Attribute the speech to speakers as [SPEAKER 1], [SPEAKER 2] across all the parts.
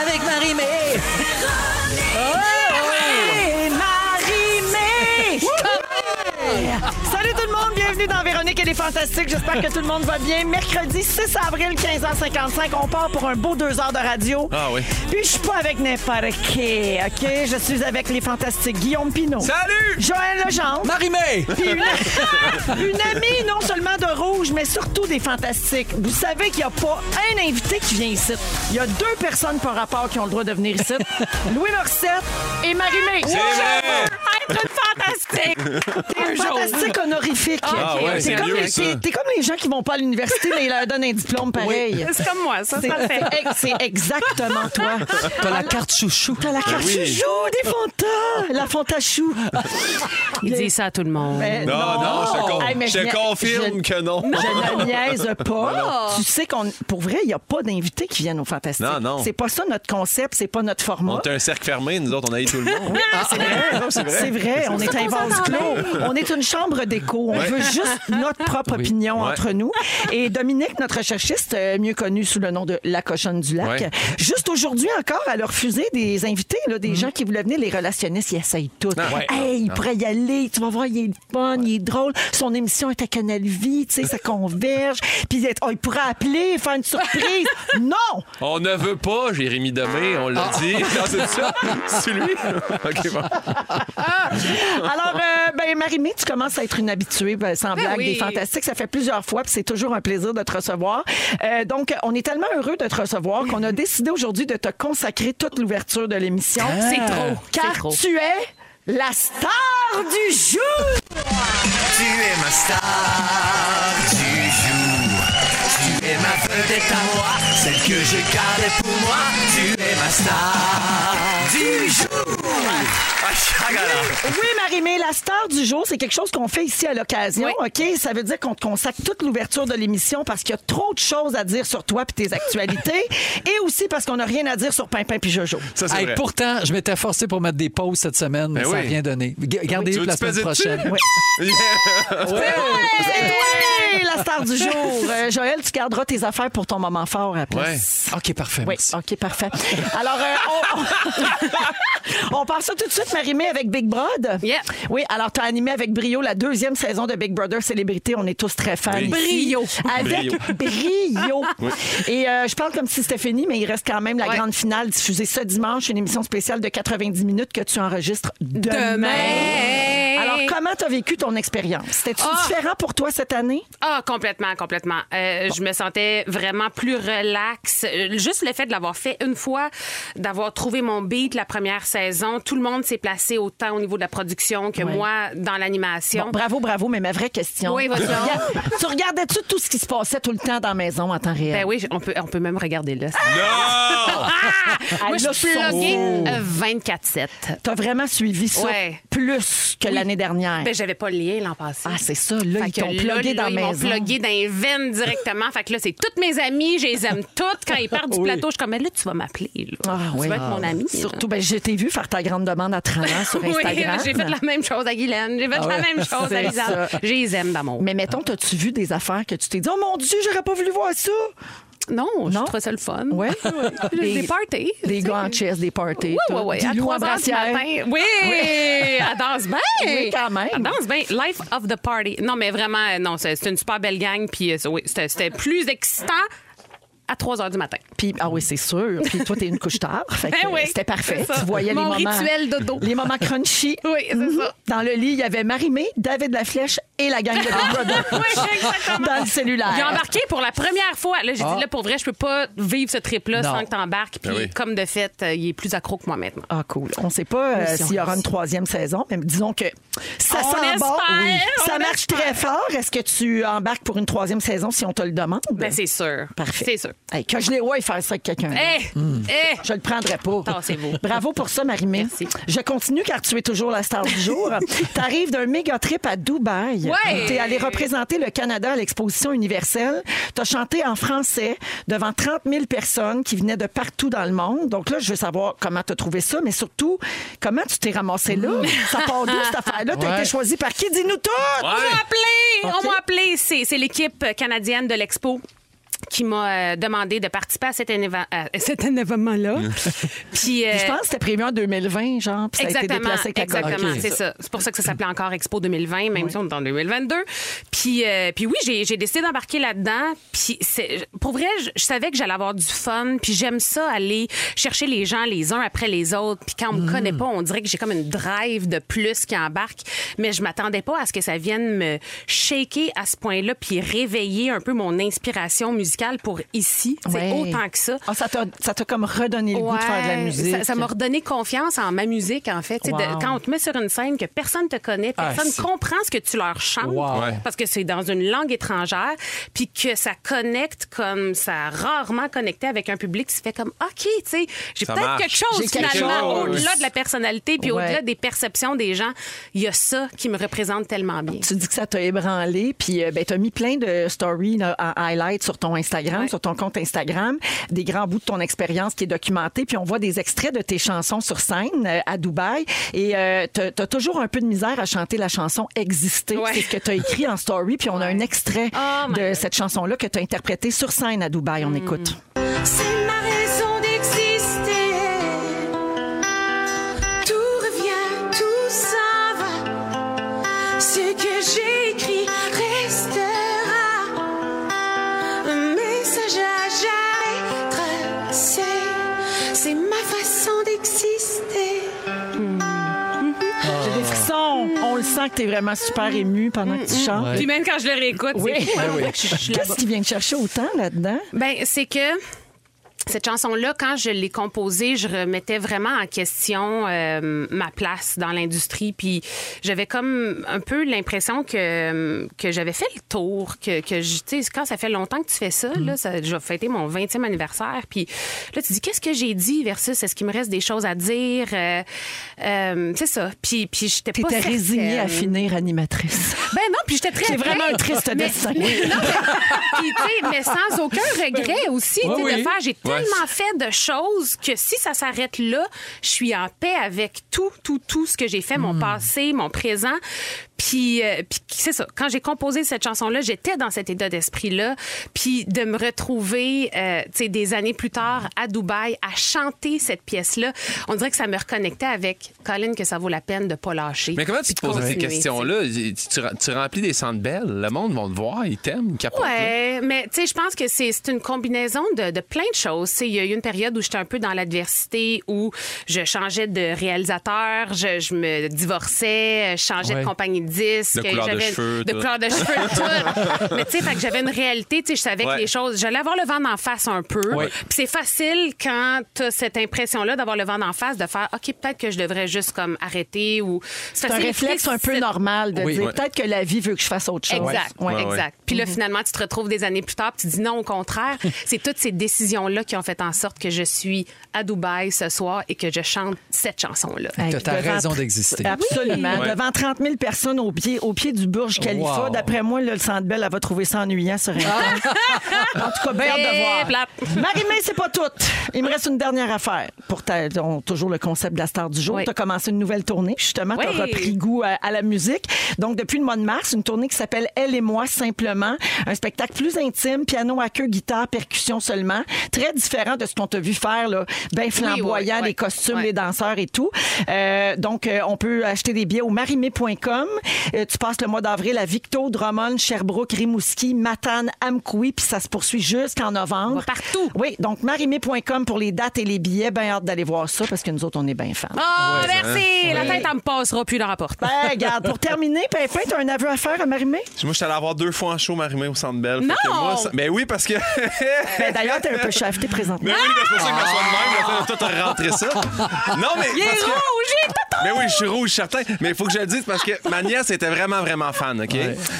[SPEAKER 1] Avec Marie-Mé.
[SPEAKER 2] Marie-Mé! Salut tout le monde, bienvenue dans Véronique et les Fantastiques. J'espère que tout le monde va bien. Mercredi 6 avril, 15h55, on part pour un beau deux heures de radio.
[SPEAKER 1] Ah oui.
[SPEAKER 2] Puis je suis pas avec n'importe qui, OK? Je suis avec les Fantastiques Guillaume Pinot.
[SPEAKER 1] Salut.
[SPEAKER 2] Joël Legendre.
[SPEAKER 1] Marie-Mé.
[SPEAKER 2] Puis une, une amie non seulement de rouge, mais surtout des fantastiques. Vous savez qu'il n'y a pas un invité qui vient ici. Il y a deux personnes par rapport qui ont le droit de venir ici. Louis Morissette et Marie-Mé. Je veux être une fantastique. T'es une fantastique honorifique.
[SPEAKER 1] Ah ouais,
[SPEAKER 2] T'es
[SPEAKER 1] c'est
[SPEAKER 2] comme,
[SPEAKER 1] mieux,
[SPEAKER 2] les-
[SPEAKER 1] ça.
[SPEAKER 2] t'es- t'es comme les gens qui vont pas à l'université, mais ils leur donnent un diplôme pareil.
[SPEAKER 3] C'est comme moi, ça, c'est
[SPEAKER 2] C'est-
[SPEAKER 3] parfait.
[SPEAKER 2] C'est exactement toi.
[SPEAKER 1] T'as la carte chouchou.
[SPEAKER 2] T'as
[SPEAKER 4] Ah
[SPEAKER 2] la carte chouchou des fantas. La fantachou.
[SPEAKER 3] Il dit ça à tout le monde.
[SPEAKER 2] Ben,
[SPEAKER 4] Non, non, je te, con-
[SPEAKER 2] Hey, mais
[SPEAKER 4] je te
[SPEAKER 2] na-
[SPEAKER 4] confirme
[SPEAKER 2] je-
[SPEAKER 4] que non.
[SPEAKER 2] Je ne niaise pas. Tu sais qu'on, pour vrai, il n'y a pas d'invités qui viennent au Fantastique.
[SPEAKER 4] Non, non.
[SPEAKER 2] C'est pas ça notre concept, c'est pas notre format.
[SPEAKER 4] On est un cercle fermé, nous autres, on a eu tout le monde.
[SPEAKER 2] Ah, C'est vrai. C'est vrai. On est un vase clos. On est une chambre d'écho. On veut juste notre propre opinion
[SPEAKER 4] Ouais.
[SPEAKER 2] entre nous. Et Dominique, notre recherchiste, euh, mieux connue sous le nom de La Cochonne du Lac,
[SPEAKER 4] Ouais.
[SPEAKER 2] juste aujourd'hui encore, elle a refusé des invités, là, des gens qui voulaient venir. Les relationnistes, ils essayent tout. Hey, il pourrait y aller. Tu vas voir, il est fun, il est drôle. Son émission est à Canal Vie. Tu sais, ça converge. Puis oh, il pourrait appeler, faire une surprise. non!
[SPEAKER 4] On ne veut pas Jérémy Demé, on l'a
[SPEAKER 5] Ah.
[SPEAKER 4] dit. Non, c'est ça? C'est lui? OK, bon.
[SPEAKER 2] Alors, euh, ben, Marie-Mé, tu commences à être une habituée, ben, sans blague,
[SPEAKER 3] oui.
[SPEAKER 2] des fantastiques. Ça fait plusieurs fois, puis c'est toujours un plaisir de te recevoir. Euh, donc, on est tellement heureux de te recevoir qu'on a décidé aujourd'hui de te consacrer toute l'ouverture de l'émission.
[SPEAKER 3] Ah, C'est trop.
[SPEAKER 2] Car
[SPEAKER 3] C'est trop.
[SPEAKER 2] tu es la star du jour!
[SPEAKER 5] Tu es ma star du jour. Tu es ma vedette à moi, celle que je gardais pour moi. Tu es ma star du jour. Ah, chagrin.
[SPEAKER 2] Oui, Marie-Mé, la star du jour, c'est quelque chose qu'on fait ici à l'occasion, OK? Ça veut dire qu'on te consacre toute l'ouverture de l'émission parce qu'il y a trop de choses à dire sur toi puis tes actualités et aussi parce qu'on n'a rien à dire sur Pimpin puis Jojo.
[SPEAKER 4] Ça, c'est
[SPEAKER 6] Hey,
[SPEAKER 4] vrai.
[SPEAKER 6] pourtant, je m'étais forcé pour mettre des pauses cette semaine, mais
[SPEAKER 4] Ben
[SPEAKER 6] ça n'a
[SPEAKER 4] oui.
[SPEAKER 6] rien donné. Ga-
[SPEAKER 4] Tu
[SPEAKER 6] Gardez-les
[SPEAKER 4] veux
[SPEAKER 6] pour la
[SPEAKER 4] te
[SPEAKER 6] semaine
[SPEAKER 4] peser
[SPEAKER 6] prochaine.
[SPEAKER 2] C'est toi, la star du jour. Euh, Joël, tu garderas tes affaires pour ton moment fort à la place.
[SPEAKER 6] OK, parfait.
[SPEAKER 2] Oui,
[SPEAKER 6] merci.
[SPEAKER 2] OK, parfait. Alors, euh, on, on, part ça tout de suite, Marimé, avec Big Brother.
[SPEAKER 3] Yeah.
[SPEAKER 2] Oui, alors, tu as animé avec brio la deuxième saison de Big Brother Célébrité. On est tous très fans.
[SPEAKER 4] Oui.
[SPEAKER 2] ici.
[SPEAKER 3] Brio.
[SPEAKER 2] Avec brio. Et euh, je parle comme si c'était fini, mais il reste quand même la
[SPEAKER 3] Ouais.
[SPEAKER 2] grande finale diffusée ce dimanche, une émission spéciale de 90 minutes que tu enregistres demain.
[SPEAKER 3] Demain.
[SPEAKER 2] Alors, comment tu as vécu ton expérience? C'était-tu
[SPEAKER 3] Ah.
[SPEAKER 2] différent pour toi cette année?
[SPEAKER 3] Ah, complètement, complètement. Euh, Je me sentais vraiment plus relax. Euh, Juste le fait de l'avoir fait une fois, d'avoir trouvé mon beat la première saison, tout le monde s'est placé autant au niveau de la production que
[SPEAKER 2] Ouais.
[SPEAKER 3] moi dans l'animation.
[SPEAKER 2] Bon, bravo, bravo, mais ma vraie question.
[SPEAKER 3] Oui, vas-y.
[SPEAKER 2] Tu regardes- tu regardais-tu tout ce qui se passait tout le temps dans la maison en temps réel?
[SPEAKER 3] ben oui, on peut, on peut même regarder là.
[SPEAKER 4] Non!
[SPEAKER 3] Ah!
[SPEAKER 2] Ah,
[SPEAKER 3] Moi, je
[SPEAKER 2] là,
[SPEAKER 3] suis
[SPEAKER 2] son-
[SPEAKER 3] pluguée,
[SPEAKER 2] Oh!
[SPEAKER 3] euh, 24-7.
[SPEAKER 2] T'as vraiment suivi ça
[SPEAKER 3] Ouais.
[SPEAKER 2] plus que l'année dernière.
[SPEAKER 3] Ben, j'avais pas le lien l'an passé.
[SPEAKER 2] ah, c'est ça, là,
[SPEAKER 3] Fait
[SPEAKER 2] ils
[SPEAKER 3] que
[SPEAKER 2] t'ont
[SPEAKER 3] là,
[SPEAKER 2] plugué dans
[SPEAKER 3] là,
[SPEAKER 2] la
[SPEAKER 3] Ils m'ont
[SPEAKER 2] maison.
[SPEAKER 3] plugué dans les veines directement. fait que là, c'est toutes mes amies, je les aime toutes. Quand ils partent du plateau, je suis comme, mais là, tu vas m'appeler. là.
[SPEAKER 2] Ah,
[SPEAKER 3] tu
[SPEAKER 2] oui.
[SPEAKER 3] vas être mon amie. là.
[SPEAKER 2] Surtout, ben, je t'ai vu faire ta grande demande à 30 ans sur
[SPEAKER 3] Oui,
[SPEAKER 2] Instagram.
[SPEAKER 3] j'ai fait la même chose à Guylaine. J'ai fait la même chose à
[SPEAKER 2] C'est
[SPEAKER 3] Lisande.
[SPEAKER 2] ça.
[SPEAKER 3] Je les aime d'amour.
[SPEAKER 2] Mais mettons, t'as-tu vu des affaires que tu t'es dit, oh mon Dieu, j'aurais pas voulu voir ça?
[SPEAKER 3] Non, je
[SPEAKER 2] Non?
[SPEAKER 3] trouve ça le fun.
[SPEAKER 2] Ouais.
[SPEAKER 3] Des,
[SPEAKER 2] Des-
[SPEAKER 3] parties.
[SPEAKER 2] Des gars en chess, des parties.
[SPEAKER 3] Oui,
[SPEAKER 2] tout.
[SPEAKER 3] oui, oui.
[SPEAKER 2] Du
[SPEAKER 3] À
[SPEAKER 2] loup en
[SPEAKER 3] 3 heures du
[SPEAKER 2] brassière.
[SPEAKER 3] matin. Oui! Elle danse bien!
[SPEAKER 2] Oui, quand même.
[SPEAKER 3] Elle danse bien. Life of the party. Non, mais vraiment, euh, non, c'est c'est une super belle gang. Puis euh, oui, c'était c'était plus excitant à 3 heures du matin.
[SPEAKER 2] Puis, ah oui, c'est sûr. Puis toi, t'es une couche tard. Fait que
[SPEAKER 3] Ben oui,
[SPEAKER 2] c'était parfait.
[SPEAKER 3] c'est ça.
[SPEAKER 2] Tu voyais
[SPEAKER 3] Mon
[SPEAKER 2] les moments.
[SPEAKER 3] rituel dodo.
[SPEAKER 2] Les moments crunchy.
[SPEAKER 3] Oui, c'est
[SPEAKER 2] Mhm.
[SPEAKER 3] ça.
[SPEAKER 2] Dans le lit, il y avait Marie-Mé, David Laflèche et la gang de Big Brother.
[SPEAKER 3] Ah. exactement.
[SPEAKER 2] Dans le cellulaire.
[SPEAKER 3] J'ai embarqué pour la première fois. Là, j'ai dit, là, pour vrai, je peux pas vivre ce trip-là
[SPEAKER 6] Non.
[SPEAKER 3] sans que t'embarques. Puis,
[SPEAKER 4] Ben oui.
[SPEAKER 3] comme de fait, euh, il est plus accro que moi maintenant.
[SPEAKER 2] Ah, cool. On ne sait pas euh,
[SPEAKER 3] Oui, si on
[SPEAKER 2] s'il y aura
[SPEAKER 3] reste.
[SPEAKER 2] une troisième saison, mais disons que ça
[SPEAKER 3] On
[SPEAKER 2] sent bon.
[SPEAKER 3] espère,
[SPEAKER 2] Oui.
[SPEAKER 3] on
[SPEAKER 2] Ça marche
[SPEAKER 3] espère.
[SPEAKER 2] très fort. Est-ce que tu embarques pour une troisième saison si on te le demande?
[SPEAKER 3] Ben, c'est sûr.
[SPEAKER 2] Parfait. Hmm.
[SPEAKER 3] C'est sûr.
[SPEAKER 2] Hey, que je les vois faire ça avec quelqu'un.
[SPEAKER 3] Eh! Eh!
[SPEAKER 2] Je le prendrai pas.
[SPEAKER 3] Tassez-vous.
[SPEAKER 2] Bravo pour ça, Marie-Mé.
[SPEAKER 3] Merci.
[SPEAKER 2] Je continue car tu es toujours la star du jour. T'arrives d'un méga trip à Dubaï.
[SPEAKER 3] Ouais.
[SPEAKER 2] T'es allé représenter le Canada à l'exposition universelle. T'as chanté en français devant 30 000 personnes qui venaient de partout dans le monde. Donc là, je veux savoir comment t'as trouvé ça, mais surtout, comment tu t'es ramassé là?
[SPEAKER 3] Mm.
[SPEAKER 2] Ça part d'où, cette affaire-là? T'as
[SPEAKER 6] Ouais.
[SPEAKER 2] été choisi par qui? Dis-nous tout!
[SPEAKER 3] On m'a appelé!
[SPEAKER 2] Ok.
[SPEAKER 3] On m'a appelé! C'est c'est l'équipe canadienne de l'Expo qui m'a euh, demandé de participer à cet, événement- à cet événement-là. Puis, euh,
[SPEAKER 2] Puis Je pense que c'était prévu en 2020, genre, puis ça a été
[SPEAKER 3] Exactement,
[SPEAKER 2] déplacé quelque part.
[SPEAKER 3] exactement,
[SPEAKER 2] Ok.
[SPEAKER 3] c'est ça. C'est pour ça que ça s'appelait encore Expo 2020, même si on est en 2022. Puis, euh, puis oui, j'ai j'ai décidé d'embarquer là-dedans. Puis c'est- pour vrai, je, je savais que j'allais avoir du fun. Puis j'aime ça aller chercher les gens les uns après les autres. Puis quand on
[SPEAKER 2] Mm.
[SPEAKER 3] me connaît pas, on dirait que j'ai comme une drive de plus qui embarque. Mais je m'attendais pas à ce que ça vienne me shaker à ce point-là, puis réveiller un peu mon inspiration musicale pour ici. C'est
[SPEAKER 2] Ouais.
[SPEAKER 3] autant que ça.
[SPEAKER 2] Ah, ça t'a ça t'a comme redonné le goût de faire de la
[SPEAKER 3] Ouais,
[SPEAKER 2] musique.
[SPEAKER 3] ça- Ça m'a redonné confiance en ma musique, en fait. Tu sais, de-
[SPEAKER 2] Wow.
[SPEAKER 3] quand on te met sur une scène, que personne te connaît,
[SPEAKER 6] Ah,
[SPEAKER 3] personne
[SPEAKER 6] c'est-
[SPEAKER 3] comprend ce que tu leur chantes,
[SPEAKER 6] Wow. Ouais.
[SPEAKER 3] parce que c'est dans une langue étrangère, puis que ça connecte comme ça a rarement connecté avec un public qui se fait comme OK, tu sais, j'ai
[SPEAKER 4] Ça
[SPEAKER 3] peut-être
[SPEAKER 4] marche.
[SPEAKER 3] quelque chose
[SPEAKER 2] J'ai quelque
[SPEAKER 3] finalement
[SPEAKER 2] chose.
[SPEAKER 3] au-delà de la personnalité, puis
[SPEAKER 2] Ouais.
[SPEAKER 3] au-delà des perceptions des gens, il y a ça qui me représente tellement bien.
[SPEAKER 2] Tu dis que ça t'a ébranlé, puis euh, ben, tu as mis plein de stories là, en highlight sur ton Instagram,
[SPEAKER 3] Ouais.
[SPEAKER 2] sur ton compte Instagram, des grands bouts de ton expérience qui est documentée, puis on voit des extraits de tes chansons sur scène euh, à Dubaï. Et tu as, toujours un peu de misère à chanter la chanson Exister.
[SPEAKER 3] Ouais.
[SPEAKER 2] C'est ce que tu as écrit en story, puis on a un extrait
[SPEAKER 3] Oh my
[SPEAKER 2] de
[SPEAKER 3] God. Mm.
[SPEAKER 2] cette chanson-là que tu as interprétée sur scène à Dubaï. On écoute.
[SPEAKER 7] C'est ma raison d'exister. Tout revient, tout s'en va. Ce que j'ai écrit restera. Un message à jamais tracé. C'est ma façon d'exister.
[SPEAKER 2] J'ai des frissons. On le sent que tu es vraiment
[SPEAKER 3] Mm.
[SPEAKER 2] super ému pendant que tu chantes.
[SPEAKER 3] Puis même quand je le réécoute,
[SPEAKER 2] Oui.
[SPEAKER 3] c'est fou, hein, on dirait que je- je suis là-bas.
[SPEAKER 2] Qu'est-ce qui vient te chercher autant là-dedans?
[SPEAKER 3] Ben, c'est que cette chanson-là, quand je l'ai composée, je remettais vraiment en question euh, ma place dans l'industrie. Puis j'avais comme un peu l'impression que, que j'avais fait le tour. Que, que je- tu sais, quand ça fait longtemps que tu fais ça, là, ça je vais fêter mon 20e anniversaire. Puis là, tu dis, qu'est-ce que j'ai dit versus est-ce qu'il me reste des choses à dire? Euh, euh, c'est ça. Puis, puis j'étais pas
[SPEAKER 2] T'étais
[SPEAKER 3] certaine.
[SPEAKER 2] résignée à finir animatrice.
[SPEAKER 3] Ben non, puis j'étais très
[SPEAKER 2] C'est vraiment
[SPEAKER 3] vraie.
[SPEAKER 2] un triste
[SPEAKER 3] Mais-
[SPEAKER 2] destin.
[SPEAKER 3] Non, mais, puis, tu sais, mais sans aucun regret aussi, tu sais,
[SPEAKER 6] oui.
[SPEAKER 3] de faire, j'ai
[SPEAKER 4] Ouais.
[SPEAKER 3] tellement fait de choses que si ça s'arrête là, je suis en paix avec tout, tout, tout ce que j'ai fait,
[SPEAKER 4] Hmm.
[SPEAKER 3] mon passé, mon présent. Puis, euh, puis c'est ça, quand j'ai composé cette chanson-là, j'étais dans cet état d'esprit-là. Puis de me retrouver, euh, tu sais, des années plus tard à Dubaï, à chanter cette pièce-là, on dirait que ça me reconnectait avec Colin, que ça vaut la peine de pas lâcher.
[SPEAKER 4] Mais comment tu
[SPEAKER 3] puis
[SPEAKER 4] te
[SPEAKER 3] de
[SPEAKER 4] poses ces
[SPEAKER 3] continuer,
[SPEAKER 4] questions-là? Tu, tu- tu remplis des centres belles, le monde va te voir, ils t'aiment, ils capotent. là.
[SPEAKER 3] Ouais, mais tu sais, je pense que c'est c'est une combinaison de, de plein de choses. Tu sais, Il y a eu une période où j'étais un peu dans l'adversité, où je changeais de réalisateur, je, je me divorçais, euh, je changeais
[SPEAKER 6] Ouais.
[SPEAKER 3] de compagnie de disques.
[SPEAKER 4] De couleur de
[SPEAKER 3] j'avais-
[SPEAKER 4] cheveux,
[SPEAKER 3] De
[SPEAKER 4] tout.
[SPEAKER 3] couleur de cheveux, tout. mais tu sais, fait que j'avais une réalité, tu sais, je savais
[SPEAKER 4] Ouais.
[SPEAKER 3] que les choses. J'allais avoir le vent d'en face un peu.
[SPEAKER 6] Ouais.
[SPEAKER 3] Puis c'est facile quand tu cette impression-là d'avoir le vent d'en face, de faire OK, peut-être que je devrais juste comme arrêter ou.
[SPEAKER 2] C'est un réflexe un peu normal de
[SPEAKER 6] Oui.
[SPEAKER 2] dire
[SPEAKER 6] Ouais.
[SPEAKER 2] peut-être que la vie veut que je fasse autre chose.
[SPEAKER 3] Exact,
[SPEAKER 2] Ouais.
[SPEAKER 4] Ouais,
[SPEAKER 3] exact. Puis là, finalement, tu te retrouves des années plus tard, puis tu dis non, au contraire. C'est toutes ces décisions-là qui ont fait en sorte que je suis à Dubaï ce soir et que je chante cette chanson-là.
[SPEAKER 2] Hey,
[SPEAKER 6] T'as ta
[SPEAKER 2] devant-
[SPEAKER 6] raison d'exister.
[SPEAKER 2] Absolument.
[SPEAKER 4] Oui.
[SPEAKER 2] Devant 30 000 personnes au pied, au pied du Burj Khalifa,
[SPEAKER 6] Wow.
[SPEAKER 2] d'après moi, là, le Centre Bell, elle va trouver ça ennuyant sur Internet. en tout cas, bien hâte
[SPEAKER 3] Eh,
[SPEAKER 2] de voir.
[SPEAKER 3] plate.
[SPEAKER 2] Marie-Mé, c'est pas tout. Il me reste une dernière affaire. Pour ta- on- toujours le concept de la star du jour,
[SPEAKER 3] Oui.
[SPEAKER 2] tu as commencé une nouvelle tournée. Justement, tu
[SPEAKER 3] Oui.
[SPEAKER 2] as repris goût à, à la musique. Donc, depuis le mois de mars, une tournée qui s'appelle Elle et moi simplement. Un spectacle plus intime, piano à queue, guitare, percussion seulement. Très différent de ce qu'on t'a vu faire, là, bien flamboyant,
[SPEAKER 3] oui, oui.
[SPEAKER 2] les costumes,
[SPEAKER 3] Oui.
[SPEAKER 2] les danseurs et tout. Euh, donc, euh, on peut acheter des billets au marimé.com. Euh, tu passes le mois d'avril à Victo, Drummond, Sherbrooke, Rimouski, Matane, Amkoui, puis ça se poursuit jusqu'en novembre.
[SPEAKER 3] On va partout.
[SPEAKER 2] Oui, donc marimé.com pour les dates et les billets. Bien hâte d'aller voir ça parce que nous autres, on est bien fans.
[SPEAKER 3] Oh, merci!
[SPEAKER 2] hein?
[SPEAKER 3] La tête, elle me passera plus dans la porte.
[SPEAKER 2] Ben, regarde, pour terminer, Pimpin, t'as un aveu à faire à Marimé?
[SPEAKER 5] Moi, je suis allé avoir deux fois en show Marimé au Centre Bell.
[SPEAKER 3] Non!
[SPEAKER 5] Fait que moi, ça- Ben oui, parce que...
[SPEAKER 2] Ben, D'ailleurs, t'es un peu chaveté présentement.
[SPEAKER 5] Mais oui, c'est pour ça que je me sois de même. là, Toi, t'as rentré ça. Non, mais...
[SPEAKER 3] Il est
[SPEAKER 5] parce que-
[SPEAKER 3] rouge, il est tout
[SPEAKER 4] Mais oui, je suis rouge, certain. Mais il faut que je le dise parce que ma nièce était vraiment, vraiment fan, OK?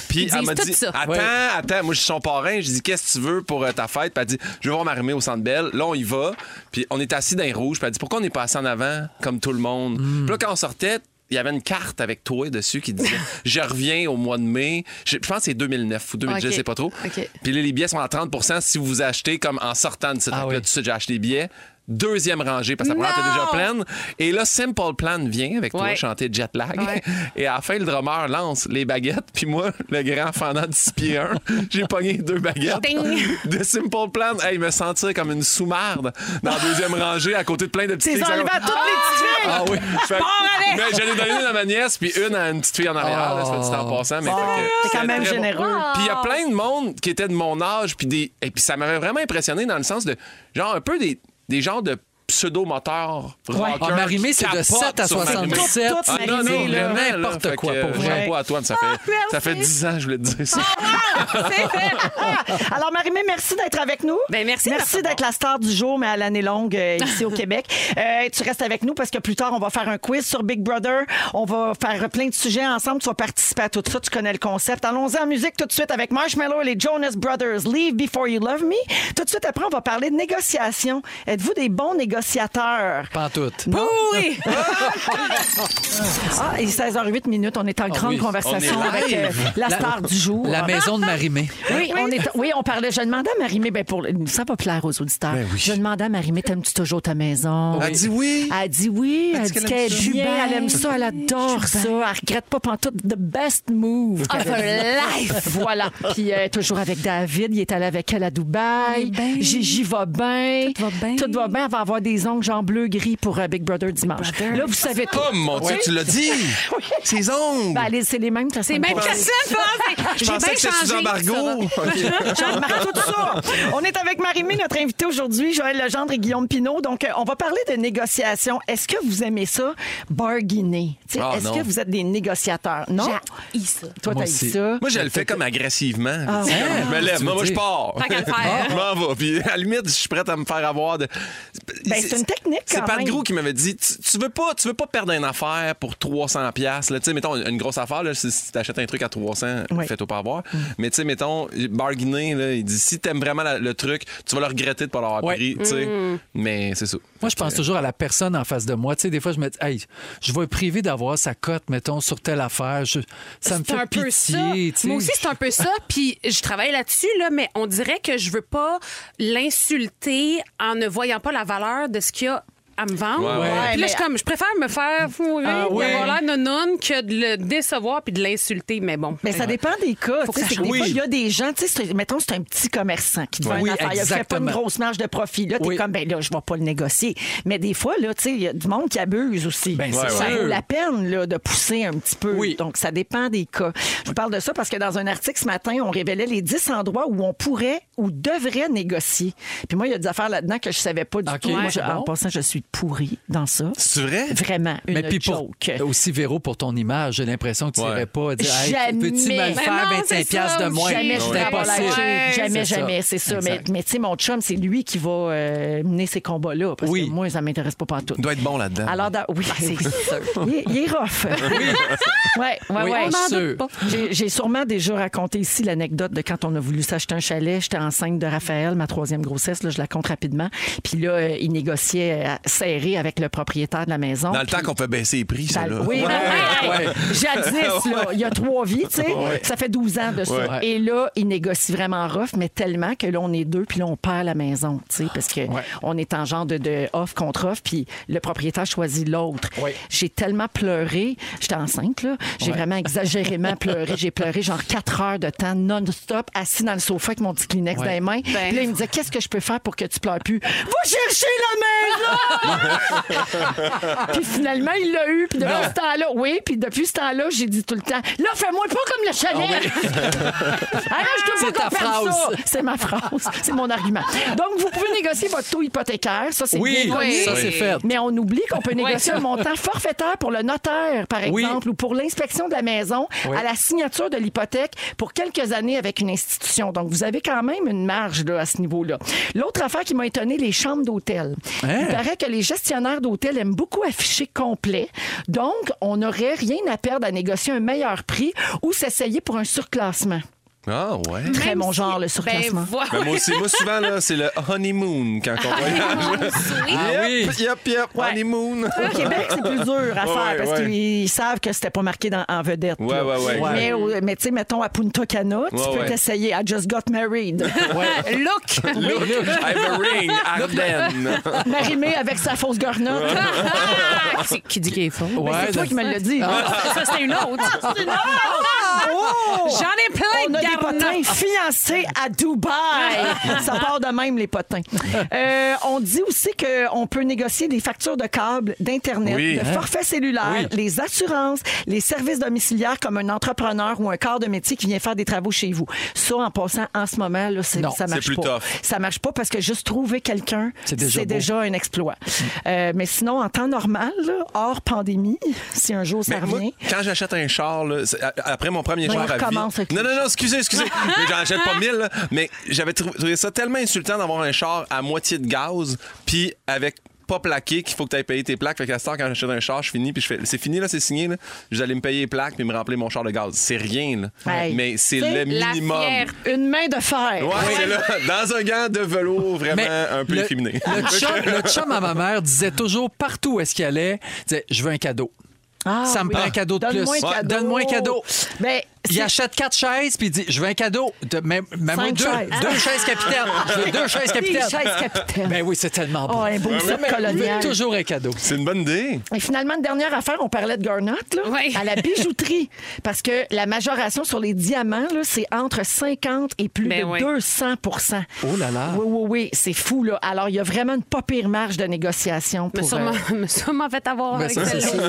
[SPEAKER 4] Puis
[SPEAKER 3] Ils
[SPEAKER 4] elle m'a
[SPEAKER 3] disent
[SPEAKER 4] dit
[SPEAKER 3] tout ça.
[SPEAKER 4] Attends,
[SPEAKER 6] Ouais.
[SPEAKER 4] attends. Moi, je suis son parrain. Je dis Qu'est-ce que tu veux pour euh, ta fête? Puis elle dit Je vais voir m'arrimer au centre Belle. Là, on y va. Puis on est assis dans les rouges. Puis elle dit Pourquoi on n'est pas assis en avant comme tout le monde?
[SPEAKER 3] Mm.
[SPEAKER 4] Puis là, quand on sortait, il y avait une carte avec toi dessus qui disait Je reviens au mois de mai. Je je pense que c'est 2009 ou 2010,
[SPEAKER 3] Ok.
[SPEAKER 4] je sais pas trop.
[SPEAKER 3] Ok.
[SPEAKER 4] Puis là, les billets sont à 30 si vous achetez comme en sortant de cette
[SPEAKER 6] Ah
[SPEAKER 4] Fait que
[SPEAKER 6] oui.
[SPEAKER 4] là, tout de suite, j'ai acheté des billets. Deuxième rangée, parce que la première était
[SPEAKER 3] Non!
[SPEAKER 4] déjà pleine. Et là, Simple Plan vient avec toi
[SPEAKER 3] Ouais.
[SPEAKER 4] chanter Jet Lag.
[SPEAKER 3] Ouais.
[SPEAKER 4] Et à la fin, le drummer lance les baguettes. Puis moi, le grand fendant de 6 pieds 1, j'ai pogné deux baguettes
[SPEAKER 3] Ding!
[SPEAKER 4] de Simple Plan. Hey, me sentir comme une sous-marde dans la deuxième rangée à côté de plein de petites
[SPEAKER 2] T'es
[SPEAKER 4] filles.
[SPEAKER 2] enlevé à toutes les petites filles.
[SPEAKER 4] Ah oui. Fait que- mais j'en ai donné une à ma nièce, puis une à une petite fille en arrière, là, soit dit en passant. Mais fait que
[SPEAKER 2] Oh. T'es quand
[SPEAKER 4] c'est
[SPEAKER 2] même
[SPEAKER 4] très bon.
[SPEAKER 2] généreux.
[SPEAKER 4] Puis il y a plein de monde qui était de mon âge, puis des et puis ça m'avait vraiment impressionné dans le sens de genre un peu des des genres de pseudo moteurs
[SPEAKER 6] Ah, Marimé, c'est de 7 à 77.
[SPEAKER 2] Tout, tout,
[SPEAKER 4] Ah non, non,
[SPEAKER 2] Marimé, là. Ah,
[SPEAKER 4] vraiment, là,
[SPEAKER 6] N'importe
[SPEAKER 4] fait
[SPEAKER 6] quoi,
[SPEAKER 4] que,
[SPEAKER 6] pour
[SPEAKER 2] vrai.
[SPEAKER 4] Chapeau à toi, ça fait, ça fait 10 ans que je voulais te dire ça.
[SPEAKER 2] Ah, Alors, Marie-Mé, merci d'être avec nous.
[SPEAKER 3] Ben, merci de
[SPEAKER 2] merci
[SPEAKER 3] m'avoir.
[SPEAKER 2] d'être la star du jour, mais à l'année longue euh, ici au Québec. Euh, tu restes avec nous parce que plus tard, on va faire un quiz sur Big Brother. On va faire plein de sujets ensemble. Tu vas participer à tout ça. Tu connais le concept. Allons-y en musique tout de suite avec Marshmallow et les Jonas Brothers. Leave Before You Love Me. Tout de suite après, on va parler de négociation. Êtes-vous des bons négociateurs?
[SPEAKER 6] Pas en tout.
[SPEAKER 2] Oui! ah, et 16h08 minutes, on est en grande
[SPEAKER 6] oui,
[SPEAKER 2] conversation
[SPEAKER 4] on est
[SPEAKER 2] avec
[SPEAKER 4] live.
[SPEAKER 2] euh, la star du jour.
[SPEAKER 6] La maison de Marimé.
[SPEAKER 8] Oui, on est, oui, on parlait. Je demandais à Marimé, ben pour, ça va plaire aux auditeurs. Je demandais à Marimé, t'aimes-tu toujours ta maison?
[SPEAKER 4] Elle dit oui.
[SPEAKER 8] Elle dit oui, elle dit qu'elle
[SPEAKER 4] qu'elle aime
[SPEAKER 8] est
[SPEAKER 4] ça?
[SPEAKER 8] bien, elle aime ça, elle adore ça, elle regrette pas pantoute. The best move.
[SPEAKER 3] Of
[SPEAKER 8] qu'elle a
[SPEAKER 3] her
[SPEAKER 8] dit. Voilà. Puis euh, toujours avec David, il est allé avec elle à Dubaï. Gigi va bien. Tout va bien. Tout va bien. Elle va avoir des ongles genre bleu-gris pour euh, Big Brother dimanche. Là, vous savez tout.
[SPEAKER 4] Oh mon Dieu, tu l'as dit! Ses ongles!
[SPEAKER 8] Ben, allez, c'est les mêmes que la
[SPEAKER 3] C'est
[SPEAKER 8] semaine
[SPEAKER 3] même
[SPEAKER 8] passée.
[SPEAKER 3] que ça, je Ben, pense. J'ai
[SPEAKER 4] Je pensais
[SPEAKER 3] bien
[SPEAKER 4] que c'était sous
[SPEAKER 3] changé.
[SPEAKER 4] embargo. Ok.
[SPEAKER 2] Jeanne-Marc, tout ça. On est avec Marie-Mé, notre invité aujourd'hui, Joël Legendre et Guillaume Pinault. Donc, euh, on va parler de négociation. Est-ce que vous aimez ça, bargainer? Tu sais,
[SPEAKER 4] Ah,
[SPEAKER 2] Est-ce
[SPEAKER 4] non.
[SPEAKER 2] que vous êtes des négociateurs? Non?
[SPEAKER 3] J'ai ça.
[SPEAKER 2] Toi,
[SPEAKER 6] Moi
[SPEAKER 2] t'as dit
[SPEAKER 6] aussi.
[SPEAKER 2] ça.
[SPEAKER 4] Moi, je le fais comme agressivement.
[SPEAKER 2] Ah
[SPEAKER 4] Tu sais, comme je me lève,
[SPEAKER 6] Tu
[SPEAKER 4] moi,
[SPEAKER 6] veux
[SPEAKER 4] moi, je
[SPEAKER 6] dire?
[SPEAKER 4] pars.
[SPEAKER 3] Tant qu'à le faire.
[SPEAKER 4] Je m'en vais. Puis à la limite, je suis prête à me faire avoir de.
[SPEAKER 2] Ben, c'est une technique,
[SPEAKER 4] C'est
[SPEAKER 2] quand
[SPEAKER 4] Pat
[SPEAKER 2] même.
[SPEAKER 4] Gros qui m'avait dit tu, tu veux pas, tu veux pas perdre une affaire pour 300$. piastres, là. Tu sais, mettons, une grosse affaire, là, si, tu achètes un truc à 300$,
[SPEAKER 2] Oui. Mm.
[SPEAKER 4] fais-toi pas avoir. Mais tu sais, mettons, bargainer, là, il dit si t'aimes vraiment la- le truc, tu vas le regretter de pas l'avoir
[SPEAKER 6] Ouais.
[SPEAKER 4] pris. tu sais.
[SPEAKER 2] Mm.
[SPEAKER 4] Mais c'est ça.
[SPEAKER 6] Moi, je pense toujours à la personne en face de moi. Tu sais, des fois, je me dis, hey, je vais priver d'avoir sa cote, mettons, sur telle affaire. Je- Ça me
[SPEAKER 3] C'est
[SPEAKER 6] fait
[SPEAKER 3] un
[SPEAKER 6] pitié.
[SPEAKER 3] peu ça.
[SPEAKER 6] tu sais.
[SPEAKER 3] Moi aussi, c'est un peu ça. Puis je travaille là-dessus, là, mais on dirait que je veux pas l'insulter en ne voyant pas la valeur de ce qu'il y a à me vendre.
[SPEAKER 4] Ouais, ouais.
[SPEAKER 3] Puis là,
[SPEAKER 2] Ouais,
[SPEAKER 3] je, suis
[SPEAKER 2] mais-
[SPEAKER 3] comme, je préfère me faire fourrer,
[SPEAKER 6] Ah,
[SPEAKER 3] puis
[SPEAKER 6] ouais.
[SPEAKER 3] avoir l'air nonone que de le décevoir puis de l'insulter. Mais bon.
[SPEAKER 2] Mais ça dépend des cas.
[SPEAKER 3] Faut
[SPEAKER 2] tu sais,
[SPEAKER 3] que
[SPEAKER 2] c'est
[SPEAKER 3] ça
[SPEAKER 2] que des
[SPEAKER 3] change.
[SPEAKER 2] fois, Il y a des gens, tu sais, c'est- mettons, c'est un petit commerçant qui te vend
[SPEAKER 6] Oui,
[SPEAKER 2] une affaire. Il fait pas une
[SPEAKER 6] exactement.
[SPEAKER 2] grosse marge de profit. Là, t'es
[SPEAKER 6] Oui.
[SPEAKER 2] comme, ben là, je vais pas le négocier. Mais des fois, là, tu sais, il y a du monde qui abuse aussi.
[SPEAKER 6] Ben,
[SPEAKER 2] ça
[SPEAKER 6] c'est
[SPEAKER 2] vaut
[SPEAKER 6] sûr.
[SPEAKER 2] la peine, là, de pousser un petit peu.
[SPEAKER 6] Oui.
[SPEAKER 2] Donc, ça dépend des cas. Je vous parle de ça parce que dans un article ce matin, on révélait les 10 endroits où on pourrait ou devrait négocier. Puis moi, il y a des affaires là-dedans que je savais pas du
[SPEAKER 6] Ok,
[SPEAKER 2] tout. Moi,
[SPEAKER 6] ouais,
[SPEAKER 2] je- en
[SPEAKER 6] bon.
[SPEAKER 2] passant, je suis pourrie dans ça.
[SPEAKER 4] C'est vrai?
[SPEAKER 2] Vraiment, une
[SPEAKER 6] Mais puis pour,
[SPEAKER 2] joke.
[SPEAKER 6] aussi, Véro, pour ton image, j'ai l'impression que tu
[SPEAKER 4] Ouais.
[SPEAKER 6] n'irais pas dire Hey,
[SPEAKER 8] Jamais.
[SPEAKER 6] peux-tu me le
[SPEAKER 8] Mais
[SPEAKER 6] faire
[SPEAKER 3] non,
[SPEAKER 6] 25
[SPEAKER 3] c'est
[SPEAKER 6] piastres
[SPEAKER 3] ça,
[SPEAKER 6] de moins?
[SPEAKER 8] Jamais,
[SPEAKER 3] Ouais,
[SPEAKER 8] je
[SPEAKER 6] C'est
[SPEAKER 8] vais
[SPEAKER 3] pas
[SPEAKER 8] avoir la
[SPEAKER 6] impossible.
[SPEAKER 8] chienne.
[SPEAKER 3] Ouais,
[SPEAKER 8] Jamais,
[SPEAKER 6] c'est ça.
[SPEAKER 8] jamais, c'est ça. Mais,
[SPEAKER 6] Exact.
[SPEAKER 8] mais tu sais, mon chum, c'est lui qui va euh, mener ces combats-là. Parce
[SPEAKER 6] Oui.
[SPEAKER 8] que moi, ça m'intéresse pas partout.
[SPEAKER 4] Il doit être bon là-dedans.
[SPEAKER 2] Alors, dans- oui, c'est sûr. Il, est- il est rough. Oui, oui,
[SPEAKER 6] Oui,
[SPEAKER 2] oui.
[SPEAKER 6] je suis sûr.
[SPEAKER 2] J'ai- J'ai sûrement déjà raconté ici l'anecdote de quand on a voulu s'acheter un chalet. J'étais enceinte de Raphaël, ma troisième grossesse. Là, je la compte rapidement. Puis là, euh, il négociait euh, serré avec le propriétaire de la maison.
[SPEAKER 4] Dans le
[SPEAKER 2] Puis-
[SPEAKER 4] temps qu'on peut baisser les prix, ça, là.
[SPEAKER 2] dans- Ben Oui,
[SPEAKER 6] Ouais,
[SPEAKER 2] ben, hey,
[SPEAKER 6] ouais.
[SPEAKER 2] jadis, là, il y a trois vies, tu sais. Ça fait 12 ans de ça.
[SPEAKER 4] Ouais.
[SPEAKER 2] Et là, il négocie vraiment rough, mais tellement que là, on est deux, puis là, on perd la maison, tu sais, parce que on est en genre de, de off contre off, puis le propriétaire choisit l'autre.
[SPEAKER 6] Ouais.
[SPEAKER 2] J'ai tellement pleuré. J'étais enceinte, là. J'ai vraiment exagérément pleuré. J'ai pleuré genre quatre heures de temps, non-stop, assis dans le sofa avec mon petit Kleenex dans les mains. Puis là, il me disait, qu'est-ce que je peux faire pour que tu pleures plus? Va chercher la maison! Puis finalement, il l'a eu. Puis depuis
[SPEAKER 6] Ah.
[SPEAKER 2] ce temps-là, oui. Puis depuis ce temps-là, j'ai dit tout le temps, là, fais-moi pas comme le chalet. Ah Arrange-toi
[SPEAKER 6] Ah C'est
[SPEAKER 2] pas
[SPEAKER 6] ta
[SPEAKER 2] qu'on perde
[SPEAKER 6] phrase.
[SPEAKER 2] ça. C'est ma phrase. C'est mon argument. Donc, vous pouvez négocier votre taux hypothécaire. Ça, c'est
[SPEAKER 6] Oui,
[SPEAKER 2] bien connu.
[SPEAKER 6] ça, c'est fait.
[SPEAKER 2] Mais on oublie qu'on peut négocier un montant forfaitaire pour le notaire, par exemple,
[SPEAKER 6] Oui.
[SPEAKER 2] ou pour l'inspection de la maison
[SPEAKER 6] Oui.
[SPEAKER 2] à la signature de l'hypothèque pour quelques années avec une institution. Donc, vous avez quand même une marge là, à ce niveau-là. L'autre affaire qui m'a étonné, les chambres d'hôtel.
[SPEAKER 6] Hein?
[SPEAKER 2] Il paraît que
[SPEAKER 8] que les gestionnaires d'hôtels aiment beaucoup afficher complet. Donc, on n'aurait rien à perdre à négocier un meilleur prix ou s'essayer pour un surclassement.
[SPEAKER 4] Ah, ouais.
[SPEAKER 8] Très
[SPEAKER 3] Même
[SPEAKER 8] mon
[SPEAKER 3] si-
[SPEAKER 8] genre, le surclassement.
[SPEAKER 3] Ben, voilà.
[SPEAKER 4] Ben, moi aussi, moi souvent, là, c'est le honeymoon quand on voyage.
[SPEAKER 6] oui.
[SPEAKER 4] Yep, yep, yep, honeymoon.
[SPEAKER 2] Au Québec, c'est plus dur à
[SPEAKER 4] Ouais,
[SPEAKER 2] faire
[SPEAKER 4] ouais,
[SPEAKER 2] parce
[SPEAKER 4] ouais.
[SPEAKER 2] qu'ils savent que c'était pas marqué dans, en vedette.
[SPEAKER 4] Ouais,
[SPEAKER 2] là.
[SPEAKER 4] ouais, ouais.
[SPEAKER 6] Ouais.
[SPEAKER 2] Mais, au- mais tu sais, mettons à Punta Cana, tu
[SPEAKER 4] Ouais,
[SPEAKER 2] peux
[SPEAKER 4] ouais.
[SPEAKER 2] t'essayer. I just got married.
[SPEAKER 3] Look!
[SPEAKER 4] Look, I have a ring, Ardennes.
[SPEAKER 2] Marimé avec sa fausse gornotte.
[SPEAKER 3] Ah! C'est- qui dit qu'il est faux?
[SPEAKER 6] Ouais,
[SPEAKER 2] c'est toi
[SPEAKER 6] je-
[SPEAKER 2] qui me l'as dit.
[SPEAKER 3] Ça, c'était une autre. Ah!
[SPEAKER 2] Oh!
[SPEAKER 3] J'en ai plein
[SPEAKER 2] On a
[SPEAKER 3] de
[SPEAKER 2] des potins
[SPEAKER 3] garnottes.
[SPEAKER 2] fiancés à Dubaï. Ça part de même, les potins. Euh, on dit aussi qu'on peut négocier des factures de câbles, d'Internet,
[SPEAKER 4] Oui. Hein?
[SPEAKER 2] de forfaits cellulaires, les assurances, les services domiciliaires comme un entrepreneur ou un corps de métier qui vient faire des travaux chez vous. Ça, en passant, en ce moment, là, c'est-
[SPEAKER 6] Non,
[SPEAKER 2] ça marche
[SPEAKER 4] c'est plus
[SPEAKER 2] pas.
[SPEAKER 4] tough.
[SPEAKER 2] Ça marche pas parce que juste trouver quelqu'un,
[SPEAKER 6] C'est déjà
[SPEAKER 2] c'est
[SPEAKER 6] beau.
[SPEAKER 2] déjà un exploit. Euh, mais sinon, en temps normal, là, hors pandémie, si un jour ça
[SPEAKER 4] Mais moi,
[SPEAKER 2] revient...
[SPEAKER 4] quand j'achète un char, là, c'est- a- après mon premier
[SPEAKER 2] Non,
[SPEAKER 4] char
[SPEAKER 2] il
[SPEAKER 4] à vie... Non,
[SPEAKER 2] recommence avec
[SPEAKER 4] non,
[SPEAKER 2] les
[SPEAKER 4] non, excusez, excusez. mais j'en achète pas mille, là. Mais j'avais trou- trouvé ça tellement insultant d'avoir un char à moitié de gaz, puis avec pas plaqué, qu'il faut que tu ailles payer tes plaques. Fait qu'à ce temps, quand j'achète un char, je finis, puis je fais... C'est fini, là, c'est signé, là. Vous allez me payer les plaques, puis me remplir mon char de gaz. C'est rien, là.
[SPEAKER 2] Ouais.
[SPEAKER 4] Mais c'est
[SPEAKER 2] C'est
[SPEAKER 4] le
[SPEAKER 3] La
[SPEAKER 4] minimum.
[SPEAKER 3] fierté.
[SPEAKER 2] Une main de fer.
[SPEAKER 4] Ouais, c'est là, dans un gant de velours vraiment un peu
[SPEAKER 6] le,
[SPEAKER 4] efféminé.
[SPEAKER 6] le chum, le chum à ma mère disait toujours partout où est-ce qu'il allait, disait je veux un cadeau.
[SPEAKER 2] Ah,
[SPEAKER 6] Ça me
[SPEAKER 2] oui.
[SPEAKER 6] prend un cadeau de
[SPEAKER 2] Donne-moi
[SPEAKER 6] plus.
[SPEAKER 2] un
[SPEAKER 6] Ouais.
[SPEAKER 2] cadeau.
[SPEAKER 6] Donne-moi un cadeau.
[SPEAKER 2] Ben,
[SPEAKER 6] Il
[SPEAKER 2] c'est-
[SPEAKER 6] achète quatre chaises puis il dit je veux un cadeau de même, même
[SPEAKER 2] Cinq
[SPEAKER 6] deux,
[SPEAKER 2] chaises.
[SPEAKER 6] deux chaises capitaines. Je veux deux chaises capitaines.
[SPEAKER 2] Des chaises capitaines.
[SPEAKER 6] Ben oui, c'est tellement bon.
[SPEAKER 2] Oh, un beau set colonial.
[SPEAKER 6] toujours un cadeau.
[SPEAKER 4] C'est une bonne idée.
[SPEAKER 2] Et finalement, une dernière affaire, on parlait de garnotte, là,
[SPEAKER 3] Oui.
[SPEAKER 2] à la bijouterie. Parce que la majoration sur les diamants, là, c'est entre 50 et plus
[SPEAKER 3] Ben
[SPEAKER 2] de
[SPEAKER 3] oui.
[SPEAKER 2] 200
[SPEAKER 6] Oh là là.
[SPEAKER 2] Oui, oui, oui, c'est fou. Là. Alors, il y a vraiment une pas pire marge de négociation
[SPEAKER 3] Me
[SPEAKER 2] pour...
[SPEAKER 3] sûrement, me sûrement fait avoir
[SPEAKER 6] Ben,
[SPEAKER 3] avec
[SPEAKER 6] ça, c'est
[SPEAKER 3] celle-là.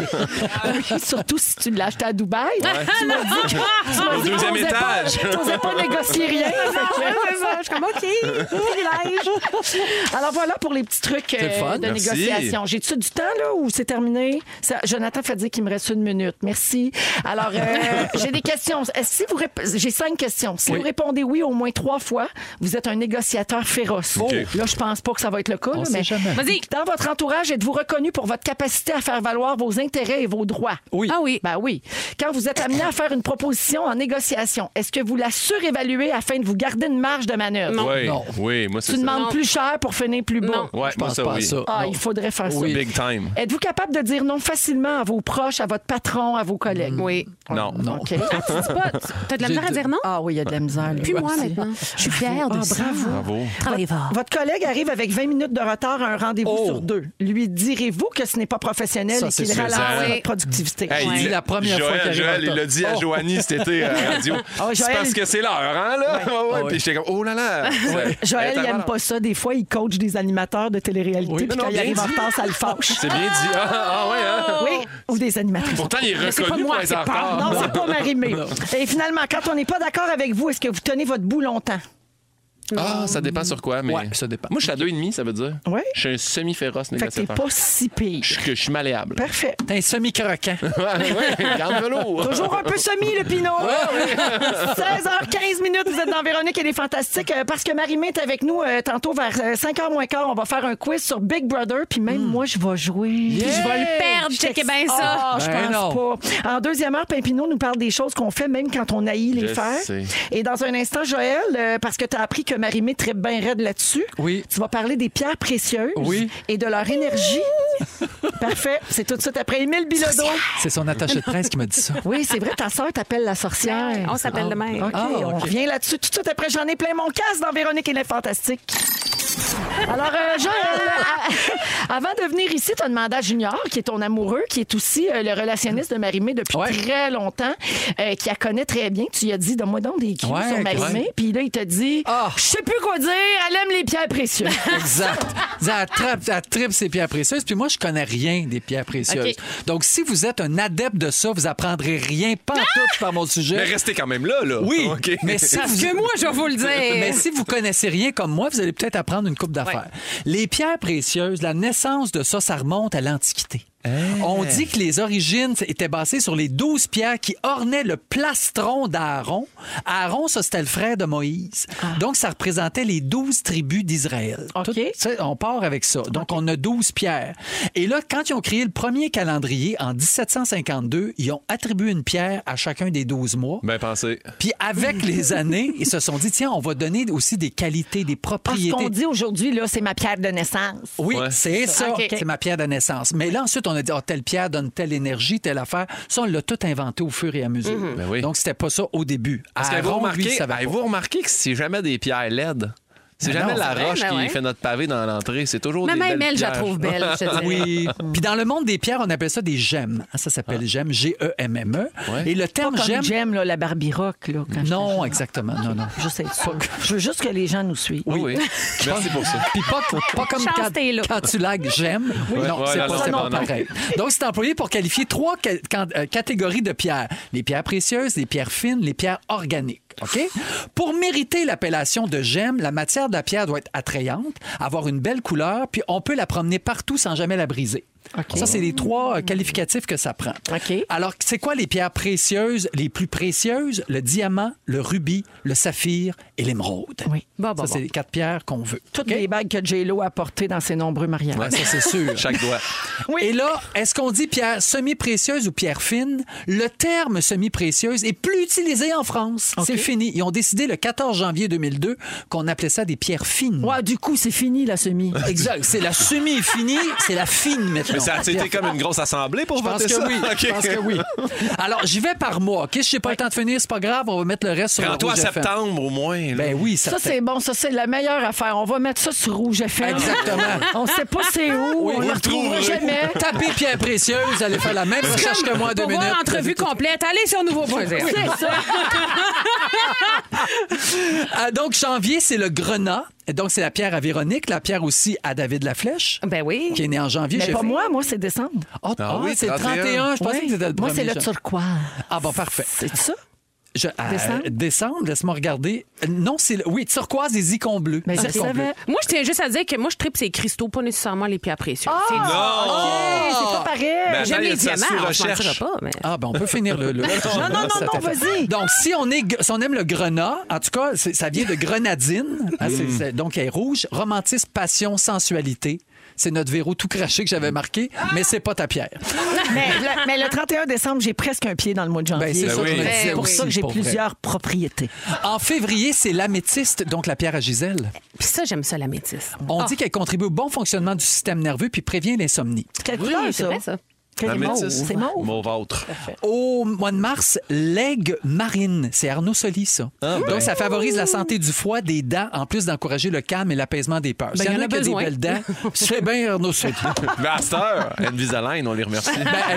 [SPEAKER 2] euh, oui, surtout si tu l'as acheté à Dubaï. Tu m'as dit que- tu m'as
[SPEAKER 4] Au
[SPEAKER 2] dit que
[SPEAKER 4] deuxième
[SPEAKER 2] t'osais pas-
[SPEAKER 4] étage.
[SPEAKER 2] T'osais pas négocier rien. Fait que- Alors voilà pour les petits trucs
[SPEAKER 6] le
[SPEAKER 2] euh,
[SPEAKER 6] fun.
[SPEAKER 2] de
[SPEAKER 4] Merci.
[SPEAKER 2] négociation. J'ai-tu du temps là ou c'est terminé? Ça- Jonathan fait dire qu'il me reste une minute. Merci. Alors, euh, j'ai des questions. Est-ce- Si vous rép- J'ai cinq questions. Si vous répondez oui au moins trois fois, vous êtes un négociateur féroce. Oh,
[SPEAKER 4] OK.
[SPEAKER 2] Là, je pense pas que ça va être le cas. là,
[SPEAKER 6] sait
[SPEAKER 2] mais
[SPEAKER 6] jamais.
[SPEAKER 3] Vas-y.
[SPEAKER 2] Dans votre entourage, êtes-vous reconnu pour votre capacité à faire valoir vos intérêts et vos droits?
[SPEAKER 6] Oui.
[SPEAKER 3] Ah oui.
[SPEAKER 2] Ben oui. Quand vous êtes amené à faire une proposition en négociation, est-ce que vous la surévaluez afin de vous garder une marge de manœuvre?
[SPEAKER 4] Oui,
[SPEAKER 6] Non.
[SPEAKER 4] oui, moi c'est
[SPEAKER 2] Tu
[SPEAKER 4] ça.
[SPEAKER 2] demandes
[SPEAKER 3] Non.
[SPEAKER 2] plus cher pour finir plus bas.
[SPEAKER 3] Non.
[SPEAKER 4] Ouais,
[SPEAKER 6] Je
[SPEAKER 4] moi
[SPEAKER 6] pense
[SPEAKER 4] ça
[SPEAKER 6] pas à
[SPEAKER 4] oui.
[SPEAKER 6] ça.
[SPEAKER 2] Ah,
[SPEAKER 6] Non.
[SPEAKER 2] il faudrait faire
[SPEAKER 6] Oui.
[SPEAKER 2] ça.
[SPEAKER 4] Big time.
[SPEAKER 2] Êtes-vous capable de dire non facilement à vos proches, à votre patron, à vos collègues?
[SPEAKER 3] Mm, Oui.
[SPEAKER 4] Non.
[SPEAKER 6] Non.
[SPEAKER 2] OK.
[SPEAKER 3] Ah, tu dis pas, tu- t'as de la
[SPEAKER 6] J'ai
[SPEAKER 3] misère à
[SPEAKER 6] de-
[SPEAKER 3] dire non?
[SPEAKER 2] Ah oui, il y a de la misère. lui
[SPEAKER 3] Puis moi,
[SPEAKER 2] aussi.
[SPEAKER 3] maintenant. Je suis fière de
[SPEAKER 2] Ah,
[SPEAKER 3] ça.
[SPEAKER 2] bravo.
[SPEAKER 4] Bravo.
[SPEAKER 9] Travaillez fort.
[SPEAKER 2] Votre collègue arrive avec 20 minutes de retard à un rendez-vous
[SPEAKER 6] Oh.
[SPEAKER 2] sur deux. Lui direz-vous que ce n'est pas professionnel
[SPEAKER 6] Ça,
[SPEAKER 2] et
[SPEAKER 6] c'est
[SPEAKER 2] qu'il
[SPEAKER 6] sûr.
[SPEAKER 2] ralentit
[SPEAKER 3] Oui.
[SPEAKER 2] votre productivité.
[SPEAKER 4] Hey,
[SPEAKER 3] Ouais.
[SPEAKER 4] il-
[SPEAKER 6] C'est la première
[SPEAKER 4] Joël,
[SPEAKER 6] fois qu'il arrive en
[SPEAKER 4] Joël, il
[SPEAKER 6] retard.
[SPEAKER 4] l'a dit à
[SPEAKER 6] Oh.
[SPEAKER 4] Joanie cet été à la radio.
[SPEAKER 2] Oh,
[SPEAKER 4] c'est
[SPEAKER 2] Joël,
[SPEAKER 4] parce
[SPEAKER 2] il-
[SPEAKER 4] que c'est l'heure, hein, là? Ouais, ouais. Puis j'étais comme, oh là là! C'est-
[SPEAKER 2] Joël, il
[SPEAKER 4] Elle est
[SPEAKER 2] n'aime
[SPEAKER 4] avant-
[SPEAKER 2] pas ça. Des fois, il coach des animateurs de télé-réalité,
[SPEAKER 6] Oui.
[SPEAKER 2] puis
[SPEAKER 4] Non,
[SPEAKER 2] quand
[SPEAKER 4] non,
[SPEAKER 2] il arrive
[SPEAKER 4] bien
[SPEAKER 2] en
[SPEAKER 4] dit.
[SPEAKER 2] retard, ça le fâche.
[SPEAKER 4] C'est bien dit. Ah, ah ouais, hein?
[SPEAKER 2] Oui, ou des animatrices.
[SPEAKER 4] Pourtant, il est
[SPEAKER 3] c'est pas
[SPEAKER 4] reconnu
[SPEAKER 3] moi,
[SPEAKER 4] pour être
[SPEAKER 3] c'est
[SPEAKER 4] en
[SPEAKER 3] pas-
[SPEAKER 4] retard.
[SPEAKER 2] Non, c'est pas Marimé. Et finalement, quand on n'est pas d'accord avec vous, est-ce que vous tenez votre bout longtemps?
[SPEAKER 4] Ah, ça dépend sur quoi, mais.
[SPEAKER 6] Ouais, ça dépend.
[SPEAKER 4] Moi, je suis à 2,5, ça veut dire.
[SPEAKER 2] Ouais.
[SPEAKER 4] Je suis un semi-féroce
[SPEAKER 2] Fait que t'es
[SPEAKER 4] négociateur.
[SPEAKER 2] pas si pire.
[SPEAKER 4] Je, que je suis malléable.
[SPEAKER 2] Parfait.
[SPEAKER 6] T'es un semi-croquant.
[SPEAKER 4] ouais, ouais, garde velours.
[SPEAKER 2] Toujours un peu semi, le Pinot. 16h15 minutes, vous êtes dans Véronique, elle est fantastique. Euh, parce que Marie-Mé est avec nous euh, tantôt vers 5h moins quart. On va faire un quiz sur Big Brother. Puis même moi, je vais jouer.
[SPEAKER 3] Hmm. Je vais le perdre,
[SPEAKER 2] Je
[SPEAKER 3] checkez bien
[SPEAKER 2] t'ex-
[SPEAKER 3] ça.
[SPEAKER 2] Ah, je
[SPEAKER 6] Ben
[SPEAKER 2] pense pas. En deuxième heure, Pimpinot nous parle des choses qu'on fait même quand on haït les
[SPEAKER 4] Je
[SPEAKER 2] faire.
[SPEAKER 4] sais.
[SPEAKER 2] Et dans un instant, Joël, euh, parce que tu as appris que Marie-Mé tripe bien raide là-dessus,
[SPEAKER 6] Oui.
[SPEAKER 2] tu vas parler des pierres précieuses
[SPEAKER 6] Oui.
[SPEAKER 2] et de leur énergie. Parfait. C'est tout de suite après Émile Bilodeau.
[SPEAKER 6] C'est son attaché de presse qui m'a dit ça.
[SPEAKER 2] Oui, c'est vrai, ta sœur t'appelle la sorcière.
[SPEAKER 6] Ben,
[SPEAKER 3] On s'appelle Ah. de même.
[SPEAKER 6] Ah,
[SPEAKER 2] OK, on revient là-dessus tout de suite après. J'en ai plein mon casque dans Véronique et les Fantastiques. Alors, euh,
[SPEAKER 6] Ah!
[SPEAKER 2] Joël, à- avant de venir ici, tu as demandé à Junior, qui est ton amoureux, qui est aussi euh, le relationniste de Marimé depuis
[SPEAKER 6] Ouais.
[SPEAKER 2] très longtemps, euh, qui la connaît très bien. Tu lui as dit, donne-moi donc des cues
[SPEAKER 6] Ouais,
[SPEAKER 2] sur Marimé.
[SPEAKER 6] ouais.
[SPEAKER 2] Puis là, il t'a dit,
[SPEAKER 6] Ah.
[SPEAKER 2] je sais plus quoi dire, elle aime les pierres précieuses. Ah,
[SPEAKER 6] Exact. Elle attrape, elle tripe ses pierres précieuses. Puis moi, je connais rien des pierres précieuses.
[SPEAKER 3] OK.
[SPEAKER 6] Donc, si vous êtes un adepte de ça, vous apprendrez rien, pas en tout, par mon sujet.
[SPEAKER 4] Mais restez quand même là, là.
[SPEAKER 6] Oui,
[SPEAKER 4] OK.
[SPEAKER 6] mais si
[SPEAKER 3] Parce
[SPEAKER 6] vous...
[SPEAKER 3] que moi, je vais vous le
[SPEAKER 6] Mais
[SPEAKER 3] dire.
[SPEAKER 6] si vous connaissez rien comme moi, vous allez peut-être apprendre une coupe d'affaires. Les pierres précieuses, la naissance de ça, ça remonte à l'Antiquité. On dit que les origines étaient basées sur les douze pierres qui ornaient le plastron d'Aaron. Aaron, ça, c'était le frère de Moïse. Donc, ça représentait les douze tribus d'Israël. Tout- ça, on part avec ça. Donc, on a douze pierres. Et là, quand ils ont créé le premier calendrier en 1752, ils ont attribué une pierre à chacun des douze mois.
[SPEAKER 4] Ben pensez.
[SPEAKER 6] Puis avec les années, ils se sont dit, tiens, on va donner aussi des qualités, des
[SPEAKER 8] Parce
[SPEAKER 6] propriétés.
[SPEAKER 8] qu'on dit aujourd'hui, là, c'est ma pierre de naissance.
[SPEAKER 6] Oui,
[SPEAKER 4] Ouais.
[SPEAKER 6] c'est ça.
[SPEAKER 8] OK.
[SPEAKER 6] C'est ma pierre de naissance. Mais là, ensuite, on a dit, Ah, telle pierre donne telle énergie, telle affaire. Ça, on l'a tout inventé au fur et à mesure.
[SPEAKER 8] Mm-hmm.
[SPEAKER 4] Ben oui.
[SPEAKER 6] Donc, c'était pas ça au début.
[SPEAKER 4] Parce
[SPEAKER 6] Aaron,
[SPEAKER 4] qu'avez-vous
[SPEAKER 6] lui, il
[SPEAKER 4] remarqué,
[SPEAKER 6] savait pas.
[SPEAKER 4] avez-vous remarqué que c'est jamais des pierres LED? C'est
[SPEAKER 6] Ben
[SPEAKER 4] jamais
[SPEAKER 6] non,
[SPEAKER 4] la
[SPEAKER 6] c'est
[SPEAKER 3] vrai,
[SPEAKER 4] roche
[SPEAKER 3] ben
[SPEAKER 4] qui
[SPEAKER 3] ouais.
[SPEAKER 4] fait notre pavé dans l'entrée. C'est toujours
[SPEAKER 3] Mais
[SPEAKER 4] des
[SPEAKER 3] même
[SPEAKER 4] belles
[SPEAKER 3] elle, je la
[SPEAKER 4] pierres.
[SPEAKER 3] trouve belle, je te dirais.
[SPEAKER 6] Oui. Puis dans le monde des pierres, on appelle ça des gemmes. E Hein, Ça s'appelle gemme, G-E-M-M-E.
[SPEAKER 4] Ah. Ouais.
[SPEAKER 6] Et le terme
[SPEAKER 8] Comme
[SPEAKER 6] gemme.
[SPEAKER 8] j'aime là, la Barbie Rock. Là, quand je-
[SPEAKER 6] Non, exactement. Non, non.
[SPEAKER 8] Je sais pas. Je veux juste que les gens nous suivent.
[SPEAKER 4] Oui, oui. Merci pour ça.
[SPEAKER 6] Puis pas, pas comme
[SPEAKER 3] Chance,
[SPEAKER 6] quand,
[SPEAKER 3] t'es là.
[SPEAKER 6] quand tu lagues, j'aime. non,
[SPEAKER 4] ouais,
[SPEAKER 6] c'est pas,
[SPEAKER 4] non, non,
[SPEAKER 6] c'est
[SPEAKER 4] non,
[SPEAKER 6] pas
[SPEAKER 4] non.
[SPEAKER 6] pareil. Donc, c'est employé pour qualifier trois ca- can- euh, catégories de pierres. Les pierres précieuses, les pierres fines, les pierres organiques. OK? Pour mériter l'appellation de gemme, la matière de la pierre doit être attrayante, avoir une belle couleur, puis on peut la promener partout sans jamais la briser. Ça, c'est les trois euh, qualificatifs que ça prend.
[SPEAKER 8] OK.
[SPEAKER 6] Alors, c'est quoi les pierres précieuses, les plus précieuses? Le diamant, le rubis, le saphir et l'émeraude.
[SPEAKER 8] Oui.
[SPEAKER 3] Bon, bon,
[SPEAKER 6] ça, c'est
[SPEAKER 3] bon.
[SPEAKER 6] les quatre pierres qu'on veut.
[SPEAKER 8] Toutes les bagues que J-Lo a portées dans ses nombreux mariages.
[SPEAKER 6] Ah, ça, c'est sûr.
[SPEAKER 4] Chaque doigt.
[SPEAKER 6] Et là, est-ce qu'on dit pierre semi-précieuse ou pierre fine? Le terme semi-précieuse est plus utilisé en France. C'est fini. Ils ont décidé le 14 janvier 2002 qu'on appelait ça des pierres fines.
[SPEAKER 8] Ouais, du coup, c'est fini la semi.
[SPEAKER 6] Exact. C'est la semi est finie, c'est la fine maintenant.
[SPEAKER 4] Mais ça a été comme une grosse assemblée pour
[SPEAKER 6] Je pense
[SPEAKER 4] voter
[SPEAKER 6] que
[SPEAKER 4] ça.
[SPEAKER 6] oui.
[SPEAKER 4] OK.
[SPEAKER 6] Je pense que oui. Alors, j'y vais par mois. OK? Je n'ai pas le temps de finir, c'est pas grave. On va mettre le reste sur le
[SPEAKER 4] Prends-toi
[SPEAKER 6] Rouge FM.
[SPEAKER 4] septembre au moins. là.
[SPEAKER 6] Ben oui, ça,
[SPEAKER 8] Ça,
[SPEAKER 6] fait-
[SPEAKER 8] c'est bon. Ça, c'est la meilleure affaire. On va mettre ça sur Rouge FM.
[SPEAKER 6] Exactement.
[SPEAKER 8] On sait pas c'est où. on
[SPEAKER 6] Oui, vous
[SPEAKER 8] le
[SPEAKER 6] le
[SPEAKER 8] retrouvera
[SPEAKER 4] trouverez.
[SPEAKER 8] jamais.
[SPEAKER 6] Tapez pierre précieuse, vous allez faire la même recherche que moi en deux
[SPEAKER 3] Pour voir
[SPEAKER 6] minutes.
[SPEAKER 3] l'entrevue complète, allez sur Nouveau Projet.
[SPEAKER 6] Ah, donc, janvier, c'est le grenat. Donc, c'est la pierre à Véronique, la pierre aussi à David Laflèche,
[SPEAKER 3] Ben oui.
[SPEAKER 6] qui est né en janvier.
[SPEAKER 8] Mais
[SPEAKER 6] J'ai
[SPEAKER 8] pas
[SPEAKER 6] fait-
[SPEAKER 8] moi. Moi, c'est décembre.
[SPEAKER 6] Ah,
[SPEAKER 4] Ah
[SPEAKER 6] ah,
[SPEAKER 4] oui,
[SPEAKER 6] c'est le 31.
[SPEAKER 4] 31,
[SPEAKER 6] Je pensais
[SPEAKER 8] Ouais.
[SPEAKER 6] que c'était le
[SPEAKER 8] moi,
[SPEAKER 6] premier
[SPEAKER 8] c'est le
[SPEAKER 6] janvier.
[SPEAKER 8] turquoise.
[SPEAKER 6] Ah, bon, parfait.
[SPEAKER 8] C'est ça?
[SPEAKER 6] Je- ah,
[SPEAKER 8] Décembre?
[SPEAKER 6] décembre, laisse-moi regarder. Euh, Non, c'est le... Oui, turquoise et zicon bleu.
[SPEAKER 8] Mais je
[SPEAKER 6] Zircon bleu.
[SPEAKER 8] savais.
[SPEAKER 3] Moi, je tiens juste à dire que moi, je tripe ces cristaux, pas nécessairement les pierres précieuses. C'est-
[SPEAKER 6] Ah!
[SPEAKER 8] Hey, c'est pas pareil.
[SPEAKER 4] Ben,
[SPEAKER 3] J'aime
[SPEAKER 4] attends, il y
[SPEAKER 3] les
[SPEAKER 4] a de ça
[SPEAKER 3] diamants,
[SPEAKER 4] sous
[SPEAKER 3] on se
[SPEAKER 4] recherche.
[SPEAKER 3] mentira pas, mais...
[SPEAKER 6] Ah, ben on peut finir le... le-
[SPEAKER 8] non, non,
[SPEAKER 6] Cette
[SPEAKER 8] non,
[SPEAKER 6] affaire.
[SPEAKER 8] vas-y.
[SPEAKER 6] Donc, si on, est, si on aime le grenat, en tout cas, c'est- ça vient de grenadine, hein,
[SPEAKER 8] Mm.
[SPEAKER 6] c'est- c'est- donc elle est rouge, romantisme, passion, sensualité. C'est notre verrou tout craché que j'avais marqué, mais c'est pas ta pierre.
[SPEAKER 8] mais, le, mais le 31 décembre, j'ai presque un pied dans le mois de
[SPEAKER 6] Ben,
[SPEAKER 8] janvier.
[SPEAKER 6] c'est
[SPEAKER 4] Ben
[SPEAKER 6] ça
[SPEAKER 4] oui.
[SPEAKER 6] qu'on a dit
[SPEAKER 8] c'est pour
[SPEAKER 6] aussi,
[SPEAKER 8] ça que j'ai
[SPEAKER 6] pour vrai.
[SPEAKER 8] plusieurs propriétés.
[SPEAKER 6] En février, c'est l'améthyste, donc la pierre à Gisèle.
[SPEAKER 3] Puis ça, j'aime ça, la métisse.
[SPEAKER 8] Ah.
[SPEAKER 6] On dit qu'elle contribue au bon fonctionnement du système nerveux puis prévient l'insomnie.
[SPEAKER 8] Quelle
[SPEAKER 3] Oui,
[SPEAKER 8] couleur,
[SPEAKER 3] c'est vrai, ça.
[SPEAKER 8] Quelle
[SPEAKER 4] La
[SPEAKER 8] mauve.
[SPEAKER 4] métisse.
[SPEAKER 8] C'est mauve.
[SPEAKER 4] Mauve autre.
[SPEAKER 6] Au mois de mars, l'aigle marine, c'est Arnaud Soli, ça.
[SPEAKER 8] Ah, ben.
[SPEAKER 6] Donc, ça favorise la santé du foie, des dents, en plus d'encourager le calme et l'apaisement des peurs.
[SPEAKER 3] Ben,
[SPEAKER 6] S'il
[SPEAKER 3] y en a
[SPEAKER 6] qui a des
[SPEAKER 3] besoin.
[SPEAKER 6] belles dents, c'est bien Arnaud Soli.
[SPEAKER 4] Master, Invisalign, on les remercie.
[SPEAKER 6] Ben,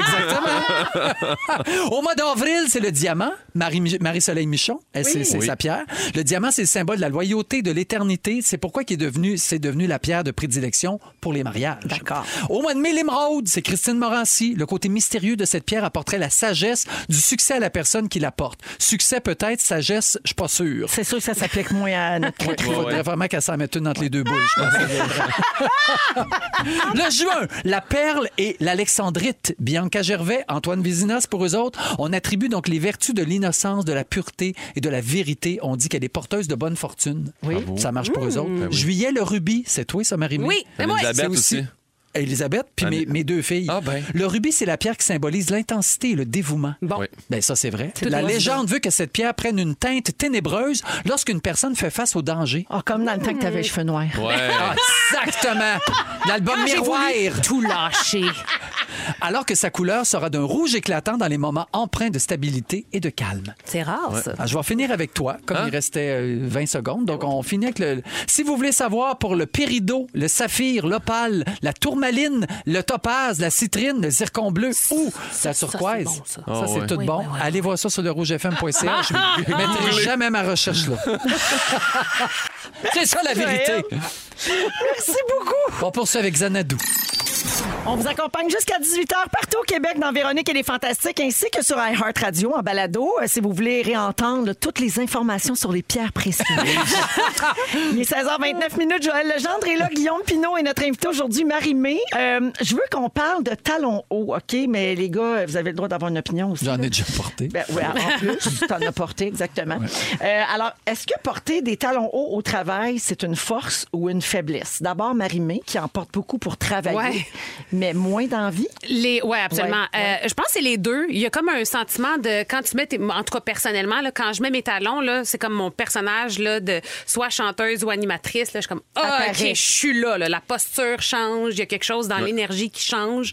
[SPEAKER 6] exactement. Au mois d'avril, c'est le diamant. Marie- Marie-Soleil Michon, elle, c'est c'est
[SPEAKER 4] Oui.
[SPEAKER 6] sa pierre. Le diamant, c'est le symbole de la loyauté, de l'éternité. C'est pourquoi qu'il est devenu, c'est devenu la pierre de prédilection pour les mariages.
[SPEAKER 8] D'accord.
[SPEAKER 6] Au mois de mai, l'émeraude, c'est Christine Morancy. Le côté mystérieux de cette pierre apporterait la sagesse du succès à la personne qui la porte. Succès peut-être, sagesse, je suis pas sûr.
[SPEAKER 8] C'est sûr que ça s'applique moins à notre
[SPEAKER 6] Il faudrait
[SPEAKER 4] ouais.
[SPEAKER 6] vraiment qu'elle s'en mette une entre les deux boules, je pense. le juin, la perle et l'alexandrite. Bianca Gervais, Antoine Vézinas pour eux autres. On attribue donc les vertus de l'innocence, de la pureté et de la vérité. On dit qu'elle est porteuse de bonne fortune. Oui. Ça marche
[SPEAKER 4] Mmh.
[SPEAKER 6] pour eux autres. Juillet, le rubis, c'est toi, ça, Marie-Mé?
[SPEAKER 3] Oui, mais moi,
[SPEAKER 4] Ben Elisabeth
[SPEAKER 6] C'est
[SPEAKER 4] aussi.
[SPEAKER 6] Elisabeth, puis mes, mes deux filles.
[SPEAKER 4] Ah ben.
[SPEAKER 6] Le rubis, c'est la pierre qui symbolise l'intensité et le dévouement.
[SPEAKER 3] Bon.
[SPEAKER 4] Oui.
[SPEAKER 6] Ben ça, c'est vrai. La
[SPEAKER 3] droit.
[SPEAKER 6] légende veut que cette pierre prenne une teinte ténébreuse lorsqu'une personne fait face au danger.
[SPEAKER 8] Ah, comme dans le temps que t'avais les
[SPEAKER 3] Mm.
[SPEAKER 8] cheveux noirs.
[SPEAKER 4] Ouais.
[SPEAKER 6] Ah, Exactement. L'album Miroir.
[SPEAKER 3] tout lâché.
[SPEAKER 6] Alors que sa couleur sera d'un rouge éclatant dans les moments empreints de stabilité et de calme.
[SPEAKER 3] C'est rare, ça.
[SPEAKER 6] Ah, je vais finir avec toi, comme
[SPEAKER 4] Hein?
[SPEAKER 6] il restait euh, 20 secondes. Donc, on finit avec le. Si vous voulez savoir pour le pérido, le saphir, l'opale, la tourmaline, le topaz, la citrine, le zircon bleu ou la turquoise,
[SPEAKER 3] bon,
[SPEAKER 6] ça,
[SPEAKER 3] ça.
[SPEAKER 4] Ah,
[SPEAKER 6] c'est
[SPEAKER 4] ouais.
[SPEAKER 6] tout
[SPEAKER 3] Oui,
[SPEAKER 6] bon.
[SPEAKER 3] oui, oui.
[SPEAKER 6] Allez voir ça sur le rougefm.ca. Je ne mettrai jamais ma recherche là. c'est ça la vérité.
[SPEAKER 8] Merci beaucoup.
[SPEAKER 6] On poursuit avec Xanadu.
[SPEAKER 2] On vous accompagne jusqu'à 18h partout au Québec dans Véronique et les Fantastiques, ainsi que sur iHeartRadio en balado, euh, si vous voulez réentendre toutes les informations sur les pierres précieuses. Il est 16h29 minutes. Joël Legendre est là, Guillaume Pinot et notre invité aujourd'hui, Marie-Mé. Euh, je veux qu'on parle de talons hauts, OK? Mais les gars, vous avez le droit d'avoir une opinion aussi.
[SPEAKER 6] J'en
[SPEAKER 2] là.
[SPEAKER 6] ai déjà porté.
[SPEAKER 2] Ben, ouais, en plus, tu en as porté, exactement. Euh, alors, est-ce que porter des talons hauts au travail, c'est une force ou une faiblesse? D'abord, Marie-Mé, qui en porte beaucoup pour travailler,
[SPEAKER 3] Ouais.
[SPEAKER 2] mais moins d'envie.
[SPEAKER 3] Les, ouais, absolument.
[SPEAKER 2] Ouais, ouais.
[SPEAKER 3] Euh, je pense que c'est les deux. Il y a comme un sentiment de quand tu mets, tes- en tout cas personnellement, là, quand je mets mes talons, là, c'est comme mon personnage là, de soit chanteuse ou animatrice. Là, je suis comme, ah, ok,
[SPEAKER 2] Apparaît.
[SPEAKER 3] je suis là, là. La posture change. Il y a quelque chose dans l'énergie qui change.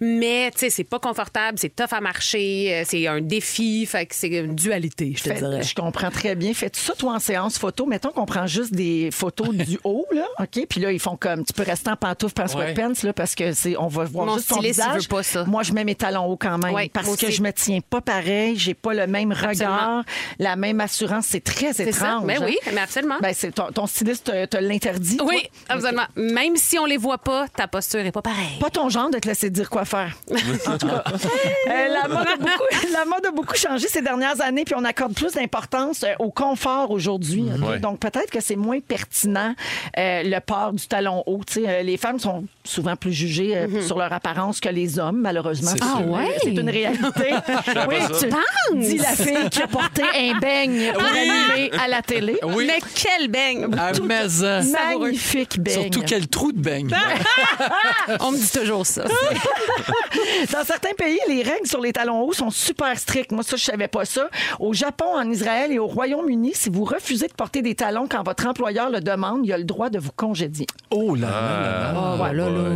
[SPEAKER 3] Mais tu sais, c'est pas confortable, c'est tough à marcher, euh, c'est un défi. Fait que c'est une dualité, je te
[SPEAKER 2] Fait-
[SPEAKER 3] dirais.
[SPEAKER 2] je comprends très bien. Faites ça, toi, en séance photo. Mettons qu'on prend juste des photos du haut, là, OK? Puis là, ils font comme, tu peux rester en pantoufle, pas en sweatpants, là, parce que c'est, on va voir
[SPEAKER 3] Mon
[SPEAKER 2] juste ton
[SPEAKER 3] styliste, il
[SPEAKER 2] visage.
[SPEAKER 3] veut pas ça.
[SPEAKER 2] Moi, je mets mes talons hauts quand même,
[SPEAKER 3] Ouais,
[SPEAKER 2] parce
[SPEAKER 3] moi
[SPEAKER 2] que
[SPEAKER 3] aussi.
[SPEAKER 2] je me tiens pas pareil, j'ai pas le même regard,
[SPEAKER 3] Absolument.
[SPEAKER 2] la même assurance. C'est très étrange.
[SPEAKER 3] ça. Mais oui,
[SPEAKER 2] hein.
[SPEAKER 3] mais absolument.
[SPEAKER 2] Ben, c'est ton, ton styliste te, te l'interdit. toi.
[SPEAKER 3] Oui, absolument. Même si on les voit pas, ta posture est pas pareille.
[SPEAKER 2] Pas ton genre de te laisser dire quoi faire. En tout cas, euh, la, mode a beaucoup, la mode a beaucoup changé ces dernières années, puis on accorde plus d'importance euh, au confort aujourd'hui. OK?
[SPEAKER 4] Ouais.
[SPEAKER 2] Donc peut-être que c'est moins pertinent euh, le port du talon haut. Tu sais, euh, les femmes sont souvent plus jugées euh, sur leur apparence que les hommes, malheureusement.
[SPEAKER 6] C'est
[SPEAKER 2] C'est
[SPEAKER 6] sûr.
[SPEAKER 2] une-
[SPEAKER 3] Mm-hmm. Ah ouais?
[SPEAKER 2] C'est une réalité. oui,
[SPEAKER 4] pas ça.
[SPEAKER 2] tu dis la fille qui a porté un beigne pour animer à la télé.
[SPEAKER 3] Mais quelle beigne!
[SPEAKER 6] À maison.
[SPEAKER 2] Magnifique beigne.
[SPEAKER 6] Surtout quel trou de beigne.
[SPEAKER 3] On me dit toujours ça.
[SPEAKER 2] Dans certains pays, les règles sur les talons hauts sont super strictes. Moi, ça, je savais pas ça. Au Japon, en Israël et au Royaume-Uni, si vous refusez de porter des talons quand votre employeur le demande, il a le droit de vous congédier.
[SPEAKER 6] Oh là là
[SPEAKER 4] Euh,
[SPEAKER 6] là là.
[SPEAKER 2] Ah,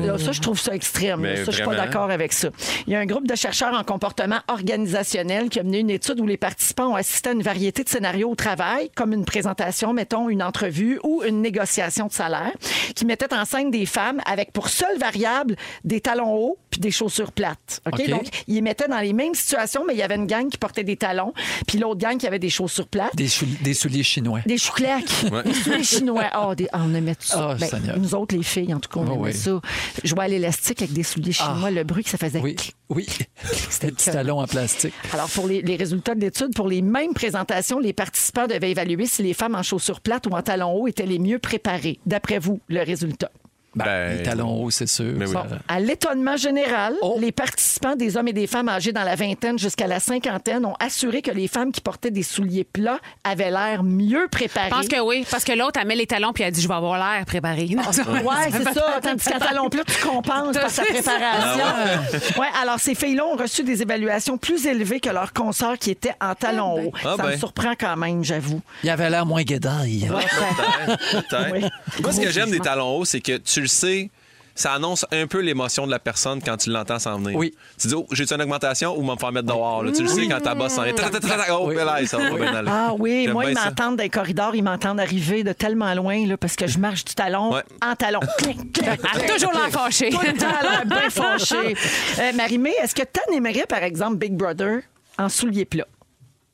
[SPEAKER 2] ouais. Là, ça, je trouve ça extrême.
[SPEAKER 4] Mais
[SPEAKER 2] ça, je suis pas
[SPEAKER 4] vraiment.
[SPEAKER 2] d'accord avec ça. Il y a un groupe de chercheurs en comportement organisationnel qui a mené une étude où les participants ont assisté à une variété de scénarios au travail, comme une présentation, mettons, une entrevue ou une négociation de salaire, qui mettait en scène des femmes avec pour seule variable des talons hauts puis des chaussures plates. OK?
[SPEAKER 6] OK.
[SPEAKER 2] Donc, ils les mettaient dans les mêmes situations, mais il y avait une gang qui portait des talons, puis l'autre gang qui avait des chaussures plates.
[SPEAKER 6] Des, chou- des souliers chinois.
[SPEAKER 2] Des chou Des souliers chinois. Ah, des- ah, on aimait tout ça.
[SPEAKER 6] Ah,
[SPEAKER 2] Ben,
[SPEAKER 6] Seigneur.
[SPEAKER 2] nous autres, les filles, en tout cas, on
[SPEAKER 6] Ah
[SPEAKER 2] aimait
[SPEAKER 6] oui. Ah.
[SPEAKER 2] ça. Jouer à l'élastique avec des souliers chinois, le bruit que ça faisait.
[SPEAKER 6] Oui, oui. C'était petit talon en plastique.
[SPEAKER 2] Alors, pour les, les résultats de l'étude, pour les mêmes présentations, les participants devaient évaluer si les femmes en chaussures plates ou en talons hauts étaient les mieux préparées. D'après vous, le résultat.
[SPEAKER 6] Ben,
[SPEAKER 4] Ben,
[SPEAKER 6] les talons hauts, c'est sûr.
[SPEAKER 4] Mais oui.
[SPEAKER 6] Ça-
[SPEAKER 2] À l'étonnement général,
[SPEAKER 6] Oh.
[SPEAKER 2] les participants des hommes et des femmes âgés dans la vingtaine jusqu'à la cinquantaine ont assuré que les femmes qui portaient des souliers plats avaient l'air mieux préparées.
[SPEAKER 3] Je pense que oui, parce que l'autre, elle met les talons puis elle dit Je vais avoir l'air préparé.
[SPEAKER 2] Ah, Ouais, c'est ça. Tandis qu'à talon plat, tu compenses par sa préparation. Ah Ouais, alors ces filles-là ont reçu des évaluations plus élevées que leurs consorts qui étaient en talons hauts.
[SPEAKER 4] Ah
[SPEAKER 2] ça me
[SPEAKER 4] ben. Ah
[SPEAKER 2] surprend quand même, j'avoue.
[SPEAKER 6] Il avait l'air moins guédaille.
[SPEAKER 4] Peut-être, peut-être.
[SPEAKER 2] Oui.
[SPEAKER 4] Moi, ce que j'aime des talons hauts, c'est que tu le sais, ça annonce un peu l'émotion de la personne quand tu l'entends s'en venir.
[SPEAKER 6] Oui.
[SPEAKER 4] Tu dis, oh, j'ai-tu une augmentation ou m'en faire mettre dehors? là? Tu le sais quand ta bosse s'en vient. Ta, ta, ta, ta, ta. Oh,
[SPEAKER 6] Oui.
[SPEAKER 4] ben là, ça va bien aller.
[SPEAKER 2] Ah oui,
[SPEAKER 4] J'aime
[SPEAKER 2] moi,
[SPEAKER 4] bien
[SPEAKER 2] ils
[SPEAKER 4] ça.
[SPEAKER 2] m'entendent dans les corridors, ils m'entendent arriver de tellement loin là, parce que je marche du talon
[SPEAKER 4] Ouais. Ah,
[SPEAKER 2] en talon. Clic, clic,
[SPEAKER 3] Elle a
[SPEAKER 2] clic,
[SPEAKER 3] toujours
[SPEAKER 2] clic.
[SPEAKER 3] l'air fâchée.
[SPEAKER 2] Tout le temps, elle a l'air bien fâchée. Euh, Marie-Mé, est-ce que tu aimerais, par exemple, Big Brother en souliers plats?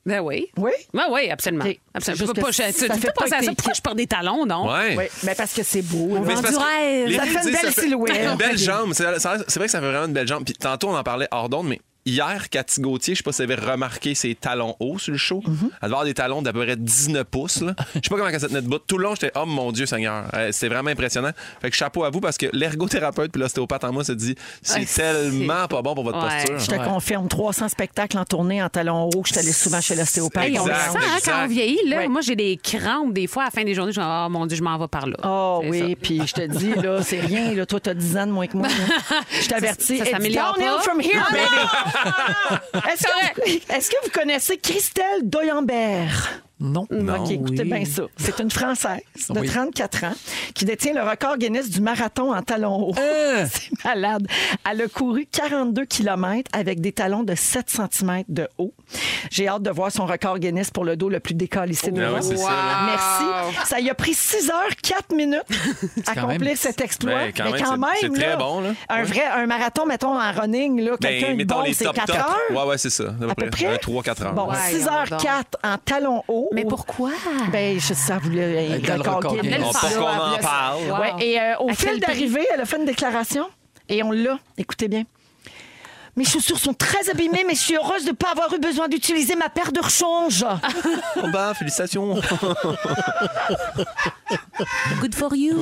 [SPEAKER 3] Ben oui.
[SPEAKER 2] Oui?
[SPEAKER 3] Ben oui, absolument.
[SPEAKER 2] Ok.
[SPEAKER 3] absolument.
[SPEAKER 2] Juste
[SPEAKER 3] Je peux
[SPEAKER 2] que
[SPEAKER 3] pas, je-
[SPEAKER 2] ça
[SPEAKER 3] tu- tu
[SPEAKER 2] fait
[SPEAKER 3] peux
[SPEAKER 2] pas
[SPEAKER 3] penser à
[SPEAKER 2] été-
[SPEAKER 3] ça. Pourquoi je porte des talons, non?
[SPEAKER 4] Ouais.
[SPEAKER 2] Oui, mais parce que c'est beau.
[SPEAKER 4] Mais c'est parce que les
[SPEAKER 2] Ça
[SPEAKER 4] filles
[SPEAKER 2] fait une
[SPEAKER 4] disent,
[SPEAKER 2] belle silhouette.
[SPEAKER 4] Une belle jambe. C'est ça- c'est vrai que ça fait vraiment une belle jambe. Puis tantôt, on en parlait hors d'onde, mais hier, Cathy Gauthier, je sais pas si vous avez remarqué ses talons hauts sur le show.
[SPEAKER 2] Mhm.
[SPEAKER 4] Elle devait avoir des talons d'à peu près 19 pouces. là. Je sais pas comment elle s'est tenait debout. Tout le long, j'étais, oh mon Dieu Seigneur. Euh, C'était vraiment impressionnant. Fait que chapeau à vous parce que l'ergothérapeute puis l'ostéopathe en moi se dit, c'est
[SPEAKER 3] Ah, c'est-
[SPEAKER 4] tellement pas bon pour votre
[SPEAKER 3] Ouais.
[SPEAKER 2] Je
[SPEAKER 4] posture.
[SPEAKER 2] te confirme, 300 spectacles en tournée en talons hauts. Je suis allée souvent chez l'ostéopathe.
[SPEAKER 3] Hey, on le sent
[SPEAKER 4] Exact,
[SPEAKER 3] hein,
[SPEAKER 4] exact.
[SPEAKER 3] quand on vieillit. Là.
[SPEAKER 2] Ouais.
[SPEAKER 3] Moi, j'ai des crampes des fois à la fin des journées. Je me dis, oh mon Dieu, je m'en vais par là.
[SPEAKER 2] Ah
[SPEAKER 3] C'est
[SPEAKER 2] oui, puis je te dis, là, c'est rien. Là, toi, t'as 10 ans de moins que moi. là. Je t'avertis.
[SPEAKER 3] Ça, ça
[SPEAKER 2] It's
[SPEAKER 3] s'améliore
[SPEAKER 2] downhill
[SPEAKER 3] pas.
[SPEAKER 2] from here,
[SPEAKER 3] Ah,
[SPEAKER 2] baby. Est-ce que, vous- est-ce que vous connaissez Christelle Doyambert?
[SPEAKER 6] Non.
[SPEAKER 2] OK, écoutez bien ça. C'est une Française de
[SPEAKER 6] Oui.
[SPEAKER 2] 34 ans qui détient le record Guinness du marathon en talons hauts.
[SPEAKER 6] Euh.
[SPEAKER 2] C'est malade. Elle a couru 42 km avec des talons de 7 cm de haut. J'ai hâte de voir son record Guinness pour le dos le plus décalissé de
[SPEAKER 4] Ah
[SPEAKER 2] l'Europe.
[SPEAKER 4] oui, c'est ça, là.
[SPEAKER 2] Merci. Ça y a pris 6 heures 4 minutes à
[SPEAKER 6] quand
[SPEAKER 2] accomplir
[SPEAKER 6] même-
[SPEAKER 2] cet exploit.
[SPEAKER 4] Ben, quand
[SPEAKER 2] mais
[SPEAKER 4] même,
[SPEAKER 2] quand même,
[SPEAKER 4] c'est- c'est très
[SPEAKER 2] là,
[SPEAKER 4] bon, là.
[SPEAKER 2] Un,
[SPEAKER 4] Ouais.
[SPEAKER 2] vrai, un marathon, mettons, en running, là, quelqu'un de
[SPEAKER 4] Ben, mettons
[SPEAKER 2] bon,
[SPEAKER 4] les
[SPEAKER 2] c'est
[SPEAKER 4] top
[SPEAKER 2] 4
[SPEAKER 4] top.
[SPEAKER 2] heures.
[SPEAKER 4] Ouais, ouais, c'est ça.
[SPEAKER 2] À peu près.
[SPEAKER 4] 3-4 heures.
[SPEAKER 2] Bon,
[SPEAKER 3] Ouais,
[SPEAKER 2] 6
[SPEAKER 3] on
[SPEAKER 2] h
[SPEAKER 3] adore.
[SPEAKER 2] 4 en talons hauts.
[SPEAKER 3] Mais pourquoi?
[SPEAKER 2] Ben, je sais, ça voulait
[SPEAKER 6] Elle a le record
[SPEAKER 2] Guinness.
[SPEAKER 6] Guinness.
[SPEAKER 4] Bon,
[SPEAKER 3] Elle
[SPEAKER 4] pas
[SPEAKER 3] le fait.
[SPEAKER 4] qu'on en
[SPEAKER 3] Elle le
[SPEAKER 4] parle.
[SPEAKER 3] fait.
[SPEAKER 2] Ouais, et euh, au
[SPEAKER 3] À
[SPEAKER 2] fil
[SPEAKER 3] quel prix?
[SPEAKER 2] d'arrivée, elle a fait une déclaration. Et on l'a. Écoutez bien. Mes chaussures sont très abîmées, mais je suis heureuse de ne pas avoir eu besoin d'utiliser ma paire de rechange.
[SPEAKER 4] Oh ben, félicitations.
[SPEAKER 9] Good for you.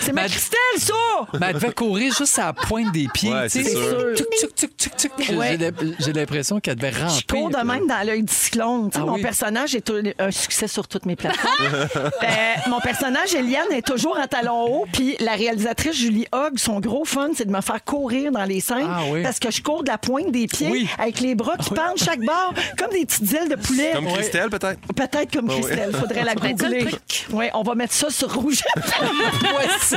[SPEAKER 2] C'est ma
[SPEAKER 6] Ma-
[SPEAKER 2] Christelle, ça!
[SPEAKER 6] Mais Ben, elle devait courir juste à la pointe des pieds.
[SPEAKER 4] Ouais,
[SPEAKER 6] tu sais.
[SPEAKER 4] c'est sûr.
[SPEAKER 6] Tuc, tuc, tuc, tuc, tuc. J'ai-
[SPEAKER 2] Ouais.
[SPEAKER 6] j'ai- J'ai l'impression qu'elle devait ramper.
[SPEAKER 2] Je cours de
[SPEAKER 6] là.
[SPEAKER 2] même dans l'œil du cyclone. Tu sais,
[SPEAKER 6] Ah
[SPEAKER 2] mon
[SPEAKER 6] oui.
[SPEAKER 2] personnage est un- un succès sur toutes mes plateformes. Euh, mon personnage, Eliane, est toujours en talons hauts. Puis la réalisatrice Julie Hogg, son gros fun, c'est de me faire courir dans les scènes
[SPEAKER 6] Ah oui.
[SPEAKER 2] parce que je cours de la pointe des pieds
[SPEAKER 6] Oui.
[SPEAKER 2] avec les bras qui pendent chaque bord comme des petites ailes de poulet.
[SPEAKER 4] Comme Christelle, peut-être?
[SPEAKER 2] Peut-être comme Christelle, faudrait la
[SPEAKER 3] être ça, le
[SPEAKER 2] googler. Oui, on va mettre ça sur rouge.
[SPEAKER 6] Ouais, c'est-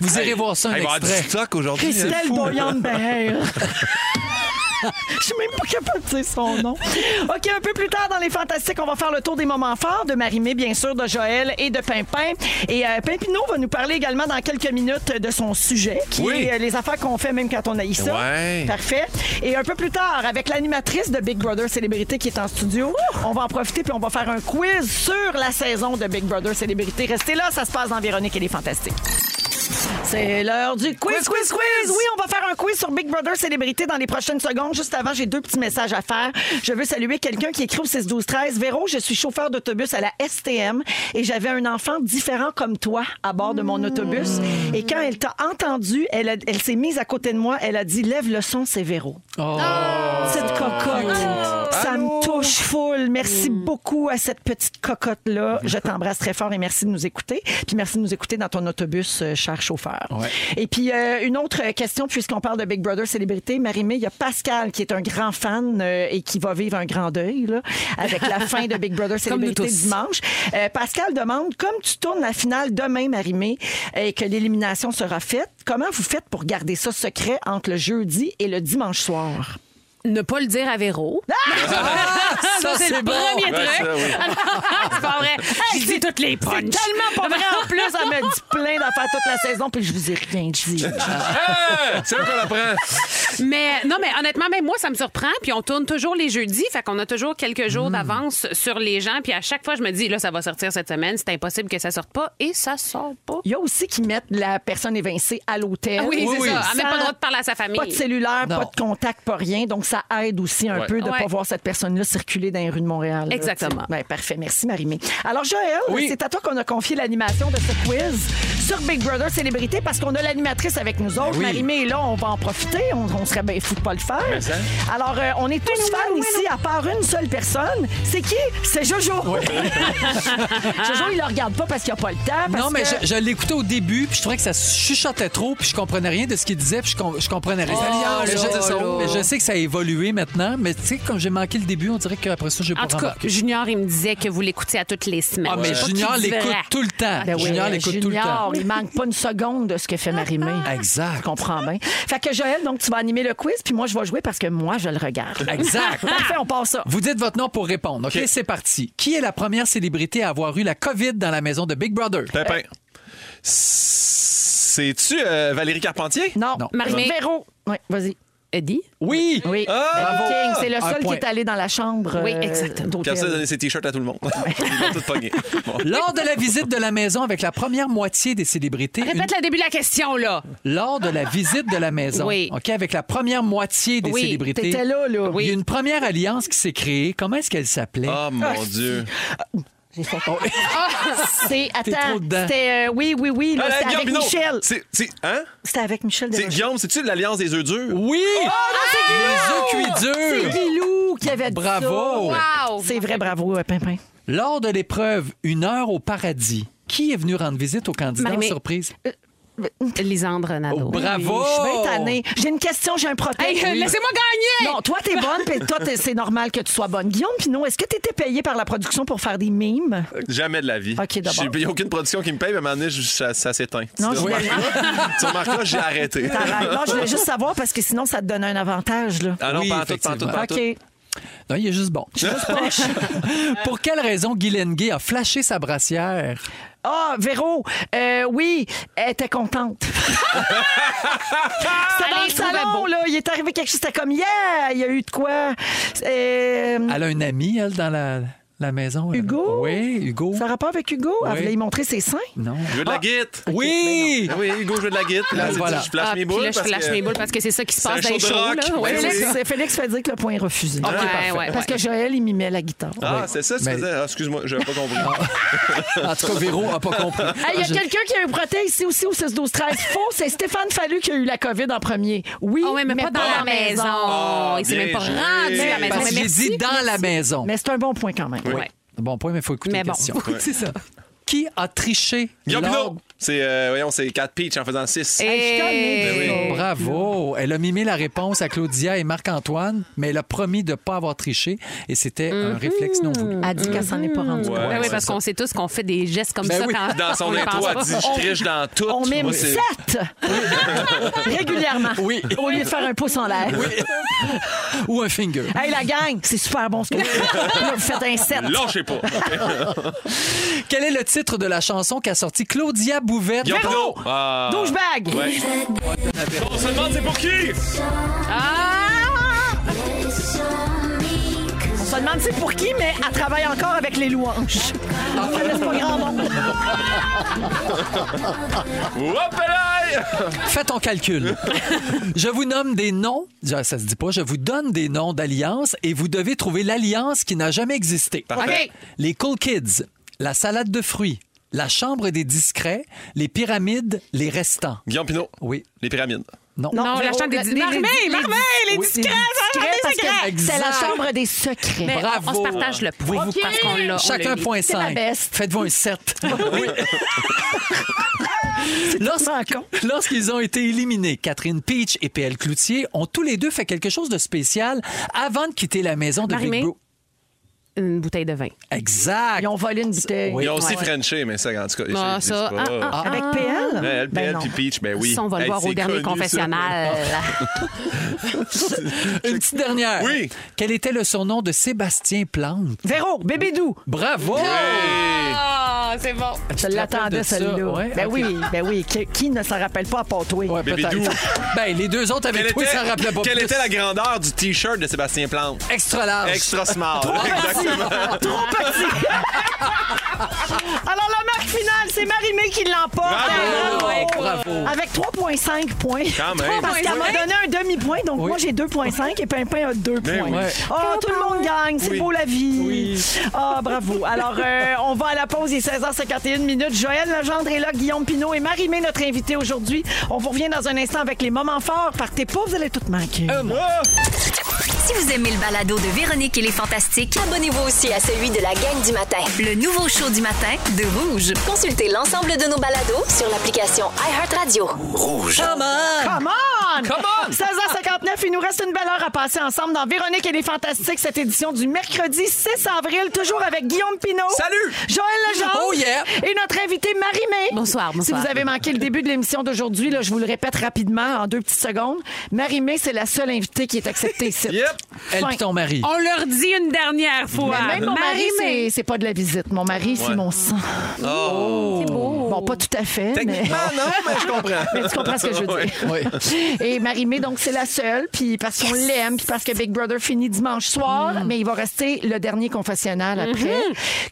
[SPEAKER 6] Vous irez voir ça, un
[SPEAKER 4] Hey, il va y avoir
[SPEAKER 6] extrait.
[SPEAKER 4] du stock aujourd'hui. hein.
[SPEAKER 2] Christelle Boyan-Berre. Je suis même pas capable de dire son nom. OK, un peu plus tard dans les Fantastiques, on va faire le tour des moments forts de Marimé, bien sûr, de Joël et de Pimpin. Et euh, Pimpinot va nous parler également dans quelques minutes de son sujet, qui
[SPEAKER 4] Oui.
[SPEAKER 2] est euh, les affaires qu'on fait même quand on a ça.
[SPEAKER 4] Ouais.
[SPEAKER 2] Parfait. Et un peu plus tard, avec l'animatrice de Big Brother Célébrité qui est en studio, on va en profiter puis on va faire un quiz sur la saison de Big Brother Célébrité. Restez là, ça se passe dans Véronique et les Fantastiques. C'est l'heure du quiz, quiz, quiz, Oui, on va faire un quiz sur Big Brother Célébrité dans les prochaines secondes. Juste avant, j'ai deux petits messages à faire. Je veux saluer quelqu'un qui écrit au 6 12 13 Véro, je suis chauffeur d'autobus à la STM et j'avais un enfant différent comme toi à bord de mon autobus. Et quand elle t'a entendu, elle, a- elle s'est mise à côté de moi. Elle a dit Lève le son, c'est Véro.
[SPEAKER 6] Oh.
[SPEAKER 2] Cette cocotte. Ça me touche full. Merci
[SPEAKER 6] Mm.
[SPEAKER 2] beaucoup à cette petite cocotte-là. Je t'embrasse très fort et merci de nous écouter. Puis merci de nous écouter dans ton autobus, euh, cher chauffeur. Et puis, euh, une autre question, puisqu'on parle de Big Brother célébrité, Marie-Mé, il y a Pascal qui est un grand fan euh, et qui va vivre un grand deuil là, avec la fin de Big Brother
[SPEAKER 6] Comme nous
[SPEAKER 2] célébrité
[SPEAKER 6] tous.
[SPEAKER 2] dimanche. Euh, Pascal demande comme tu tournes la finale demain, Marimé, et que l'élimination sera faite, comment vous faites pour garder ça secret entre le jeudi et le dimanche soir?
[SPEAKER 3] Ne pas le dire à Véro.
[SPEAKER 6] ça,
[SPEAKER 3] c'est
[SPEAKER 6] c'est
[SPEAKER 3] le
[SPEAKER 6] bon.
[SPEAKER 3] premier
[SPEAKER 4] Ouais,
[SPEAKER 3] truc.
[SPEAKER 4] ça, oui.
[SPEAKER 3] c'est pas vrai. J'ai dit toutes les
[SPEAKER 2] C'est
[SPEAKER 3] punches.
[SPEAKER 2] tellement pas vrai. En plus, elle m'a dit plein d'affaires toute la saison, puis je vous ai rien dit.
[SPEAKER 4] Hey, c'est là qu'on apprend.
[SPEAKER 3] Mais non, mais honnêtement, même moi, ça me surprend. Puis on tourne toujours les jeudis, fait qu'on a toujours quelques jours
[SPEAKER 4] Mm.
[SPEAKER 3] d'avance sur les gens. Puis à chaque fois, je me dis, là, ça va sortir cette semaine. C'est impossible que ça sorte pas, et ça sort pas.
[SPEAKER 2] Il y a aussi qui mettent la personne évincée à l'hôtel.
[SPEAKER 3] Ah oui, c'est ça. Elle n'a
[SPEAKER 2] Sans-
[SPEAKER 3] même pas le droit de parler à sa famille.
[SPEAKER 2] Pas de cellulaire,
[SPEAKER 6] Non.
[SPEAKER 2] pas de contact, pas rien. Donc, ça aide aussi un
[SPEAKER 4] Ouais.
[SPEAKER 2] peu de ne
[SPEAKER 3] Ouais.
[SPEAKER 2] pas voir cette personne-là circuler dans les rues de Montréal. là,
[SPEAKER 3] Exactement.
[SPEAKER 2] tu sais. Ben, parfait. Merci, Marie-Mé. Alors, Joël,
[SPEAKER 6] Oui.
[SPEAKER 2] c'est à toi qu'on a confié l'animation de ce quiz sur Big Brother Célébrité parce qu'on a l'animatrice avec nous autres.
[SPEAKER 6] oui.
[SPEAKER 2] Marie-Mé est là, on va en profiter. On, on serait bien fou de pas le faire.
[SPEAKER 4] ça.
[SPEAKER 2] Alors, euh, on est tous fans ici, à part une seule personne. C'est qui? C'est Jojo. Jojo, il ne regarde pas parce qu'il n'a pas le temps. parce
[SPEAKER 6] Non, mais
[SPEAKER 2] que-
[SPEAKER 6] je, je l'écoutais au début, puis je trouvais que ça chuchotait trop, puis je comprenais rien de ce qu'il disait, puis je, com- je comprenais rien.
[SPEAKER 3] là,
[SPEAKER 6] mais, je,
[SPEAKER 3] là.
[SPEAKER 6] mais je sais que ça a évolué maintenant, mais tu sais, comme j'ai manqué le début, on dirait qu'après ça, j'ai pas
[SPEAKER 3] En tout cas,
[SPEAKER 6] remarqué.
[SPEAKER 3] Junior, il me disait que vous l'écoutiez à toutes les semaines.
[SPEAKER 6] Ah, mais
[SPEAKER 3] Je sais pas
[SPEAKER 6] Junior
[SPEAKER 3] qui
[SPEAKER 6] l'écoute
[SPEAKER 3] dira.
[SPEAKER 6] tout le temps.
[SPEAKER 2] Ben oui,
[SPEAKER 6] Junior
[SPEAKER 2] euh,
[SPEAKER 6] l'écoute tout le temps.
[SPEAKER 2] Junior, il manque pas une seconde de ce que fait Marie-Mé. Je
[SPEAKER 6] Exact.
[SPEAKER 2] comprends bien. Fait que Joël, donc tu vas animer le quiz, puis moi je vais jouer parce que moi je le regarde.
[SPEAKER 6] Exact.
[SPEAKER 2] Parfait, on part ça.
[SPEAKER 6] Vous dites votre nom pour répondre. OK,
[SPEAKER 4] OK.
[SPEAKER 6] c'est parti. Qui est la première célébrité à avoir eu la COVID dans la maison de Big Brother?
[SPEAKER 4] Pimpin. C'est-tu euh, Valérie Carpentier?
[SPEAKER 2] Non,
[SPEAKER 6] Non.
[SPEAKER 2] Marie-Mé. Véro. Oui, vas-y.
[SPEAKER 3] Eddie?
[SPEAKER 6] Oui!
[SPEAKER 2] Oui.
[SPEAKER 4] Ah!
[SPEAKER 2] Eddie King, c'est le
[SPEAKER 6] Un
[SPEAKER 2] seul qui
[SPEAKER 6] point.
[SPEAKER 2] est allé dans la chambre
[SPEAKER 3] Oui,
[SPEAKER 2] euh,
[SPEAKER 3] exactement.
[SPEAKER 4] Puis après ça,
[SPEAKER 2] d'hôtel.
[SPEAKER 4] donner ses t-shirts à tout le monde. Ils vont tous pogner. Bon.
[SPEAKER 6] Lors de la visite de la maison avec la première moitié des célébrités, une-
[SPEAKER 3] Répète le début de la question, là.
[SPEAKER 6] lors de la visite de la maison,
[SPEAKER 3] Oui.
[SPEAKER 6] OK, avec la première moitié des
[SPEAKER 3] Oui,
[SPEAKER 6] célébrités,
[SPEAKER 2] T'étais là, là.
[SPEAKER 6] il y a une première alliance qui s'est créée. Comment est-ce qu'elle s'appelait?
[SPEAKER 4] Oh
[SPEAKER 2] Ah,
[SPEAKER 4] mon Dieu.
[SPEAKER 2] C'est,
[SPEAKER 6] T'es
[SPEAKER 2] attends,
[SPEAKER 6] trop dedans.
[SPEAKER 2] c'était, euh, oui, oui, oui, là,
[SPEAKER 4] Ah,
[SPEAKER 2] c'était avec
[SPEAKER 4] Guillaume Pinault.
[SPEAKER 2] Michel.
[SPEAKER 4] C'est, c'est, hein?
[SPEAKER 2] C'était avec Michel
[SPEAKER 4] C'est,
[SPEAKER 2] Desrochers.
[SPEAKER 4] Guillaume, c'est-tu de l'Alliance des œufs durs?
[SPEAKER 6] Oui! Les œufs cuits
[SPEAKER 2] C'est
[SPEAKER 6] durs!
[SPEAKER 2] Guilou qui avait dit
[SPEAKER 6] Bravo!
[SPEAKER 2] ça.
[SPEAKER 3] Wow!
[SPEAKER 2] C'est vrai, bravo, euh, Pimpin.
[SPEAKER 6] Lors de l'épreuve Une heure au paradis, qui est venu rendre visite au candidat en
[SPEAKER 3] Marie-Mé.
[SPEAKER 6] surprise?
[SPEAKER 3] Lisandre Nadeau.
[SPEAKER 6] Oh, bravo!
[SPEAKER 2] Je suis bien tannée. J'ai une question, j'ai un protège.
[SPEAKER 3] Hey, euh, laissez-moi gagner!
[SPEAKER 2] Non, toi, t'es bonne, puis toi, t'es- c'est normal que tu sois bonne. Guillaume Pinot, est-ce que t'étais payé par la production pour faire des mimes?
[SPEAKER 4] Jamais de la vie.
[SPEAKER 2] OK, d'abord.
[SPEAKER 4] Il n'y a aucune production qui me paye, mais à un moment donné, je- ça, ça s'éteint.
[SPEAKER 2] Non,
[SPEAKER 4] tu
[SPEAKER 2] je-
[SPEAKER 4] remarqueras, tu remarqueras, j'ai arrêté.
[SPEAKER 2] T'arrêtes. Non, je voulais juste savoir parce que sinon, ça te donne un avantage, là.
[SPEAKER 4] Ah non,
[SPEAKER 6] Oui,
[SPEAKER 4] pas en tout, pas en tout, pas en tout.
[SPEAKER 2] OK.
[SPEAKER 6] Non, il est juste bon. Pour quelle raison Guy Lenguet a flashé sa brassière?
[SPEAKER 2] Ah, Véro, euh, oui, elle était contente. C'était dans
[SPEAKER 3] Allez,
[SPEAKER 2] le
[SPEAKER 3] je trouvais
[SPEAKER 2] salon,
[SPEAKER 3] beau.
[SPEAKER 2] là. Il est arrivé quelque chose, c'était comme, yeah, il y a eu de quoi. Euh,
[SPEAKER 6] Elle a une amie, elle, dans la... la maison. elle-
[SPEAKER 2] Hugo?
[SPEAKER 6] Oui, Hugo.
[SPEAKER 2] Ça a rapport avec Hugo? Elle
[SPEAKER 6] Oui.
[SPEAKER 2] voulait y montrer ses seins?
[SPEAKER 6] Non.
[SPEAKER 4] Je veux de la guite.
[SPEAKER 6] Oui!
[SPEAKER 4] Ah oui, Hugo, je veux de la guite. Là, c'est
[SPEAKER 6] Voilà.
[SPEAKER 4] dit, je flash
[SPEAKER 3] Ah,
[SPEAKER 4] mes
[SPEAKER 3] puis
[SPEAKER 4] boules.
[SPEAKER 3] là, je
[SPEAKER 4] parce
[SPEAKER 3] lâche
[SPEAKER 4] que-
[SPEAKER 3] mes boules parce que c'est ça qui se
[SPEAKER 4] c'est
[SPEAKER 3] passe
[SPEAKER 4] un
[SPEAKER 3] dans les
[SPEAKER 4] show de
[SPEAKER 3] shows.
[SPEAKER 4] rock.
[SPEAKER 3] là. Ouais,
[SPEAKER 4] Ben
[SPEAKER 3] c'est
[SPEAKER 4] oui.
[SPEAKER 3] ça.
[SPEAKER 2] Félix, Félix fait dire que le point est refusé.
[SPEAKER 3] Ouais, ouais,
[SPEAKER 8] Parce
[SPEAKER 3] ouais.
[SPEAKER 8] que Joël, il mimait la guitare.
[SPEAKER 4] Ah, c'est ça, tu
[SPEAKER 6] Mais-
[SPEAKER 4] faisais. Ah, excuse-moi, j'avais pas compris.
[SPEAKER 6] En tout cas, Véro n'a pas compris.
[SPEAKER 2] Ah,
[SPEAKER 6] Ah,
[SPEAKER 8] Hey, Il y a
[SPEAKER 6] Je-
[SPEAKER 8] quelqu'un qui a eu protège ici aussi au 16 12 13 Faux, c'est Stéphane Fallu qui a eu la COVID en premier. Oui,
[SPEAKER 3] Ah ouais, mais, pas dans la maison. Oh, il
[SPEAKER 4] Ah,
[SPEAKER 3] s'est
[SPEAKER 4] bien
[SPEAKER 3] même pas
[SPEAKER 4] joué.
[SPEAKER 3] rendu à la maison.
[SPEAKER 6] Parce que
[SPEAKER 3] Mais
[SPEAKER 6] j'ai dit dans la maison.
[SPEAKER 8] Mais c'est un bon point quand même.
[SPEAKER 3] Ouais.
[SPEAKER 6] Bon point, mais il faut écouter les
[SPEAKER 3] Mais bon.
[SPEAKER 6] questions. c'est ça. Qui a triché?
[SPEAKER 4] Guillaume
[SPEAKER 6] lors-
[SPEAKER 4] Pinot! C'est, euh, voyons, c'est 4 Peach en faisant 6.
[SPEAKER 3] Eh,
[SPEAKER 4] Ben
[SPEAKER 3] Et...
[SPEAKER 6] Bravo! Elle a mimé la réponse à Claudia et Marc-Antoine, mais elle a promis de ne pas avoir triché et c'était un réflexe non
[SPEAKER 2] Ah,
[SPEAKER 6] voulu.
[SPEAKER 8] Elle dit qu'elle s'en est pas rendue.
[SPEAKER 4] Ouais,
[SPEAKER 8] compte.
[SPEAKER 3] Ben oui,
[SPEAKER 4] c'est
[SPEAKER 3] parce
[SPEAKER 4] ça.
[SPEAKER 3] qu'on sait tous qu'on fait des gestes comme
[SPEAKER 6] Ben
[SPEAKER 3] ça
[SPEAKER 6] oui.
[SPEAKER 3] quand
[SPEAKER 4] Dans son
[SPEAKER 3] on les
[SPEAKER 4] intro,
[SPEAKER 3] pense
[SPEAKER 4] elle
[SPEAKER 3] pas.
[SPEAKER 4] dit « je triche dans tout ».
[SPEAKER 8] On mime
[SPEAKER 4] Moi, c'est-
[SPEAKER 8] 7
[SPEAKER 2] Régulièrement.
[SPEAKER 6] Mm-hmm. Oui.
[SPEAKER 8] au lieu de faire un pouce en l'air.
[SPEAKER 6] Ou un finger.
[SPEAKER 2] Hey, la gang, c'est super bon ce que vous faites. Là, vous faites un set.
[SPEAKER 4] Lâchez pas.
[SPEAKER 6] Quel est le titre de la chanson qu'a sorti Claudia Bouvette?
[SPEAKER 4] Guillaume Pinot! Ah.
[SPEAKER 2] Douchebag!
[SPEAKER 4] Ouais. On se demande c'est pour qui?
[SPEAKER 2] On se demande c'est pour qui, mais elle travaille encore avec les louanges.
[SPEAKER 6] Ah.
[SPEAKER 2] On ne laisse pas grand monde.
[SPEAKER 4] Hop là!
[SPEAKER 6] Fais ton calcul. je vous nomme des noms, ça se dit pas, je vous donne des noms d'alliances et vous devez trouver l'alliance qui n'a jamais existé.
[SPEAKER 4] Parfait.
[SPEAKER 6] Les Cool Kids, la salade de fruits, la chambre des discrets, les pyramides, les restants.
[SPEAKER 4] Guillaume Pinot,
[SPEAKER 6] Oui,
[SPEAKER 4] les pyramides.
[SPEAKER 6] non.
[SPEAKER 3] Non, la
[SPEAKER 8] Véro,
[SPEAKER 3] chambre
[SPEAKER 8] la-
[SPEAKER 3] des...
[SPEAKER 8] les-
[SPEAKER 3] Marmé,
[SPEAKER 8] les-
[SPEAKER 3] Marmé, les
[SPEAKER 6] Oui.
[SPEAKER 2] hein,
[SPEAKER 6] hein,
[SPEAKER 3] discrets,
[SPEAKER 8] Secret,
[SPEAKER 3] les
[SPEAKER 8] parce
[SPEAKER 3] discrets.
[SPEAKER 8] que C'est la
[SPEAKER 6] Exact.
[SPEAKER 8] chambre des secrets.
[SPEAKER 3] Mais
[SPEAKER 6] Bravo.
[SPEAKER 3] On se partage le point
[SPEAKER 6] Vous-
[SPEAKER 3] parce qu'on l'a. on
[SPEAKER 6] Chacun
[SPEAKER 3] l'a mis.
[SPEAKER 6] point
[SPEAKER 8] C'est ma
[SPEAKER 6] 5.
[SPEAKER 8] best.
[SPEAKER 6] Faites-vous un 7. Lorsqu'ils ont été éliminés, Catherine Peach et PL Cloutier ont tous les deux fait quelque chose de spécial avant de quitter la maison de
[SPEAKER 3] Marie-Mé.
[SPEAKER 6] Big Bro.
[SPEAKER 3] Une bouteille de vin.
[SPEAKER 6] Exact.
[SPEAKER 8] Ils ont volé une bouteille.
[SPEAKER 6] Oui.
[SPEAKER 4] Ils ont aussi
[SPEAKER 3] Ouais.
[SPEAKER 4] Frenché, mais ça, en tout cas.
[SPEAKER 3] Bon,
[SPEAKER 4] je- je
[SPEAKER 3] ça,
[SPEAKER 4] sais pas.
[SPEAKER 3] ah, ah,
[SPEAKER 2] Avec
[SPEAKER 3] ah.
[SPEAKER 2] PL?
[SPEAKER 4] Ouais, elle, puis elle,
[SPEAKER 2] non.
[SPEAKER 4] puis Peach, ben oui.
[SPEAKER 3] Ça, on va le
[SPEAKER 4] Hey,
[SPEAKER 3] voir
[SPEAKER 4] c'est
[SPEAKER 3] au dernier
[SPEAKER 4] connu, ça.
[SPEAKER 3] confessionnal.
[SPEAKER 6] Une petite dernière.
[SPEAKER 4] Oui.
[SPEAKER 6] Quel était le surnom de Sébastien Plante?
[SPEAKER 2] Véro, bébé doux.
[SPEAKER 6] Bravo!
[SPEAKER 3] Ah, c'est bon.
[SPEAKER 2] Je
[SPEAKER 6] te rappelles
[SPEAKER 2] l'attendais,
[SPEAKER 6] de ça,
[SPEAKER 2] celle-là.
[SPEAKER 6] ouais?
[SPEAKER 2] ben
[SPEAKER 6] Ok.
[SPEAKER 2] oui, ben oui. Qui, qui ne s'en rappelle pas à part toi?
[SPEAKER 6] Ouais,
[SPEAKER 4] Bébé
[SPEAKER 6] peut-être.
[SPEAKER 4] doux.
[SPEAKER 6] Ben, les deux autres
[SPEAKER 4] Quelle
[SPEAKER 6] avec toi,
[SPEAKER 4] était-
[SPEAKER 6] ça rappelait pas
[SPEAKER 4] quelle
[SPEAKER 6] plus. Oh,
[SPEAKER 4] était la grandeur du T-shirt de Sébastien Plante?
[SPEAKER 6] Extra large.
[SPEAKER 4] Extra small.
[SPEAKER 2] Trop petit! Alors, la marque finale, c'est Marie-Mé qui l'emporte.
[SPEAKER 4] Bravo!
[SPEAKER 6] Ouais, Oh, bravo.
[SPEAKER 2] Avec 3,5 points.
[SPEAKER 4] Quand même.
[SPEAKER 2] Parce qu'elle m'a donné un demi-point, donc moi j'ai 2,5 et Pimpin a 2
[SPEAKER 4] Ben
[SPEAKER 2] points.
[SPEAKER 6] oui.
[SPEAKER 2] Oh, tout le monde gagne, c'est
[SPEAKER 4] Oui.
[SPEAKER 2] beau la vie. Ah, bravo. Alors, euh, on va à la pause, il est 16h51 minutes. Joël Legendre est là, Guillaume Pinot et Marie-Mé, notre invité aujourd'hui. On vous revient dans un instant avec les moments forts. Partez pas, vous allez tout manquer.
[SPEAKER 9] Si vous aimez le balado de Véronique et les Fantastiques,
[SPEAKER 10] Abonnez-vous aussi à celui de la gang du matin.
[SPEAKER 9] le nouveau show du matin de Rouge.
[SPEAKER 10] Consultez l'ensemble de nos balados sur l'application iHeartRadio.
[SPEAKER 2] Come on! 16h59, il nous reste une belle heure à passer ensemble dans Véronique et les Fantastiques, cette édition du mercredi 6 avril, toujours avec Guillaume Pinault.
[SPEAKER 6] Salut!
[SPEAKER 2] Joël Legendre.
[SPEAKER 6] Oh yeah!
[SPEAKER 2] Et notre invitée Marie-Mé.
[SPEAKER 3] Bonsoir, bonsoir.
[SPEAKER 2] Si vous avez manqué le début de l'émission d'aujourd'hui, là, je vous le répète rapidement en deux petites secondes. Marie-Mé, c'est la seule invitée qui est acceptée ici.
[SPEAKER 4] Yep.
[SPEAKER 6] Elle
[SPEAKER 2] Fin.
[SPEAKER 6] puis ton mari.
[SPEAKER 3] On leur dit une dernière fois.
[SPEAKER 2] Mais Même mon mari,
[SPEAKER 3] Marie-Mé.
[SPEAKER 2] c'est- c'est pas de la visite. Mon mari, c'est
[SPEAKER 4] Ouais.
[SPEAKER 2] mon sang.
[SPEAKER 4] Oh.
[SPEAKER 2] Bon, pas tout à fait, mais...
[SPEAKER 4] Techniquement, non, mais je comprends.
[SPEAKER 2] Mais tu comprends ce que je veux dire.
[SPEAKER 6] Oui.
[SPEAKER 2] Et Marie-Mé, donc, c'est la seule, puis parce qu'on l'aime, puis parce que Big Brother finit dimanche soir,
[SPEAKER 3] Mm.
[SPEAKER 2] mais il va rester le dernier confessionnal après,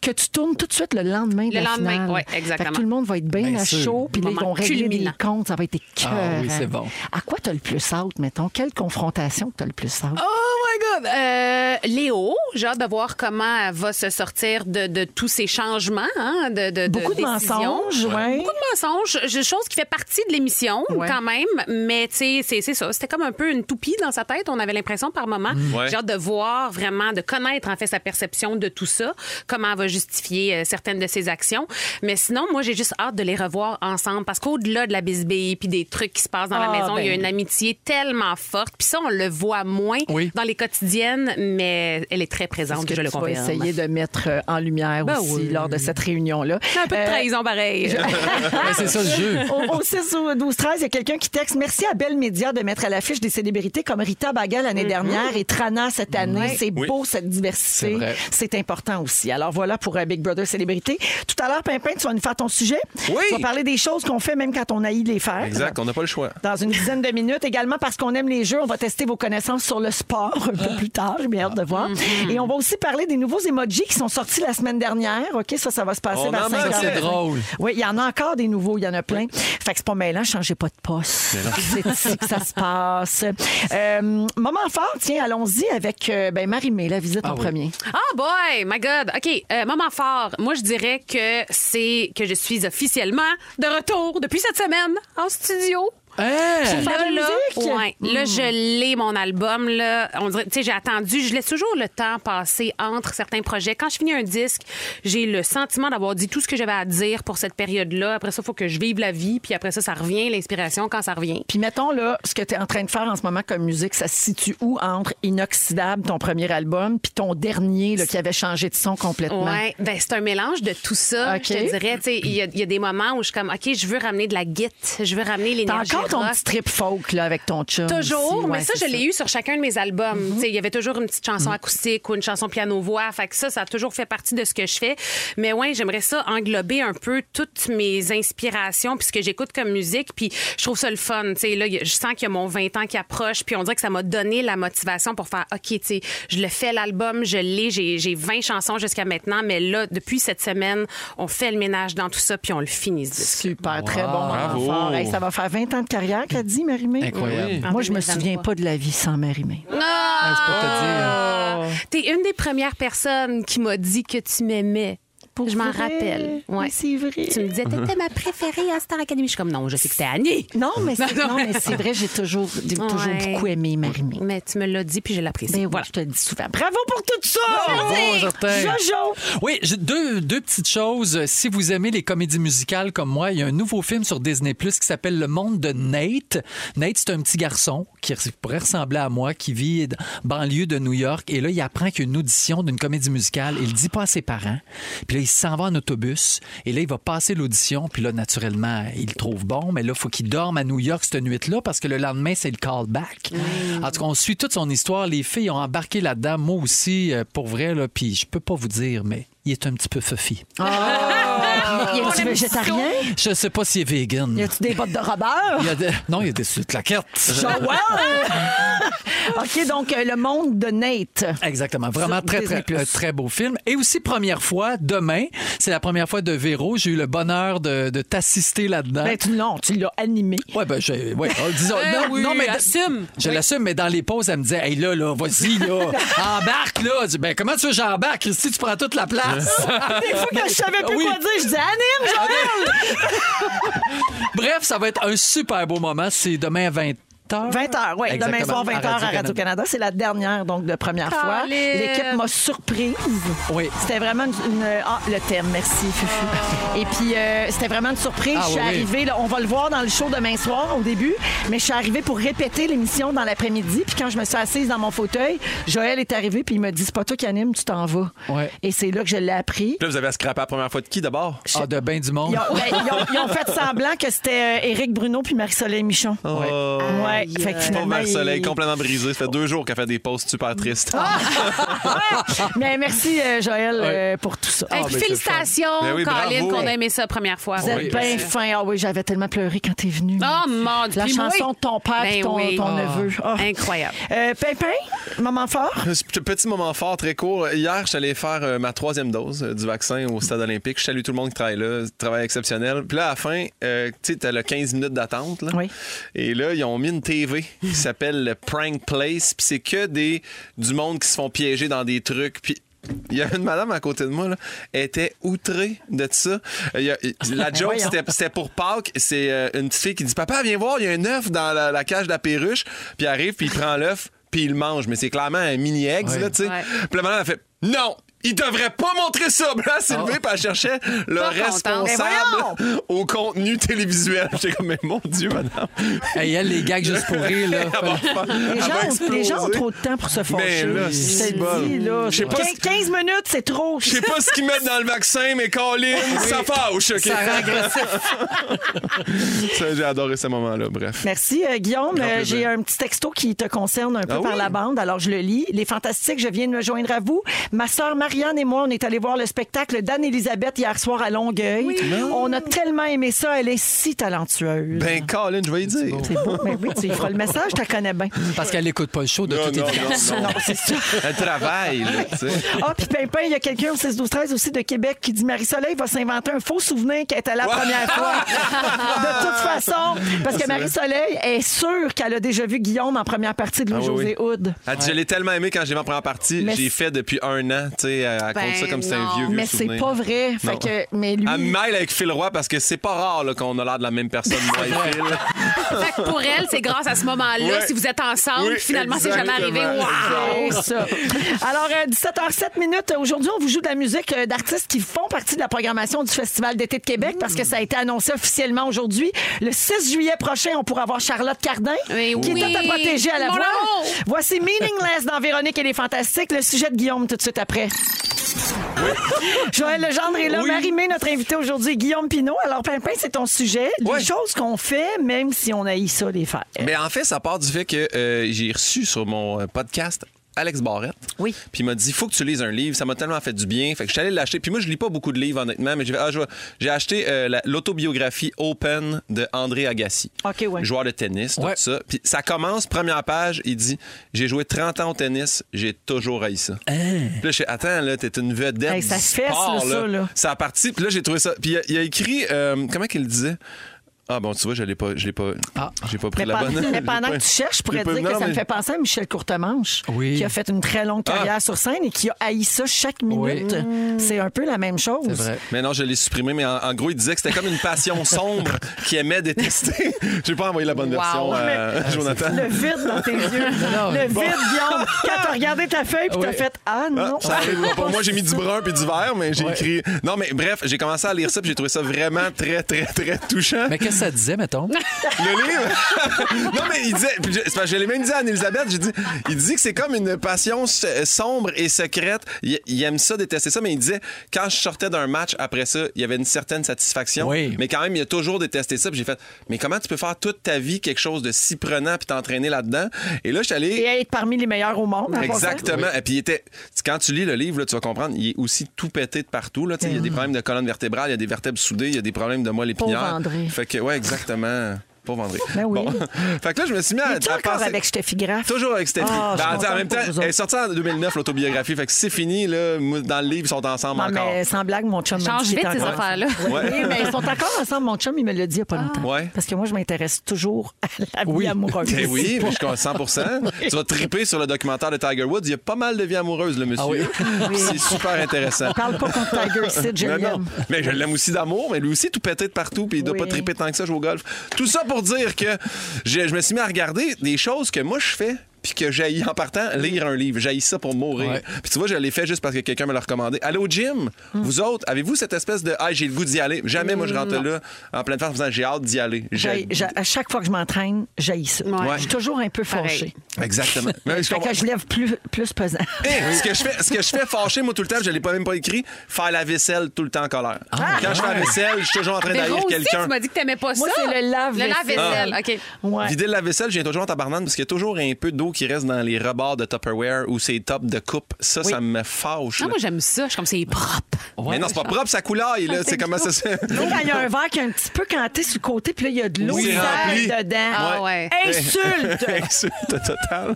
[SPEAKER 2] que tu tournes tout de suite le lendemain de
[SPEAKER 3] Mm-hmm. Le
[SPEAKER 2] la
[SPEAKER 3] lendemain,
[SPEAKER 2] finale.
[SPEAKER 3] ouais,
[SPEAKER 2] Fait que
[SPEAKER 3] exactement.
[SPEAKER 2] tout le monde va être bien
[SPEAKER 6] Bien
[SPEAKER 2] à
[SPEAKER 6] sûr.
[SPEAKER 2] chaud, puis là, ils
[SPEAKER 3] Moment
[SPEAKER 2] vont régler
[SPEAKER 3] culminant.
[SPEAKER 2] des comptes, ça va être écœurant.
[SPEAKER 6] Ah oui, c'est bon.
[SPEAKER 2] À quoi t'as le plus hâte, mettons? Quelle confrontation que t'as le plus hâte?
[SPEAKER 3] Oh my God! Euh, Léo, j'ai hâte de voir comment elle va se sortir de, de tous ces changements, hein, de, de, de
[SPEAKER 2] Beaucoup de
[SPEAKER 3] décisions.
[SPEAKER 2] mensonges, ouais.
[SPEAKER 3] Beaucoup de mensonges, je- chose qui fait partie de l'émission
[SPEAKER 2] Ouais.
[SPEAKER 3] quand même, mais tu sais, c'est- c'est ça. C'était comme un peu une toupie dans sa tête, on avait l'impression par moment.
[SPEAKER 4] Ouais.
[SPEAKER 3] J'ai hâte de voir vraiment, de connaître en fait sa perception de tout ça, comment elle va justifier euh, certaines de ses actions. Mais sinon, moi, j'ai juste hâte de les revoir ensemble parce qu'au-delà de la bisbille puis des trucs qui se passent dans
[SPEAKER 2] Ah,
[SPEAKER 3] la maison, il y a
[SPEAKER 2] ben.
[SPEAKER 3] une amitié tellement forte. Puis ça, on le voit moins
[SPEAKER 6] Oui.
[SPEAKER 3] dans les quotidiennes, mais elle est très présente,
[SPEAKER 2] que
[SPEAKER 3] je le
[SPEAKER 2] tu vas
[SPEAKER 3] confirme.
[SPEAKER 2] essayer de mettre euh, en lumière
[SPEAKER 3] Ben
[SPEAKER 2] aussi
[SPEAKER 3] oui.
[SPEAKER 2] lors de cette réunion-là.
[SPEAKER 3] Un peu de
[SPEAKER 2] Euh,
[SPEAKER 3] trahison, pareil.
[SPEAKER 6] Ben, c'est ça le jeu.
[SPEAKER 2] au, au 6 ou 12 13, il y a quelqu'un qui texte Merci à Belle Média de mettre à l'affiche des célébrités comme Rita Baga l'année dernière et Trana cette année. C'est
[SPEAKER 4] Mm-hmm. Oui.
[SPEAKER 2] beau cette
[SPEAKER 6] C'est
[SPEAKER 2] diversité.
[SPEAKER 6] vrai.
[SPEAKER 2] C'est important aussi. Alors voilà pour euh, Big Brother célébrité. Tout à l'heure Pimpin, tu vas nous faire ton sujet.
[SPEAKER 4] Oui.
[SPEAKER 2] Tu vas parler des choses qu'on fait même quand on haït les faire.
[SPEAKER 4] Exact, on n'a pas le choix.
[SPEAKER 2] Dans une dizaine de minutes. Également parce qu'on aime les jeux, on va tester vos connaissances sur le sport. un peu. plus tard. J'ai bien hâte de voir. Et on va aussi parler des nouveaux emojis qui sont sortis la semaine dernière. OK, ça, ça va se passer
[SPEAKER 4] On
[SPEAKER 2] vers
[SPEAKER 4] en manque,
[SPEAKER 2] 5
[SPEAKER 4] c'est
[SPEAKER 6] drôle.
[SPEAKER 2] Oui, il y en a encore des nouveaux. Il y en a plein. Fait que c'est pas mêlant. Changez pas de poste. C'est ici que ça se passe. Euh, moment fort, tiens, allons-y avec euh, ben, Marie-Mé, la visite en premier.
[SPEAKER 3] Oh boy, my God. OK, euh, moment fort. Moi, je dirais que c'est que je suis officiellement de retour depuis cette semaine en studio.
[SPEAKER 6] Hein?
[SPEAKER 3] Là,
[SPEAKER 2] faire de la
[SPEAKER 3] Euh, là,
[SPEAKER 2] musique? Hmm.
[SPEAKER 3] ouais. Là, je l'ai, mon album. Là. On dirait, tu sais, j'ai attendu. Je laisse toujours le temps passer entre certains projets. Quand je finis un disque, j'ai le sentiment d'avoir dit tout ce que j'avais à dire pour cette période-là. Après ça, il faut que je vive la vie. Puis après ça, ça revient, l'inspiration, quand ça revient.
[SPEAKER 2] Puis mettons là, ce que tu es en train de faire en ce moment comme musique, ça se situe où entre Inoxydable, ton premier album, puis ton dernier là, qui avait changé de son complètement?
[SPEAKER 3] Ouais, ben c'est un mélange de tout ça.
[SPEAKER 2] OK.
[SPEAKER 3] Je te dirais, tu sais, il y, a- il y a des moments où je suis comme, ok, je veux ramener de la guite, je veux ramener
[SPEAKER 2] T'as
[SPEAKER 3] l'énergie.
[SPEAKER 2] encore ton
[SPEAKER 3] rock.
[SPEAKER 2] petit trip folk là, avec ton chum.
[SPEAKER 3] Toujours,
[SPEAKER 2] aussi. Ouais,
[SPEAKER 3] mais ça, Mhm.
[SPEAKER 2] c'est
[SPEAKER 3] je l'ai eu sur chacun de mes albums. Tu sais, Il y avait toujours une petite chanson acoustique ou une chanson piano-voix. Fait que ça, ça a toujours fait partie de ce que je fais. Mais ouais, j'aimerais ça englober un peu toutes mes inspirations puis ce que j'écoute comme musique. Puis je trouve ça le fun. Tu sais, là, y a- je sens qu'il y a mon 20 ans qui approche. Puis on dirait que ça m'a donné la motivation pour faire OK, tu sais, je le fais l'album, je l'ai, j'ai j'ai 20 chansons jusqu'à maintenant. Mais là, depuis cette semaine, on fait le ménage dans tout ça puis on le finit. ce disque.
[SPEAKER 2] Super, très bon moment
[SPEAKER 4] Bravo.
[SPEAKER 2] fort. Hey, ça va faire 20 ans de carrière qu'a dit Marie-Mé.
[SPEAKER 6] Incroyable.
[SPEAKER 2] Oui. Moi, je me souviens pas de la vie sans Marie-Mé.
[SPEAKER 3] Ah!
[SPEAKER 6] c'est pour te dire.
[SPEAKER 3] T'es une des premières personnes qui m'a dit que tu m'aimais. je m'en
[SPEAKER 2] vrai?
[SPEAKER 3] rappelle. Ouais.
[SPEAKER 2] Oui, c'est vrai.
[SPEAKER 3] Tu me disais,
[SPEAKER 4] Uh-huh.
[SPEAKER 3] t'étais ma préférée à Star Academy. Je suis comme, non, je sais que c'était Annie.
[SPEAKER 2] Non, mais c'est
[SPEAKER 3] Non, non.
[SPEAKER 2] non, mais c'est vrai, j'ai toujours, j'ai toujours
[SPEAKER 3] Ouais.
[SPEAKER 2] beaucoup aimé Marie-Mé.
[SPEAKER 3] Mais tu me l'as dit, puis je l'apprécie.
[SPEAKER 2] Ben oui,
[SPEAKER 3] voilà.
[SPEAKER 2] je te le dis souvent. Bravo pour tout ça!
[SPEAKER 6] Bravo, certain.
[SPEAKER 2] Jojo!
[SPEAKER 6] Oui, j'ai deux, deux petites choses. Si vous aimez les comédies musicales comme moi, il y a un nouveau film sur Disney Plus qui s'appelle Le monde de Nate. Nate, c'est un petit garçon qui res- pourrait ressembler à moi, qui vit dans- banlieue de New York. Et là, il apprend qu'il y a une audition d'une comédie musicale. Il le dit pas à ses parents. Puis là, il s'en va en autobus. Et là, il va passer l'audition. Puis là, naturellement, il le trouve bon. Mais là, il faut qu'il dorme à New York cette nuit-là parce que le lendemain, c'est le callback. En tout cas, on suit toute son histoire. Les filles ont embarqué là-dedans. Moi aussi, euh, pour vrai. Là, puis je peux pas vous dire, mais il est un petit peu fuffy.
[SPEAKER 2] Y a-tu végétarien?
[SPEAKER 6] Je sais pas s'il est
[SPEAKER 2] Y
[SPEAKER 6] vegan.
[SPEAKER 2] a-tu des bottes de Robert?
[SPEAKER 6] Il y a des- Non, il y a des claquettes.
[SPEAKER 2] OK, donc euh, le monde de Nate.
[SPEAKER 6] Exactement. Vraiment
[SPEAKER 2] Sur
[SPEAKER 6] très,
[SPEAKER 2] Disney+.
[SPEAKER 6] très, un très beau film. Et aussi, première fois, demain, c'est la première fois de Véro. J'ai eu le bonheur de, de t'assister là-dedans.
[SPEAKER 2] Ben, tu, non, tu l'as animé.
[SPEAKER 6] Ouais, ben, j'ai- ouais, euh, disons, non,
[SPEAKER 3] oui,
[SPEAKER 6] non, mais
[SPEAKER 3] assume.
[SPEAKER 6] Je l'assume, mais dans les pauses, elle me disait, hey, là, là, vas-y, là, embarque, là. Je dis, ben, comment tu veux que j'embarque? Si tu prends toute la place.
[SPEAKER 2] Des fois, quand je savais
[SPEAKER 6] Euh,
[SPEAKER 2] plus
[SPEAKER 6] Oui. Ah,
[SPEAKER 2] quoi dire, je disais anime, genre.
[SPEAKER 6] Bref, ça va être un super beau moment. C'est demain à 20 h
[SPEAKER 2] 20 h oui. Demain soir, 20 h à
[SPEAKER 6] Radio-Canada.
[SPEAKER 2] Radio-Canada. C'est la dernière, donc, de première fois.
[SPEAKER 3] Colin.
[SPEAKER 2] L'équipe m'a surprise.
[SPEAKER 6] Oui.
[SPEAKER 2] C'était vraiment une. une- Ah, le thème, merci, Fufu. Et puis, euh, c'était vraiment une surprise.
[SPEAKER 6] Ah,
[SPEAKER 2] je suis
[SPEAKER 6] oui, oui.
[SPEAKER 2] arrivée, là, on va le voir dans le show demain soir, au début, mais je suis arrivée pour répéter l'émission dans l'après-midi. Puis quand je me suis assise dans mon fauteuil, Joël est arrivé, puis il me dit C'est pas toi qui anime, tu t'en vas.
[SPEAKER 6] Ouais.
[SPEAKER 2] Et c'est là que je l'ai appris.
[SPEAKER 4] Là, vous avez à scraper la première fois de qui d'abord?
[SPEAKER 6] Ah, de ben du monde.
[SPEAKER 2] Ils ont, ben, ils ont- ils ont fait semblant que c'était euh, Éric Bruno puis Marie-Soleil Michon.
[SPEAKER 4] Oh,
[SPEAKER 2] Ouais, fait que
[SPEAKER 4] Pauvre
[SPEAKER 2] finalement,
[SPEAKER 4] Marie-Soleil,
[SPEAKER 2] il- Ah!
[SPEAKER 4] complètement brisée. Ça fait deux jours qu'elle fait des posts super tristes.
[SPEAKER 2] Mais merci, euh, Joël, euh, pour tout ça.
[SPEAKER 4] Ah,
[SPEAKER 3] Hey, puis félicitations,
[SPEAKER 4] Ben oui,
[SPEAKER 3] Colin,
[SPEAKER 4] bravo.
[SPEAKER 3] qu'on a aimé ça la première fois.
[SPEAKER 2] Vous êtes bien fin. Ah oui, j'avais tellement pleuré quand t'es venu.
[SPEAKER 3] Oh mon Dieu.
[SPEAKER 2] La
[SPEAKER 3] Puis moi-
[SPEAKER 2] chanson de ton père et
[SPEAKER 3] Ben
[SPEAKER 2] ton,
[SPEAKER 3] oui.
[SPEAKER 2] ton
[SPEAKER 3] Ah.
[SPEAKER 2] neveu. Ah.
[SPEAKER 3] Incroyable.
[SPEAKER 2] Euh, Pimpin, moment fort.
[SPEAKER 4] Petit petit moment fort, très court. Hier, je suis allé faire euh, ma troisième dose euh, du vaccin au
[SPEAKER 2] Mm-hmm.
[SPEAKER 4] stade olympique. Je salue tout le monde qui travaille là. Travail exceptionnel. Puis là, à la fin, euh, tu sais, t'as le 15 minutes d'attente. là.
[SPEAKER 2] Oui.
[SPEAKER 4] Et là, ils ont mis une TV qui s'appelle le Prank Place. Puis c'est que des, du monde qui se font piéger dans des trucs. Puis il y a une madame à côté de moi, là, elle était outrée de ça. Euh, il
[SPEAKER 3] Ah,
[SPEAKER 4] y a- la joke,
[SPEAKER 2] Voyons.
[SPEAKER 4] c'était c'était pour Pâques. C'est euh, une petite fille qui dit Papa, viens voir, il y a un œuf dans la, la cage de la perruche. Puis elle arrive, puis il prend l'œuf, puis il le mange. Mais c'est clairement un mini-egg, là, tu sais.
[SPEAKER 3] Ouais.
[SPEAKER 4] Puis la madame, elle fait Non! Il devrait pas montrer ça! Puis là, elle s'est
[SPEAKER 3] Oh.
[SPEAKER 4] levée, puis elle cherchait le
[SPEAKER 3] Pas contente.
[SPEAKER 2] Ben
[SPEAKER 4] responsable au contenu télévisuel. J'étais comme, mais mon Dieu, madame!
[SPEAKER 6] Hey, elle, les gags juste pour rire, là.
[SPEAKER 2] Ah,
[SPEAKER 4] Ah,
[SPEAKER 2] Les gens,
[SPEAKER 4] ben,
[SPEAKER 2] ont, les gens ont trop de temps pour se fâcher.
[SPEAKER 4] là,
[SPEAKER 2] Je te
[SPEAKER 4] c'est
[SPEAKER 2] le
[SPEAKER 4] bon.
[SPEAKER 2] dis, là.
[SPEAKER 4] Je sais pas
[SPEAKER 2] 15,
[SPEAKER 4] si-
[SPEAKER 2] 15 minutes, c'est trop.
[SPEAKER 4] Je sais pas ce qu'ils mettent dans le vaccin, mais Colin, ça fâche. ok?
[SPEAKER 6] Ça rend agressif.
[SPEAKER 4] Ça, J'ai adoré ce moment-là, bref.
[SPEAKER 2] Merci, euh, Guillaume.
[SPEAKER 4] Grand
[SPEAKER 2] Euh,
[SPEAKER 4] plaisir.
[SPEAKER 2] J'ai un petit texto qui te concerne un peu
[SPEAKER 4] Ah
[SPEAKER 2] par
[SPEAKER 4] oui?
[SPEAKER 2] la bande, alors je le lis. Les Fantastiques, je viens de me joindre à vous. Ma sœur Marianne et moi, on est allés voir le spectacle d'Anne-Élisabeth hier soir à Longueuil. On a tellement aimé ça. Elle est si talentueuse.
[SPEAKER 4] Ben, Colin, je vais y dire.
[SPEAKER 2] C'est beau. Mais oui, tu lui feras le message, tu la connais bien.
[SPEAKER 6] Parce qu'elle n'écoute pas le show de
[SPEAKER 4] Non,
[SPEAKER 6] toute
[SPEAKER 4] non,
[SPEAKER 6] évidence.
[SPEAKER 4] non, non. Elle travaille, là, tu sais.
[SPEAKER 2] Ah, puis Pimpin, il y a quelqu'un au 6-12-13 aussi de Québec qui dit Marie-Soleil va s'inventer un faux souvenir qu'elle était là la première fois. de toute façon, parce que Marie-Soleil est sûre qu'elle a déjà vu Guillaume en première partie de
[SPEAKER 4] Ah oui,
[SPEAKER 2] Louis-José
[SPEAKER 4] oui.
[SPEAKER 2] Hood.
[SPEAKER 4] Elle dit, je l'ai tellement aimé quand j'ai vu en première partie.
[SPEAKER 2] Mais
[SPEAKER 4] J'ai
[SPEAKER 2] c'est-
[SPEAKER 4] fait depuis un an. Tu sais, elle raconte
[SPEAKER 3] Ben
[SPEAKER 4] ça comme si c'était un
[SPEAKER 3] non.
[SPEAKER 4] vieux, vieux
[SPEAKER 2] Mais
[SPEAKER 4] souvenir.
[SPEAKER 2] c'est pas vrai. Fait
[SPEAKER 4] Non.
[SPEAKER 2] que, mais lui.
[SPEAKER 4] Elle me mêle avec Phil Roy parce que c'est pas rare là, qu'on a l'air de la même personne, moi et Phil.
[SPEAKER 3] Fait que pour elle, c'est grâce à ce moment-là,
[SPEAKER 4] Ouais.
[SPEAKER 3] si vous êtes ensemble,
[SPEAKER 4] Oui,
[SPEAKER 3] puis finalement, c'est jamais
[SPEAKER 4] exactement.
[SPEAKER 3] arrivé. Wow!
[SPEAKER 2] C'est ça. Alors, euh, 17h07 minutes. Aujourd'hui, on vous joue de la musique euh, d'artistes qui font partie de la programmation du Festival d'été de Québec parce que ça a été annoncé officiellement aujourd'hui. Le 6 juillet prochain, on pourra voir Charlotte Cardin
[SPEAKER 3] Mais
[SPEAKER 2] qui
[SPEAKER 3] oui.
[SPEAKER 2] était à protéger à la
[SPEAKER 3] Mon
[SPEAKER 2] voix.
[SPEAKER 3] amour.
[SPEAKER 2] Voici Meaningless dans Véronique et les Fantastiques, le sujet de Guillaume tout de suite après. Joël Legendre est là. Marie-Mé, notre invité aujourd'hui, Guillaume Pinot. Alors, Pimpin, c'est ton sujet. Les
[SPEAKER 4] Ouais.
[SPEAKER 2] choses qu'on fait, même si on haït ça, les faire.
[SPEAKER 4] Mais Ben, en fait, ça part du fait que euh, j'ai reçu sur mon euh, podcast Alex Barrette.
[SPEAKER 2] Oui.
[SPEAKER 4] Puis il m'a dit, faut que tu lises un livre. Ça m'a tellement fait du bien. Fait que je suis allé l'acheter. Puis moi, je lis pas beaucoup de livres, honnêtement, mais j'ai fait, ah, je vais- j'ai acheté euh, la- l'autobiographie Open de André Agassi.
[SPEAKER 2] OK, ouais.
[SPEAKER 4] Joueur de tennis, tout
[SPEAKER 6] Ouais.
[SPEAKER 4] ça. Puis ça commence, première page, il dit, j'ai joué 30 ans au tennis, j'ai toujours haï ça. Puis là, je fais, attends, là, t'es une vedette
[SPEAKER 2] Hein? Hey, ça
[SPEAKER 4] du
[SPEAKER 2] se fesse,
[SPEAKER 4] sport,
[SPEAKER 2] là, ça, là.
[SPEAKER 4] Ça a parti. Puis là, j'ai trouvé ça. Puis il a, il a écrit, euh, comment qu'il disait? Ah bon, tu vois, je l'ai pas, je l'ai pas,
[SPEAKER 6] Ah.
[SPEAKER 4] j'ai pas pris
[SPEAKER 2] Mais,
[SPEAKER 4] la
[SPEAKER 2] pendant-
[SPEAKER 4] bonne.
[SPEAKER 2] mais
[SPEAKER 4] J'ai
[SPEAKER 2] pendant
[SPEAKER 4] pas-
[SPEAKER 2] que tu cherches, je pourrais
[SPEAKER 4] j'ai
[SPEAKER 2] te
[SPEAKER 4] pas-
[SPEAKER 2] dire que
[SPEAKER 4] non,
[SPEAKER 2] ça me
[SPEAKER 4] mais-
[SPEAKER 2] fait penser à Michel Courtemanche,
[SPEAKER 6] Oui.
[SPEAKER 2] qui a fait une très
[SPEAKER 4] Ah.
[SPEAKER 2] longue carrière sur scène et qui a haï ça chaque minute.
[SPEAKER 4] Mm.
[SPEAKER 2] C'est un peu la même chose.
[SPEAKER 6] C'est vrai.
[SPEAKER 4] Mais non, je l'ai supprimé, mais en, en gros, il disait que c'était comme une passion sombre qu'il aimait détester. J'ai pas envoyé la bonne
[SPEAKER 3] Wow.
[SPEAKER 4] version à Jonathan.
[SPEAKER 2] Le vide dans tes yeux. le vide, Guillaume. Quand t'as regardé ta feuille puis t'as
[SPEAKER 6] Oui.
[SPEAKER 2] fait Ah
[SPEAKER 4] Ah,
[SPEAKER 2] non.
[SPEAKER 4] ça arrive pas. Moi, j'ai mis du brun puis du vert, mais j'ai
[SPEAKER 6] Ouais.
[SPEAKER 4] écrit. Non, mais bref, j'ai commencé à lire ça puis j'ai trouvé ça vraiment très, très, très touchant.
[SPEAKER 6] Mais qu'est-ce que ça disait, mettons?
[SPEAKER 4] Le livre. non, mais il disait. puis je- C'est parce que je l'ai même dit à Anne-Elisabeth. J'ai dit. Il dit que c'est comme une passion s- euh, sombre et secrète. Il, il aime ça, détester ça, mais il disait quand je sortais d'un match après ça, il y avait une certaine satisfaction.
[SPEAKER 6] Oui.
[SPEAKER 4] Mais quand même, il a toujours détesté ça. Puis j'ai fait. Mais comment tu peux faire toute ta vie quelque chose de si prenant puis t'entraîner là-dedans Et là, je suis allé.
[SPEAKER 2] Et être parmi les meilleurs au monde. en
[SPEAKER 4] Exactement. Et puis, il était. Quand tu lis le livre, là, tu vas comprendre, il est aussi tout pété de partout. Là. Tu sais, Il y a
[SPEAKER 2] Mm.
[SPEAKER 4] des problèmes de colonne vertébrale, il y a des vertèbres soudées, il y a des problèmes de moelle épinière.
[SPEAKER 8] André.
[SPEAKER 4] Fait que, ouais, exactement. Pauvre André.
[SPEAKER 2] Ben oui.
[SPEAKER 4] fait que là, je me suis mis à,
[SPEAKER 2] passant. Es-tu
[SPEAKER 4] à
[SPEAKER 2] encore
[SPEAKER 4] penser-
[SPEAKER 2] avec Steffi Graff?
[SPEAKER 4] Toujours avec Stéphie. Ben,
[SPEAKER 2] Ah, je suis
[SPEAKER 4] en
[SPEAKER 2] contente
[SPEAKER 4] même temps,
[SPEAKER 2] pour vous autres.
[SPEAKER 4] elle est sortie en 2009, l'autobiographie. Fait que c'est fini, là. Moi, Dans le livre, ils sont ensemble
[SPEAKER 2] Non,
[SPEAKER 4] encore.
[SPEAKER 2] mais sans blague, mon chum. m'a
[SPEAKER 3] Change
[SPEAKER 2] dit qu'il
[SPEAKER 3] vite
[SPEAKER 2] est
[SPEAKER 3] ces
[SPEAKER 2] encore-
[SPEAKER 3] affaires-là.
[SPEAKER 4] Ouais.
[SPEAKER 2] Oui, mais ils sont encore ensemble. Mon chum, il me le dit il n'y a pas longtemps.
[SPEAKER 4] Ouais.
[SPEAKER 2] Parce que moi, je m'intéresse toujours à la vie amoureuse.
[SPEAKER 4] Ben oui, puis je suis à 100 Tu vas triper sur le documentaire de Tiger Woods. Il y a pas mal de vie amoureuse, le monsieur. C'est super intéressant.
[SPEAKER 2] Ah Parle pas contre Tiger ici, je
[SPEAKER 4] Non, non.
[SPEAKER 2] l'aime.
[SPEAKER 4] Mais je l'aime aussi d'amour, mais lui aussi est tout pété de partout, puis il doit
[SPEAKER 2] Oui.
[SPEAKER 4] pas triper tant que ça jouer au golf. Tout ça pour dire que je, je me suis mis à regarder des choses que moi je fais. Puis que j'ai en partant lire un livre. J'ai ça pour mourir.
[SPEAKER 6] Ouais.
[SPEAKER 4] Puis tu vois, je l'ai fait juste parce que quelqu'un me l'a recommandé. Allez au gym,
[SPEAKER 3] Hum.
[SPEAKER 4] vous autres, avez-vous cette espèce de Ah, j'ai le goût d'y aller? Jamais moi je rentre là en pleine face en disant j'ai hâte d'y aller. J'ai-
[SPEAKER 2] J'ai- j'ai- à chaque fois que je m'entraîne, j'haïs ça.
[SPEAKER 3] Ouais.
[SPEAKER 2] Je suis toujours un peu
[SPEAKER 3] Pareil.
[SPEAKER 2] fâchée.
[SPEAKER 4] Exactement. Mais je
[SPEAKER 2] Fait
[SPEAKER 4] comprends-
[SPEAKER 2] que je lève plus, plus pesant.
[SPEAKER 4] Hey, ce que je fais, ce que je fais fâcher moi tout le temps, je l'ai pas même pas écrit, faire la vaisselle tout le temps en colère. Quand je fais la vaisselle, je suis toujours en train
[SPEAKER 3] Ah. Véro
[SPEAKER 4] d'haïr
[SPEAKER 3] aussi,
[SPEAKER 4] quelqu'un. Ah.
[SPEAKER 3] tu m'as dit que t'aimais pas
[SPEAKER 2] Moi,
[SPEAKER 3] ça.
[SPEAKER 2] c'est le lave-vaisselle.
[SPEAKER 3] Le lave-vaisselle, OK.
[SPEAKER 2] Ouais.
[SPEAKER 4] Vider le lave-vaisselle, je viens toujours en tabarnane parce qu'il y a toujours un peu d'eau qui reste dans les rebords de Tupperware ou ces tops de coupe. Ça, ça me fâche.
[SPEAKER 3] Non,
[SPEAKER 4] là.
[SPEAKER 3] moi, j'aime ça. Je suis comme, c'est propre.
[SPEAKER 4] mais non, c'est pas propre, ça coulaille. Là. C'est comment ça se
[SPEAKER 2] Tu sais, quand il y a un verre qui est un petit peu canté sur le côté, puis là, il y a de l'eau
[SPEAKER 4] Oui, rempli.
[SPEAKER 2] sale dedans.
[SPEAKER 3] Ah ouais.
[SPEAKER 2] Insulte!
[SPEAKER 4] Insulte totale.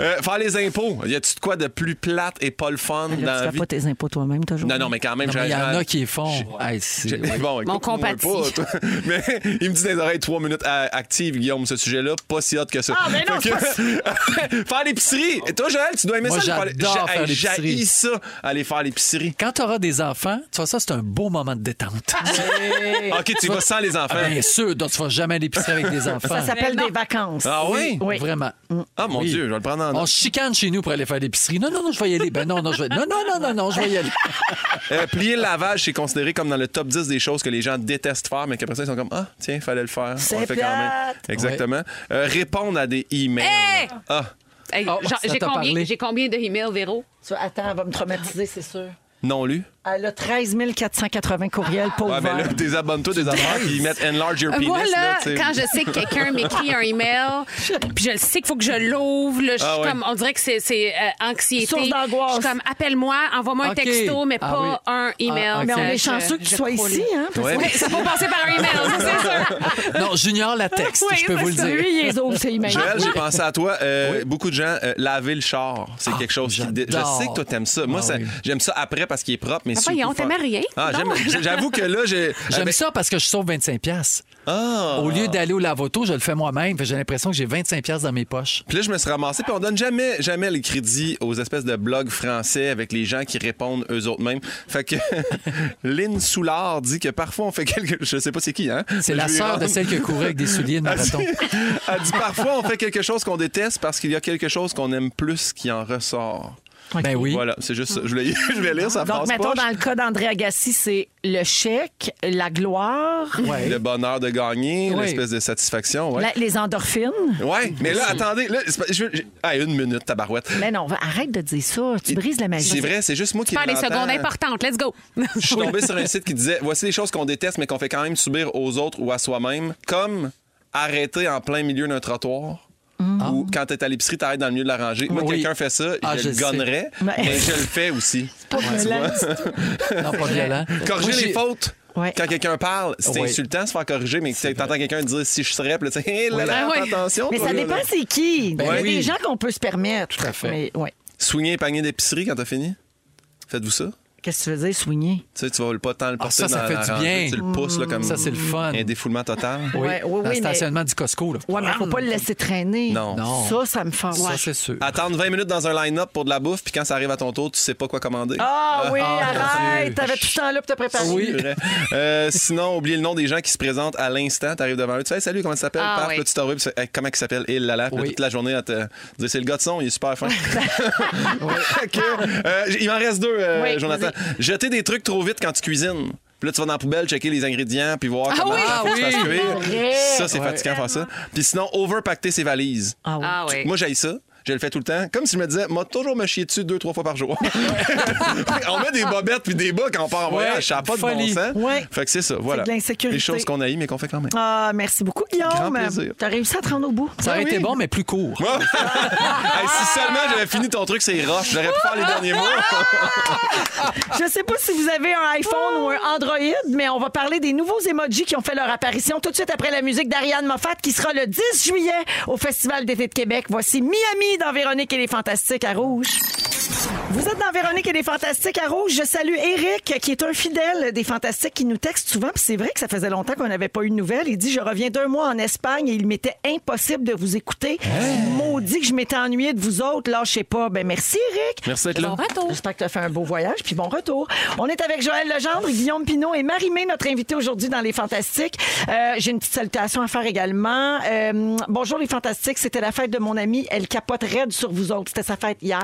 [SPEAKER 4] Euh, faire les impôts. Y a-tu de quoi de plus plate et pas le
[SPEAKER 6] Ah,
[SPEAKER 4] fun
[SPEAKER 2] Là,
[SPEAKER 4] dans la
[SPEAKER 2] tu fais
[SPEAKER 4] vie?
[SPEAKER 2] pas tes impôts toi-même, toujours.
[SPEAKER 4] Non, non, mais quand même,
[SPEAKER 6] Non, mais
[SPEAKER 4] j'ai-
[SPEAKER 6] Il y en a qui les font. Hey, c'est-
[SPEAKER 4] j'ai-
[SPEAKER 6] ouais.
[SPEAKER 4] Bon,
[SPEAKER 3] Mon
[SPEAKER 4] écoute-moi
[SPEAKER 3] compatit.
[SPEAKER 4] pas, toi. Mais il me dit dans les oreilles trois minutes à- active, Guillaume, ce sujet-là. Pas si hot que ça.
[SPEAKER 2] Ah, mais non,
[SPEAKER 4] Fait que- faire l'épicerie. Et toi, Joël, tu dois aimer
[SPEAKER 6] Moi,
[SPEAKER 4] ça. les-
[SPEAKER 6] j'adore
[SPEAKER 4] J'ai-
[SPEAKER 6] faire l'épicerie.
[SPEAKER 4] j'haïs ça, aller faire l'épicerie.
[SPEAKER 6] Quand tu auras des enfants, tu vois, ça, c'est un beau moment de détente.
[SPEAKER 4] Ah, OK, tu y vas sans les enfants.
[SPEAKER 6] Bien sûr, donc tu vas jamais à l'épicerie avec des enfants.
[SPEAKER 2] Ah, ben.
[SPEAKER 6] Hein,
[SPEAKER 2] Ça s'appelle des vacances.
[SPEAKER 4] Ah oui?
[SPEAKER 2] Oui. Mm.
[SPEAKER 6] Vraiment.
[SPEAKER 4] Ah, mon
[SPEAKER 6] Oui.
[SPEAKER 4] Dieu, je vais le prendre en
[SPEAKER 6] On se chicane chez nous pour aller faire l'épicerie. Non, non, non, je vais y aller. Ben non, non, je vais... non, non, non, non, non, je vais y aller.
[SPEAKER 4] Euh, plier le lavage, c'est considéré comme dans le top 10 des choses que les gens détestent faire, mais qu'après ça, ils sont comme Ah, tiens, fallait le faire.
[SPEAKER 2] C'est
[SPEAKER 4] On le fait quand même.
[SPEAKER 2] plate.
[SPEAKER 4] Exactement. Euh, répondre à des emails.
[SPEAKER 3] Hey!
[SPEAKER 4] Ah,
[SPEAKER 3] Hey,
[SPEAKER 6] Oh,
[SPEAKER 3] Jean-
[SPEAKER 6] ça
[SPEAKER 3] j'ai
[SPEAKER 6] t'a
[SPEAKER 3] combien,
[SPEAKER 6] parlé.
[SPEAKER 3] j'ai combien de emails, Véro?
[SPEAKER 2] Tu vois, Attends, elle va me traumatiser, c'est sûr.
[SPEAKER 4] non lus?
[SPEAKER 2] Elle a 13 480 courriels pour
[SPEAKER 4] Ouais, mais là, désabonne-toi des affaires qui mettent enlarge your penis.
[SPEAKER 3] Euh, Voilà,
[SPEAKER 4] là, tu sais.
[SPEAKER 3] quand je sais que quelqu'un m'écrit un email, puis je le sais qu'il faut que je l'ouvre, là, je suis
[SPEAKER 4] Ah ouais.
[SPEAKER 3] comme, on dirait que c'est, c'est, euh, anxiété.
[SPEAKER 2] Source d'angoisse.
[SPEAKER 3] Je suis comme, appelle-moi, envoie-moi
[SPEAKER 6] OK.
[SPEAKER 3] un texto, mais
[SPEAKER 6] Ah
[SPEAKER 3] pas
[SPEAKER 6] oui.
[SPEAKER 3] un email.
[SPEAKER 6] Ah, OK.
[SPEAKER 2] Mais on
[SPEAKER 3] Euh,
[SPEAKER 2] est
[SPEAKER 3] je-
[SPEAKER 2] chanceux que tu
[SPEAKER 3] je
[SPEAKER 2] sois
[SPEAKER 3] crois,
[SPEAKER 2] ici,
[SPEAKER 3] là.
[SPEAKER 2] hein? parce
[SPEAKER 4] Ouais.
[SPEAKER 3] Oui, ça faut passer par un email, ça, c'est sûr.
[SPEAKER 6] Non, Junior la texte,
[SPEAKER 3] Oui,
[SPEAKER 6] je peux vous le
[SPEAKER 3] parce
[SPEAKER 6] dire.
[SPEAKER 8] Lui, il les ouvre, c'est humain.
[SPEAKER 4] Joël, j'ai pensé à toi. Euh, Beaucoup de gens, euh, laver le char, c'est quelque chose qui... dé- Je
[SPEAKER 6] Ah, j'adore.
[SPEAKER 4] sais que toi, t'aimes ça. Moi,
[SPEAKER 6] Ah
[SPEAKER 4] ça-
[SPEAKER 6] oui.
[SPEAKER 4] j'aime ça après parce qu'il est propre, mais...
[SPEAKER 3] Ah,
[SPEAKER 4] si vous
[SPEAKER 3] voyons,
[SPEAKER 4] pouvez
[SPEAKER 3] t'aimais
[SPEAKER 4] faire-
[SPEAKER 3] rien.
[SPEAKER 4] Ah,
[SPEAKER 3] Non.
[SPEAKER 4] j'aime- J'avoue que là, j'ai...
[SPEAKER 6] J'aime
[SPEAKER 4] avec-
[SPEAKER 6] ça parce que je sauve 25$. piastres.
[SPEAKER 4] Eh ben- Ah!
[SPEAKER 6] Au lieu d'aller au lavoto, je le fais moi-même. Fait que J'ai l'impression que j'ai 25$ piastres dans mes poches.
[SPEAKER 4] Puis là, je me suis ramassé, puis on donne jamais, jamais les crédits aux espèces de blogs français avec les gens qui répondent eux autres mêmes. Fait que Lynn Soulard dit que parfois on fait quelque je sais pas c'est Ah, qui, hein?
[SPEAKER 6] C'est
[SPEAKER 4] Mais
[SPEAKER 6] la
[SPEAKER 4] je lui
[SPEAKER 6] sœur de
[SPEAKER 4] rends-
[SPEAKER 6] celle qui courait avec des souliers de marathon.
[SPEAKER 4] Elle dit parfois on fait quelque chose qu'on déteste parce qu'il y a quelque chose qu'on aime plus qui en ressort.
[SPEAKER 6] Ben oui.
[SPEAKER 4] Voilà, c'est juste ça. Je voulais, je voulais lire sa
[SPEAKER 2] Donc,
[SPEAKER 4] phrase
[SPEAKER 2] mettons,
[SPEAKER 4] poche.
[SPEAKER 2] dans le cas d'André Agassi, c'est le chèque, la gloire,
[SPEAKER 6] Ouais.
[SPEAKER 4] Le bonheur de gagner,
[SPEAKER 6] Oui.
[SPEAKER 4] l'espèce de satisfaction, ouais.
[SPEAKER 2] la- les endorphines.
[SPEAKER 4] Ouais, mais là, attendez, là, c'est pas- je veux- je- ah, une minute, tabarouette.
[SPEAKER 2] Mais non, va- arrête de dire ça. Tu brises la magie.
[SPEAKER 4] C'est vrai, c'est juste moi qui
[SPEAKER 3] Par les
[SPEAKER 4] l'entends.
[SPEAKER 3] secondes importantes, let's go. Ben
[SPEAKER 4] Je suis tombé sur un site qui disait voici les choses qu'on déteste mais qu'on fait quand même subir aux autres ou à soi-même, comme arrêter en plein milieu d'un trottoir. Ou quand t'es à l'épicerie, t'arrêtes dans le milieu de la rangée. Moi,
[SPEAKER 6] Mm. Ah. Oui.
[SPEAKER 4] quelqu'un fait ça,
[SPEAKER 6] Ah,
[SPEAKER 4] je,
[SPEAKER 6] je
[SPEAKER 4] le
[SPEAKER 6] sais.
[SPEAKER 4] gonnerais,
[SPEAKER 2] Mais-
[SPEAKER 4] mais je le fais aussi.
[SPEAKER 6] Non, pas violent.
[SPEAKER 4] Corriger
[SPEAKER 6] Moi,
[SPEAKER 4] les
[SPEAKER 6] j'ai-
[SPEAKER 4] fautes.
[SPEAKER 2] Ouais.
[SPEAKER 4] Quand quelqu'un parle, c'est
[SPEAKER 6] Oui.
[SPEAKER 4] insultant de se faire corriger, mais tu t'entends quelqu'un dire si je serais, puis là, tu sais, Hé, là, là,
[SPEAKER 6] Ah
[SPEAKER 3] Ouais.
[SPEAKER 4] fais attention.
[SPEAKER 2] Mais
[SPEAKER 4] toi,
[SPEAKER 2] ça
[SPEAKER 4] là,
[SPEAKER 2] dépend
[SPEAKER 4] là.
[SPEAKER 2] c'est qui. Il y a
[SPEAKER 6] Ben oui.
[SPEAKER 2] des gens qu'on peut se permettre. Tout
[SPEAKER 6] à fait.
[SPEAKER 2] Mais, ouais.
[SPEAKER 4] Soigner un panier d'épicerie quand t'as fini. Faites-vous ça.
[SPEAKER 2] Qu'est-ce que tu veux dire, soigner?
[SPEAKER 4] Tu sais, tu vas pas tant le porter
[SPEAKER 6] Ah, ça, ça
[SPEAKER 4] dans
[SPEAKER 6] fait
[SPEAKER 4] la
[SPEAKER 6] du
[SPEAKER 4] rangée,
[SPEAKER 6] bien.
[SPEAKER 4] Tu le pousses, là, comme
[SPEAKER 6] Ça, c'est le fun.
[SPEAKER 4] un défoulement total.
[SPEAKER 6] Oui,
[SPEAKER 2] Ouais,
[SPEAKER 6] dans
[SPEAKER 2] oui, oui,
[SPEAKER 6] le
[SPEAKER 2] mais-
[SPEAKER 6] stationnement du Costco. Là.
[SPEAKER 2] Ouais, mais faut pas le laisser traîner.
[SPEAKER 4] Non.
[SPEAKER 6] Non.
[SPEAKER 2] Ça, ça me fâche.
[SPEAKER 6] Ça, c'est sûr.
[SPEAKER 4] Attendre 20 minutes dans un line-up pour de la bouffe, puis quand ça arrive à ton tour, tu sais pas quoi commander.
[SPEAKER 2] Ah oui,
[SPEAKER 6] Ah, mon Dieu.
[SPEAKER 2] arrête. T'avais tout le temps là pour te préparer.
[SPEAKER 6] Oui.
[SPEAKER 4] C'est vrai. Euh, sinon, oublier le nom des gens qui se présentent à l'instant. T'arrives devant eux, tu sais, Hey, salut, comment tu t'appelles?
[SPEAKER 3] Ah,
[SPEAKER 4] Paf,
[SPEAKER 3] oui.
[SPEAKER 4] là, tu t'arrives, puis tu fais, Hey, comment il s'appelle? Il, là, là. Puis là,
[SPEAKER 6] Oui.
[SPEAKER 4] toute la journée, à te dire, c'est le gars de son, il est super fin. Fait que, euh, j- il m'en reste deux, euh,
[SPEAKER 2] Oui,
[SPEAKER 4] Jonathan. Jeter des trucs trop vite quand tu cuisines. Puis là, tu vas dans la poubelle, checker les ingrédients, puis voir comment
[SPEAKER 6] oui!
[SPEAKER 4] ça
[SPEAKER 6] Ah
[SPEAKER 4] se
[SPEAKER 6] oui!
[SPEAKER 4] cuire. Ça, c'est
[SPEAKER 6] Ouais.
[SPEAKER 4] fatigant faire ça. Puis sinon, overpacter ses valises.
[SPEAKER 2] Ah oui.
[SPEAKER 3] Ah
[SPEAKER 4] Tu-
[SPEAKER 3] oui.
[SPEAKER 4] Moi, j'aille ça. Je le fais tout le temps. Comme si je me disais, m'a toujours me chier dessus deux, trois fois par jour. on met des bobettes puis des bas quand on part en voyage. Ça n'a pas de bon
[SPEAKER 6] folie.
[SPEAKER 4] sens.
[SPEAKER 2] Ouais.
[SPEAKER 4] Fait que c'est ça. Voilà.
[SPEAKER 2] de l'insécurité.
[SPEAKER 4] Les choses qu'on haït, mais qu'on fait quand même.
[SPEAKER 2] Ah, merci beaucoup,
[SPEAKER 4] Grand
[SPEAKER 2] Guillaume.
[SPEAKER 4] plaisir.
[SPEAKER 2] T'as réussi à te rendre au bout.
[SPEAKER 6] Ça aurait été bon, mais plus court.
[SPEAKER 4] Hey, si seulement j'avais fini ton truc, c'est roche. J'aurais pu faire les derniers mots.
[SPEAKER 2] Je sais pas si vous avez un iPhone ou un Android, mais on va parler des nouveaux emojis qui ont fait leur apparition tout de suite après la musique d'Ariane Moffat qui sera le 10 juillet au Festival d'été de Québec. Voici Miami dans Véronique et les Fantastiques à Rouge. Vous êtes dans Véronique et les Fantastiques à Rouge. Je salue Eric, qui est un fidèle des Fantastiques qui nous texte souvent. Puis c'est vrai que ça faisait longtemps qu'on n'avait pas eu de nouvelles. Il dit Je reviens d'un mois en Espagne et il m'était impossible de vous écouter. Maudit que je m'étais ennuyé de vous autres. Lâchez pas. Ben merci, Eric.
[SPEAKER 4] Merci d'être là.
[SPEAKER 2] J'espère que tu as fait un beau voyage, puis bon retour. On est avec Joël Legendre, Guillaume Pinot et Marie-Mé, notre invitée aujourd'hui dans Les Fantastiques. Euh, J'ai une petite salutation à faire également. Euh, bonjour Les Fantastiques, c'était la fête de mon amie. Elle capote raide sur vous autres. C'était sa fête hier.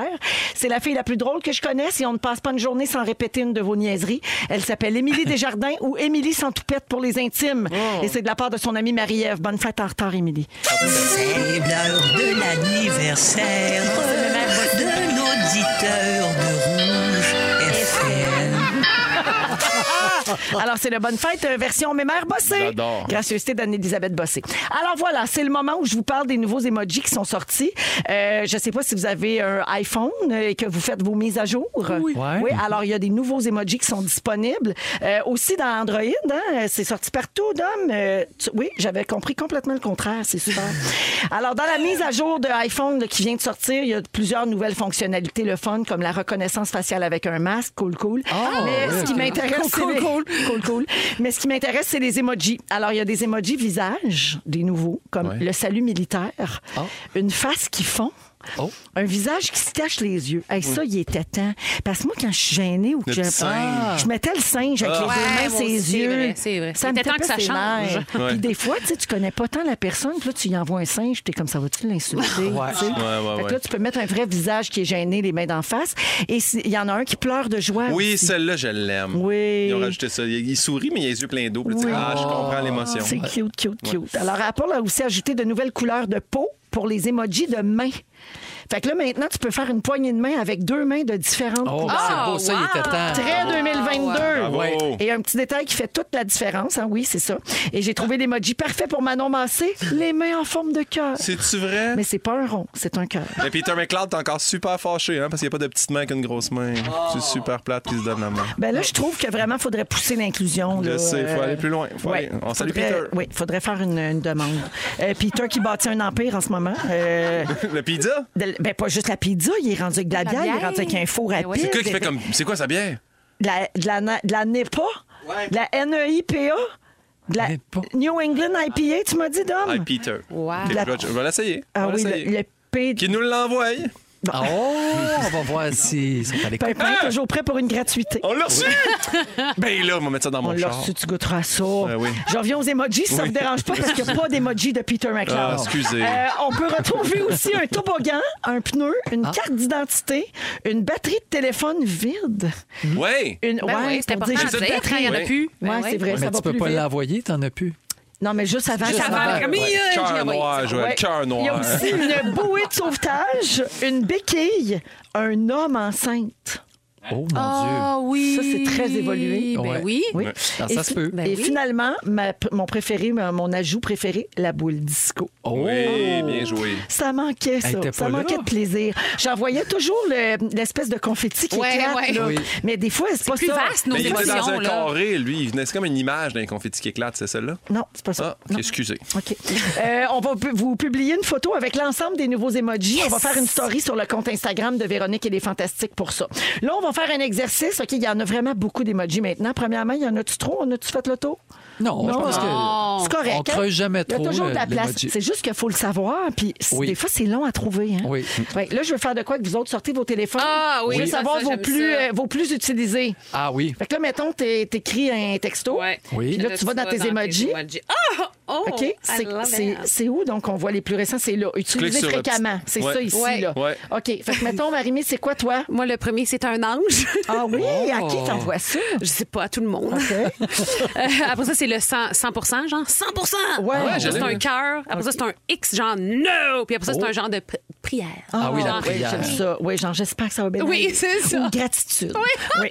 [SPEAKER 2] C'est la fille la plus drôle que je connaisse et on ne passe pas une journée sans répéter une de vos niaiseries. Elle s'appelle Émilie Desjardins ou Émilie sans toupette pour les intimes. Et c'est de la part de son amie Marie-Ève. Bonne fête en retard, Émilie.
[SPEAKER 5] C'est l'heure de l'anniversaire de l'auditeur de Rouge FM.
[SPEAKER 2] Ah! Alors, c'est la bonne fête euh, version mémère Bossé.
[SPEAKER 4] J'adore.
[SPEAKER 2] Gracieuseté d'Anne-Elisabeth Bossé. Alors voilà, c'est le moment où je vous parle des nouveaux emojis qui sont sortis. Euh, je ne sais pas si vous avez un iPhone euh, et que vous faites vos mises à jour. Oui.
[SPEAKER 6] Ouais.
[SPEAKER 2] alors il y a des nouveaux emojis qui sont disponibles. Euh, aussi dans Android, hein, c'est sorti partout, Dom. Euh, tu- oui, j'avais compris complètement le contraire, c'est super. alors, dans la mise à jour de iPhone là, qui vient de sortir, il y a plusieurs nouvelles fonctionnalités, le fun, comme la reconnaissance faciale avec un masque, cool, cool. Mais
[SPEAKER 6] oui,
[SPEAKER 2] ce qui
[SPEAKER 6] ok.
[SPEAKER 2] m'intéresse, c'est les- Ah, cool, cool. Mais ce qui m'intéresse, c'est les emojis. Alors, il y a des emojis visage, des nouveaux, comme le salut militaire, une face qui fond.
[SPEAKER 6] Oh.
[SPEAKER 2] Un visage qui se cache les yeux. Hey, Ça, il était temps. Parce que moi, quand je suis gênée ou que
[SPEAKER 4] Le
[SPEAKER 2] j'ai-
[SPEAKER 4] petit singe. Ah.
[SPEAKER 2] je mettais le singe avec
[SPEAKER 3] Ouais,
[SPEAKER 2] les deux mains,
[SPEAKER 3] moi
[SPEAKER 2] ses
[SPEAKER 3] aussi, c'est
[SPEAKER 2] yeux.
[SPEAKER 3] vrai, c'est vrai.
[SPEAKER 2] Ça
[SPEAKER 3] Il
[SPEAKER 2] me
[SPEAKER 3] était temps que
[SPEAKER 2] tapait
[SPEAKER 3] ça
[SPEAKER 2] ses
[SPEAKER 3] change.
[SPEAKER 2] nerfs.
[SPEAKER 4] Ouais.
[SPEAKER 2] Puis des fois, tu sais, tu connais pas tant la personne, puis là, tu y envoies un singe, tu es comme ça, va-tu l'insulter? tu sais?
[SPEAKER 4] ouais,
[SPEAKER 2] Fait que
[SPEAKER 4] ouais.
[SPEAKER 2] là, tu peux mettre un vrai visage qui est gêné, les mains d'en face. Et si- il y en a un qui pleure de joie.
[SPEAKER 4] Oui,
[SPEAKER 2] aussi.
[SPEAKER 4] celle-là, je l'aime.
[SPEAKER 2] Oui.
[SPEAKER 4] Ils ont rajouté ça. Il il sourit, mais il a les yeux pleins d'eau. Puis là, tu dis, Ah, je comprends l'émotion.
[SPEAKER 2] C'est cute, cute, cute. Alors, Apple a aussi ajouté de nouvelles couleurs de peau pour les emojis de main.
[SPEAKER 8] Fait que là, maintenant, tu peux faire une poignée de main avec deux mains de différentes
[SPEAKER 6] Oh,
[SPEAKER 8] couleurs.
[SPEAKER 2] Ah,
[SPEAKER 6] c'est beau, ça, il était temps.
[SPEAKER 8] Très 2022.
[SPEAKER 4] Ah, Bravo. Ouais.
[SPEAKER 8] Et un petit détail qui fait toute la différence. hein, oui, c'est ça. Et j'ai trouvé l'emoji parfait pour Manon Massé. Les mains en forme de cœur.
[SPEAKER 4] C'est-tu vrai?
[SPEAKER 8] Mais c'est pas un rond, c'est un cœur.
[SPEAKER 4] Mais Peter McLeod, t'es encore super fâché, hein, parce qu'il n'y a pas de petite main qu'une grosse main. C'est super plate qui se donne la main.
[SPEAKER 2] Ben là, je trouve que vraiment, il faudrait pousser l'inclusion.
[SPEAKER 4] Je
[SPEAKER 2] là.
[SPEAKER 4] sais, faut
[SPEAKER 2] Euh,
[SPEAKER 4] aller plus loin. Faut aller- On salue
[SPEAKER 2] faudrait-
[SPEAKER 4] Peter.
[SPEAKER 2] Oui, faudrait faire une, une demande. Euh, Peter qui bâtit un empire en ce moment. Euh,
[SPEAKER 4] Le pizza?
[SPEAKER 2] de- ben pas juste la pizza, il est rendu avec de la bière, il est rendu avec un four à
[SPEAKER 3] Ben oui.
[SPEAKER 2] pizza.
[SPEAKER 4] C'est quoi qui fait comme. C'est quoi ça bien?
[SPEAKER 2] De la, de la, na- de la NEPA, de la E NEIPA, de la
[SPEAKER 6] NEPA.
[SPEAKER 2] New England IPA, tu m'as dit, Dom?
[SPEAKER 4] Hi, Peter.
[SPEAKER 3] Wow.
[SPEAKER 4] Ok,
[SPEAKER 2] La-
[SPEAKER 4] je vais l'essayer.
[SPEAKER 2] Ah
[SPEAKER 4] Je vais
[SPEAKER 2] oui,
[SPEAKER 4] l'essayer.
[SPEAKER 2] le, le P.
[SPEAKER 4] Qui nous l'envoie?
[SPEAKER 6] Ah, Oh, on va voir si ça va
[SPEAKER 2] Pimpin,
[SPEAKER 4] Ah!
[SPEAKER 2] toujours prêt pour une gratuité.
[SPEAKER 4] On l'a reçu! ben là, on va mettre ça dans
[SPEAKER 2] On
[SPEAKER 4] Oh, mon
[SPEAKER 2] l'a
[SPEAKER 4] char. Ben
[SPEAKER 2] reçu, tu goûteras ça.
[SPEAKER 4] oui.
[SPEAKER 2] Je reviens aux emojis, si ça ne vous dérange pas, parce qu'il n'y a pas d'emoji de Peter McLeod.
[SPEAKER 4] Ah, excusez.
[SPEAKER 2] Euh, on peut retrouver aussi un toboggan, un pneu, une
[SPEAKER 3] Ah.
[SPEAKER 2] carte d'identité, une batterie de téléphone vide.
[SPEAKER 4] Ouais!
[SPEAKER 2] Une,
[SPEAKER 3] Ben oui, c'est
[SPEAKER 2] pour dire
[SPEAKER 3] important
[SPEAKER 2] juste
[SPEAKER 3] à dire,
[SPEAKER 2] batterie.
[SPEAKER 3] quand il n'y en a
[SPEAKER 4] Oui.
[SPEAKER 3] plus.
[SPEAKER 2] Ouais,
[SPEAKER 3] Ben oui.
[SPEAKER 2] c'est vrai, ça
[SPEAKER 6] Mais
[SPEAKER 2] va
[SPEAKER 6] tu peux
[SPEAKER 2] plus
[SPEAKER 6] pas
[SPEAKER 2] vite.
[SPEAKER 6] l'envoyer, t'en as plus.
[SPEAKER 2] Non, mais juste avant.
[SPEAKER 6] Juste
[SPEAKER 2] ça
[SPEAKER 6] avant.
[SPEAKER 2] va.
[SPEAKER 3] Avant, comme,
[SPEAKER 6] Ouais.
[SPEAKER 3] Hi, euh, je l'ai
[SPEAKER 4] Cœur
[SPEAKER 3] envoyé,
[SPEAKER 4] noir,
[SPEAKER 3] c'est
[SPEAKER 4] Joël, cœur
[SPEAKER 2] Il y a
[SPEAKER 4] noir.
[SPEAKER 2] aussi une bouée de sauvetage, une béquille, un homme enceinte.
[SPEAKER 6] Oh, mon Dieu.
[SPEAKER 3] Ah oui.
[SPEAKER 8] Ça, c'est très évolué.
[SPEAKER 3] Ben
[SPEAKER 6] Ouais.
[SPEAKER 3] oui.
[SPEAKER 8] Oui.
[SPEAKER 6] Ah,
[SPEAKER 8] Et
[SPEAKER 6] ça se
[SPEAKER 8] fi-
[SPEAKER 6] peut.
[SPEAKER 3] Ben
[SPEAKER 8] et
[SPEAKER 3] oui.
[SPEAKER 8] finalement, ma- mon préféré, ma- mon ajout préféré, la boule disco.
[SPEAKER 6] Oh.
[SPEAKER 4] Oui, bien joué.
[SPEAKER 2] Ça manquait, ça.
[SPEAKER 6] était
[SPEAKER 2] Ça
[SPEAKER 6] pas là.
[SPEAKER 2] manquait de plaisir. J'en voyais toujours le- l'espèce de confetti qui
[SPEAKER 3] Ouais,
[SPEAKER 2] éclate.
[SPEAKER 3] ouais.
[SPEAKER 2] là.
[SPEAKER 6] Oui.
[SPEAKER 2] Mais des fois, c'est pas
[SPEAKER 3] Plus
[SPEAKER 2] ça.
[SPEAKER 3] vaste, nos
[SPEAKER 4] Mais Ben, il était dans
[SPEAKER 3] émotions,
[SPEAKER 4] un
[SPEAKER 3] là.
[SPEAKER 4] carré, lui. Il venait- C'est comme une image d'un confetti qui éclate, c'est celle-là?
[SPEAKER 2] Non, c'est pas
[SPEAKER 4] Ah,
[SPEAKER 2] ça.
[SPEAKER 4] ok, excusez.
[SPEAKER 2] OK. Euh, on va pu- vous publier une photo avec l'ensemble des nouveaux emojis. On va faire une story sur le compte Instagram de Véronique et les Fantastiques pour ça. Là, on va faire un exercice. OK, il y en a vraiment beaucoup d'emojis maintenant. Premièrement, il y en a-tu trop? On a-tu fait le tour?
[SPEAKER 6] Non, je pense
[SPEAKER 2] hein?
[SPEAKER 6] que.
[SPEAKER 2] C'est correct.
[SPEAKER 6] On creuse jamais
[SPEAKER 2] Il y
[SPEAKER 6] trop,
[SPEAKER 2] a toujours de la
[SPEAKER 6] le-
[SPEAKER 2] place.
[SPEAKER 6] l'emoji.
[SPEAKER 2] C'est juste qu'il faut le savoir. Puis c-
[SPEAKER 6] Oui.
[SPEAKER 2] des fois, c'est long à trouver. hein.
[SPEAKER 6] Oui.
[SPEAKER 2] Ouais, là, je veux faire de quoi que vous autres sortez vos téléphones.
[SPEAKER 3] Ah oui,
[SPEAKER 2] Je veux
[SPEAKER 3] ça,
[SPEAKER 2] savoir
[SPEAKER 3] ça,
[SPEAKER 2] vos,
[SPEAKER 3] j'aime
[SPEAKER 2] plus,
[SPEAKER 3] ça.
[SPEAKER 2] euh, vos plus utilisés.
[SPEAKER 6] Ah oui.
[SPEAKER 2] Fait que là, mettons, t'é- t'écris un texto.
[SPEAKER 3] Ouais.
[SPEAKER 6] Oui.
[SPEAKER 2] Puis là, tu vas dans tes emojis.
[SPEAKER 3] Oh, oh,
[SPEAKER 2] OK?
[SPEAKER 3] I
[SPEAKER 2] C'est-
[SPEAKER 3] love
[SPEAKER 2] C'est
[SPEAKER 3] it.
[SPEAKER 2] c'est où, donc, on voit les plus récents? C'est là. Utilisés
[SPEAKER 4] sur le petit-
[SPEAKER 2] fréquemment. C'est
[SPEAKER 4] Ouais.
[SPEAKER 2] ça ici,
[SPEAKER 3] Ouais.
[SPEAKER 2] là.
[SPEAKER 4] Ouais.
[SPEAKER 2] OK. Fait que, mettons, Marimé, c'est quoi, toi?
[SPEAKER 3] Moi, le premier, c'est un ange.
[SPEAKER 2] Ah oui? À qui t'envoies ça?
[SPEAKER 3] Je sais pas, à tout le monde. Euh, après ça, c'est le 100, 100%, genre 100%.
[SPEAKER 2] Ouais.
[SPEAKER 3] Après ça, c'est
[SPEAKER 4] j'aime.
[SPEAKER 3] un cœur. Après ça, c'est un X, genre no. Puis après
[SPEAKER 4] Oh.
[SPEAKER 3] ça, c'est un genre de pri- prière.
[SPEAKER 6] Ah oui, la
[SPEAKER 3] Genre,
[SPEAKER 6] prière.
[SPEAKER 2] J'aime ça. Oui, genre, j'espère que ça va bien.
[SPEAKER 3] Oui,
[SPEAKER 2] aller.
[SPEAKER 3] c'est ça.
[SPEAKER 2] Ou gratitude. Oui.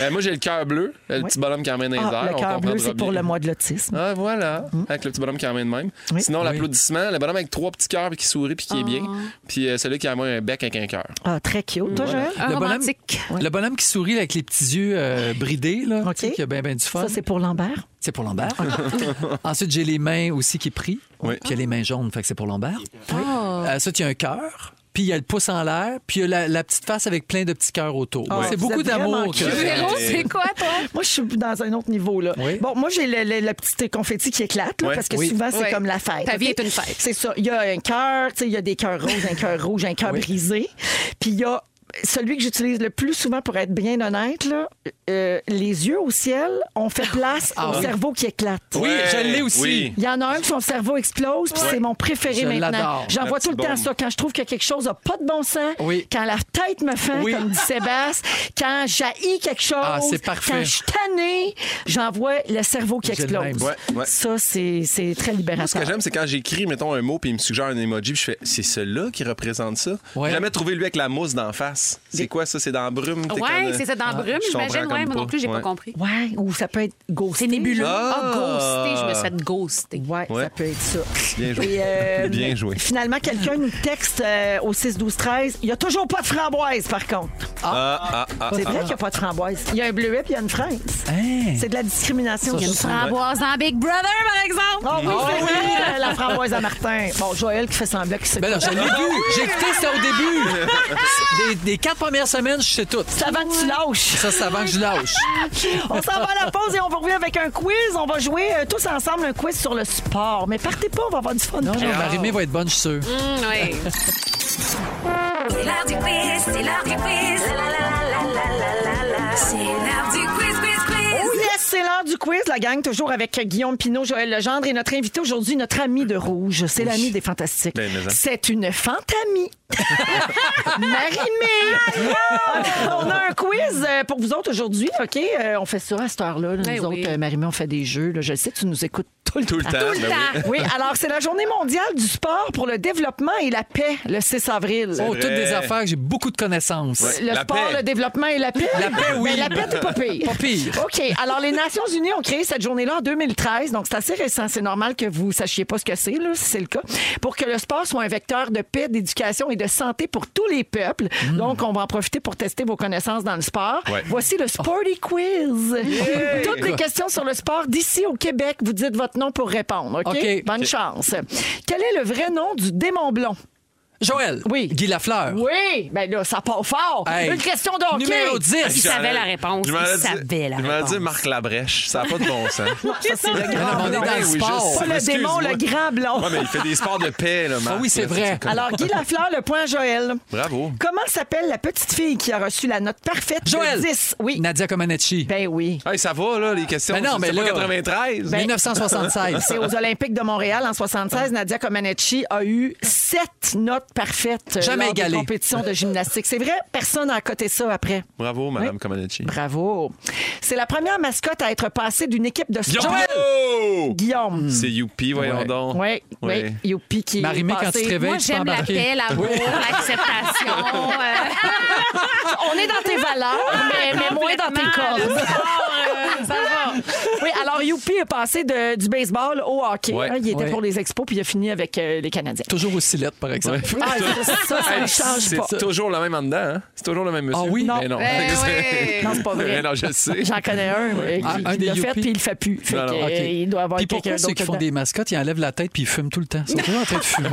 [SPEAKER 4] Euh, moi, j'ai le cœur bleu, le petit bonhomme qui emmène les
[SPEAKER 2] Ah,
[SPEAKER 4] airs.
[SPEAKER 2] le
[SPEAKER 4] on
[SPEAKER 2] cœur bleu,
[SPEAKER 4] comprendra
[SPEAKER 2] c'est pour
[SPEAKER 4] bien.
[SPEAKER 2] le mois de l'autisme.
[SPEAKER 4] Ah, voilà. Avec le petit bonhomme qui emmène de même.
[SPEAKER 2] Oui.
[SPEAKER 4] Sinon,
[SPEAKER 6] Oui.
[SPEAKER 4] l'applaudissement, le bonhomme avec trois petits cœurs puis qui sourit puis qui est bien. Puis euh, celui qui a un bec avec un cœur.
[SPEAKER 2] Ah, très
[SPEAKER 3] Mm.
[SPEAKER 2] cute. Toi, Joël?
[SPEAKER 4] Ah,
[SPEAKER 3] Un
[SPEAKER 6] Le bonhomme,
[SPEAKER 3] romantique.
[SPEAKER 6] le bonhomme qui sourit avec les petits yeux euh, bridés, là,
[SPEAKER 2] OK.
[SPEAKER 6] tu sais, qui a bien ben du fun.
[SPEAKER 2] Ça, c'est pour Lambert.
[SPEAKER 6] C'est pour Lambert. Ensuite, j'ai les mains aussi qui prient.
[SPEAKER 4] Oui.
[SPEAKER 6] Puis il y a les mains jaunes, fait que c'est pour Lambert.
[SPEAKER 2] Ah.
[SPEAKER 6] Euh, ça, il y a un cœur. Puis il y a le pouce en l'air. Puis il y a la, la petite face avec plein de petits cœurs autour.
[SPEAKER 2] Ah,
[SPEAKER 6] c'est
[SPEAKER 2] vous
[SPEAKER 6] beaucoup
[SPEAKER 2] êtes vraiment
[SPEAKER 6] d'amour.
[SPEAKER 2] cute.
[SPEAKER 6] que-
[SPEAKER 3] Véro, c'est quoi, toi?
[SPEAKER 2] Moi, je suis dans un autre niveau. Là.
[SPEAKER 6] Oui.
[SPEAKER 2] Bon, moi, j'ai le, le- le petit confetti qui éclate, là,
[SPEAKER 4] Oui.
[SPEAKER 2] parce que
[SPEAKER 6] Oui.
[SPEAKER 2] souvent, c'est
[SPEAKER 3] Oui.
[SPEAKER 2] comme la fête.
[SPEAKER 3] Ta vie
[SPEAKER 2] ok?
[SPEAKER 3] est une fête.
[SPEAKER 2] C'est ça. Il y a un cœur, tu sais, il y a des cœurs roses, un cœur rouge, un cœur brisé. Puis il y a celui que j'utilise le plus souvent pour être bien honnête, là, euh, les yeux au ciel, on fait place au cerveau qui éclate.
[SPEAKER 6] Ah Oui,
[SPEAKER 4] Ouais,
[SPEAKER 6] je l'ai aussi.
[SPEAKER 4] oui.
[SPEAKER 2] Il y en a un que son cerveau explose, puis c'est mon préféré
[SPEAKER 6] Je
[SPEAKER 2] maintenant.
[SPEAKER 6] l'adore.
[SPEAKER 2] J'en
[SPEAKER 4] La
[SPEAKER 2] vois tout le
[SPEAKER 4] petite
[SPEAKER 2] temps
[SPEAKER 4] bombe.
[SPEAKER 2] ça. Quand je trouve que quelque chose n'a pas de bon sens,
[SPEAKER 6] Oui.
[SPEAKER 2] quand la tête me fait,
[SPEAKER 6] Oui.
[SPEAKER 2] comme dit Sébastien, quand j'haïs quelque chose,
[SPEAKER 6] Ah, c'est parfait.
[SPEAKER 2] quand je suis tannée, j'en vois le cerveau qui
[SPEAKER 6] J'ai le
[SPEAKER 2] explose.
[SPEAKER 6] même.
[SPEAKER 4] Ouais, ouais.
[SPEAKER 2] Ça, c'est c'est très
[SPEAKER 4] Moi, ce
[SPEAKER 2] libérateur.
[SPEAKER 4] que j'aime, c'est quand j'écris, mettons, un mot, puis il me suggère un emoji, puis je fais, c'est celui-là qui représente ça.
[SPEAKER 6] Ouais.
[SPEAKER 4] J'ai jamais trouvé lui avec la mousse d'en face. C'est quoi ça? C'est dans la brume? t'es
[SPEAKER 3] Ouais,
[SPEAKER 4] comme- euh,
[SPEAKER 3] c'est ça, dans la brume,
[SPEAKER 4] je comprends
[SPEAKER 3] j'imagine. Ouais,
[SPEAKER 4] comme
[SPEAKER 3] moi non
[SPEAKER 4] pas.
[SPEAKER 3] plus, j'ai pas
[SPEAKER 4] Ouais.
[SPEAKER 3] compris.
[SPEAKER 2] Ouais, ou ça peut être ghosté.
[SPEAKER 3] C'est nébuleux.
[SPEAKER 4] Ah.
[SPEAKER 3] Ah, ghosté, je me suis fait ghoster.
[SPEAKER 2] Ouais,
[SPEAKER 4] Ouais.
[SPEAKER 2] ça peut être ça.
[SPEAKER 4] Bien joué.
[SPEAKER 2] Et, euh,
[SPEAKER 4] Bien joué.
[SPEAKER 2] Finalement, quelqu'un nous texte euh, au 6-12-13. Il n'y a toujours pas de framboise, par contre.
[SPEAKER 4] Ah, ah, ah.
[SPEAKER 2] C'est vrai qu'il n'y a pas de framboise. Il y a un bleuet puis il y a une fraise.
[SPEAKER 6] Hein?
[SPEAKER 2] C'est de la discrimination.
[SPEAKER 3] Il y a une framboise dans Big Brother, par exemple.
[SPEAKER 2] Oh oui, c'est vrai, euh, la framboise à Martin. Bon, Joël qui fait semblant que c'est
[SPEAKER 6] Ben non, je l'ai
[SPEAKER 4] Ah,
[SPEAKER 6] vu. J'ai écouté ça au début. Des, des quatre premières semaines, je sais tout.
[SPEAKER 2] C'est avant que tu lâches.
[SPEAKER 6] Ça, c'est avant que je lâche.
[SPEAKER 4] Ah.
[SPEAKER 2] On s'en va à la pause et on vous revient avec un quiz. On va jouer euh, tous ensemble un quiz sur le sport. Mais partez pas, on va avoir du fun.
[SPEAKER 6] Non, non, Marie-Mé va être bonne, je suis sûr.
[SPEAKER 3] Hum, ouais.
[SPEAKER 9] C'est l'heure du quiz, c'est l'heure du quiz. La, la, la, la, la, la, la, la. C'est l'heure du quiz, quiz, quiz.
[SPEAKER 2] Oh yes, c'est l'heure l'heure du quiz, la gang, toujours avec Guillaume Pinot, Joël Legendre et notre invité aujourd'hui, notre ami de rouge. C'est l'ami des fantastiques.
[SPEAKER 4] Ben, mais hein.
[SPEAKER 2] C'est une fantamie. Marie-Mé! on a un quiz euh, pour vous autres aujourd'hui, OK? Euh, on fait ça à cette heure-là. là,
[SPEAKER 3] Eh
[SPEAKER 2] nous
[SPEAKER 3] oui.
[SPEAKER 2] autres, euh, Marie-Mé, on fait des jeux. là. Je le sais, tu nous écoutes tout le
[SPEAKER 4] Tout le
[SPEAKER 2] temps.
[SPEAKER 4] temps. ben oui.
[SPEAKER 2] Oui, alors c'est la journée mondiale du sport pour le développement et la paix le 6 avril.
[SPEAKER 6] Oh,
[SPEAKER 4] vrai.
[SPEAKER 6] toutes des affaires, que j'ai beaucoup de connaissances.
[SPEAKER 4] Ouais.
[SPEAKER 2] Le
[SPEAKER 4] La
[SPEAKER 2] sport,
[SPEAKER 4] paix.
[SPEAKER 2] le développement et la paix.
[SPEAKER 6] La paix, oui.
[SPEAKER 2] Mais la paix, t'es pas pire.
[SPEAKER 6] Pas pire.
[SPEAKER 2] OK. Alors, les Nations Unies ont créé cette journée-là en 2013, donc c'est assez récent. C'est normal que vous sachiez pas ce que c'est, là, si c'est le cas, pour que le sport soit un vecteur de paix, d'éducation et de santé pour tous les peuples.
[SPEAKER 6] Mm.
[SPEAKER 2] Donc, on va en profiter pour tester vos connaissances dans le sport.
[SPEAKER 4] Ouais.
[SPEAKER 2] Voici le Sporty Quiz. Toutes les questions sur le sport d'ici au Québec, vous dites votre nom pour répondre. OK?
[SPEAKER 6] OK.
[SPEAKER 2] Bonne chance. Quel est le vrai nom du démon blond?
[SPEAKER 6] Joël.
[SPEAKER 2] Oui.
[SPEAKER 6] Guy Lafleur.
[SPEAKER 2] Oui, ben là, ça part fort.
[SPEAKER 6] Euh. Hey.
[SPEAKER 2] Une question de hockey.
[SPEAKER 6] Numéro 10.
[SPEAKER 3] Il savait la réponse.
[SPEAKER 4] Je m'en allais
[SPEAKER 3] Il savait
[SPEAKER 4] dire-
[SPEAKER 3] la
[SPEAKER 4] je m'en allais
[SPEAKER 3] réponse.
[SPEAKER 4] dire Marc Labrèche. Ça n'a pas de bon sens. Ben
[SPEAKER 2] Ça, c'est le
[SPEAKER 6] Non,
[SPEAKER 2] grand
[SPEAKER 6] mais on est
[SPEAKER 2] blond.
[SPEAKER 6] dans le
[SPEAKER 4] oui,
[SPEAKER 6] sport.
[SPEAKER 4] juste-
[SPEAKER 2] Pas le démon,
[SPEAKER 4] Excuse-moi.
[SPEAKER 2] le grand blond.
[SPEAKER 4] Ouais, mais il fait des sports de paix, là, Marc.
[SPEAKER 6] Ah oui, c'est
[SPEAKER 4] Là, tu-
[SPEAKER 6] vrai.
[SPEAKER 4] tu-
[SPEAKER 2] Alors, Guy Lafleur, le point à Joël.
[SPEAKER 4] Bravo.
[SPEAKER 2] Comment s'appelle la petite fille qui a reçu la note parfaite
[SPEAKER 6] Joël.
[SPEAKER 2] de 10? Oui.
[SPEAKER 6] Nadia Comaneci.
[SPEAKER 2] Ben oui.
[SPEAKER 4] Hey, ça va, là, les questions.
[SPEAKER 6] Ben non,
[SPEAKER 4] C'est
[SPEAKER 6] mais
[SPEAKER 4] pas
[SPEAKER 6] là- ben
[SPEAKER 4] 93.
[SPEAKER 6] 1976.
[SPEAKER 2] ben. C'est aux Olympiques de Montréal en 76. Nadia Comaneci a eu sept notes parfaites euh,
[SPEAKER 6] Jamais
[SPEAKER 2] lors des
[SPEAKER 6] égalée.
[SPEAKER 2] compétitions de gymnastique. C'est vrai, personne n'a coté ça après.
[SPEAKER 4] Bravo, Madame Comaneci.
[SPEAKER 2] Bravo. C'est la première mascotte à être passée d'une équipe de sport.
[SPEAKER 4] Yo!
[SPEAKER 2] Guillaume.
[SPEAKER 4] C'est Youpi, voyons
[SPEAKER 6] Ouais.
[SPEAKER 4] donc.
[SPEAKER 2] Oui,
[SPEAKER 4] Ouais.
[SPEAKER 2] oui. Youpi qui est
[SPEAKER 6] Marimé, Hmm. quand tu
[SPEAKER 2] passée.
[SPEAKER 6] te réveilles,
[SPEAKER 3] Moi,
[SPEAKER 6] tu peux
[SPEAKER 3] j'aime la
[SPEAKER 6] embarquer.
[SPEAKER 3] paix, l'amour, l'acceptation. euh,
[SPEAKER 2] On est dans tes valeurs, Ah, mais, mais moins dans tes
[SPEAKER 3] Ah, complètement,
[SPEAKER 2] cordes. Ah,
[SPEAKER 3] le sport, euh, ça va.
[SPEAKER 2] Oui, alors Youpi est passé de- du baseball au hockey.
[SPEAKER 4] Ouais.
[SPEAKER 2] hein, il était
[SPEAKER 6] Ouais.
[SPEAKER 2] pour les expos, puis il a fini avec euh, les Canadiens.
[SPEAKER 6] Toujours aussi lettre, par exemple.
[SPEAKER 2] Ah, ça, ça, ça ne
[SPEAKER 4] Hey,
[SPEAKER 2] change
[SPEAKER 4] c'est
[SPEAKER 2] pas.
[SPEAKER 4] toujours le même en dedans, hein? C'est toujours le même monsieur.
[SPEAKER 6] Ah oui?
[SPEAKER 4] Non. non.
[SPEAKER 3] Ben ouais.
[SPEAKER 2] Non, c'est pas vrai.
[SPEAKER 4] Mais non, je le sais.
[SPEAKER 2] J'en connais un euh, qui,
[SPEAKER 6] Ah, un
[SPEAKER 2] qui
[SPEAKER 6] des
[SPEAKER 2] l'a fait,
[SPEAKER 6] Youpi.
[SPEAKER 2] puis il le fait plus. Fait
[SPEAKER 4] Non, non,
[SPEAKER 2] que,
[SPEAKER 6] OK.
[SPEAKER 2] euh, Il doit avoir
[SPEAKER 6] Puis
[SPEAKER 2] quelqu'un
[SPEAKER 6] pourquoi
[SPEAKER 2] d'autre.
[SPEAKER 6] ceux qui font
[SPEAKER 2] dedans.
[SPEAKER 6] des mascottes, ils enlèvent la tête puis ils fument tout le temps? Ils sont toujours en train de fumer.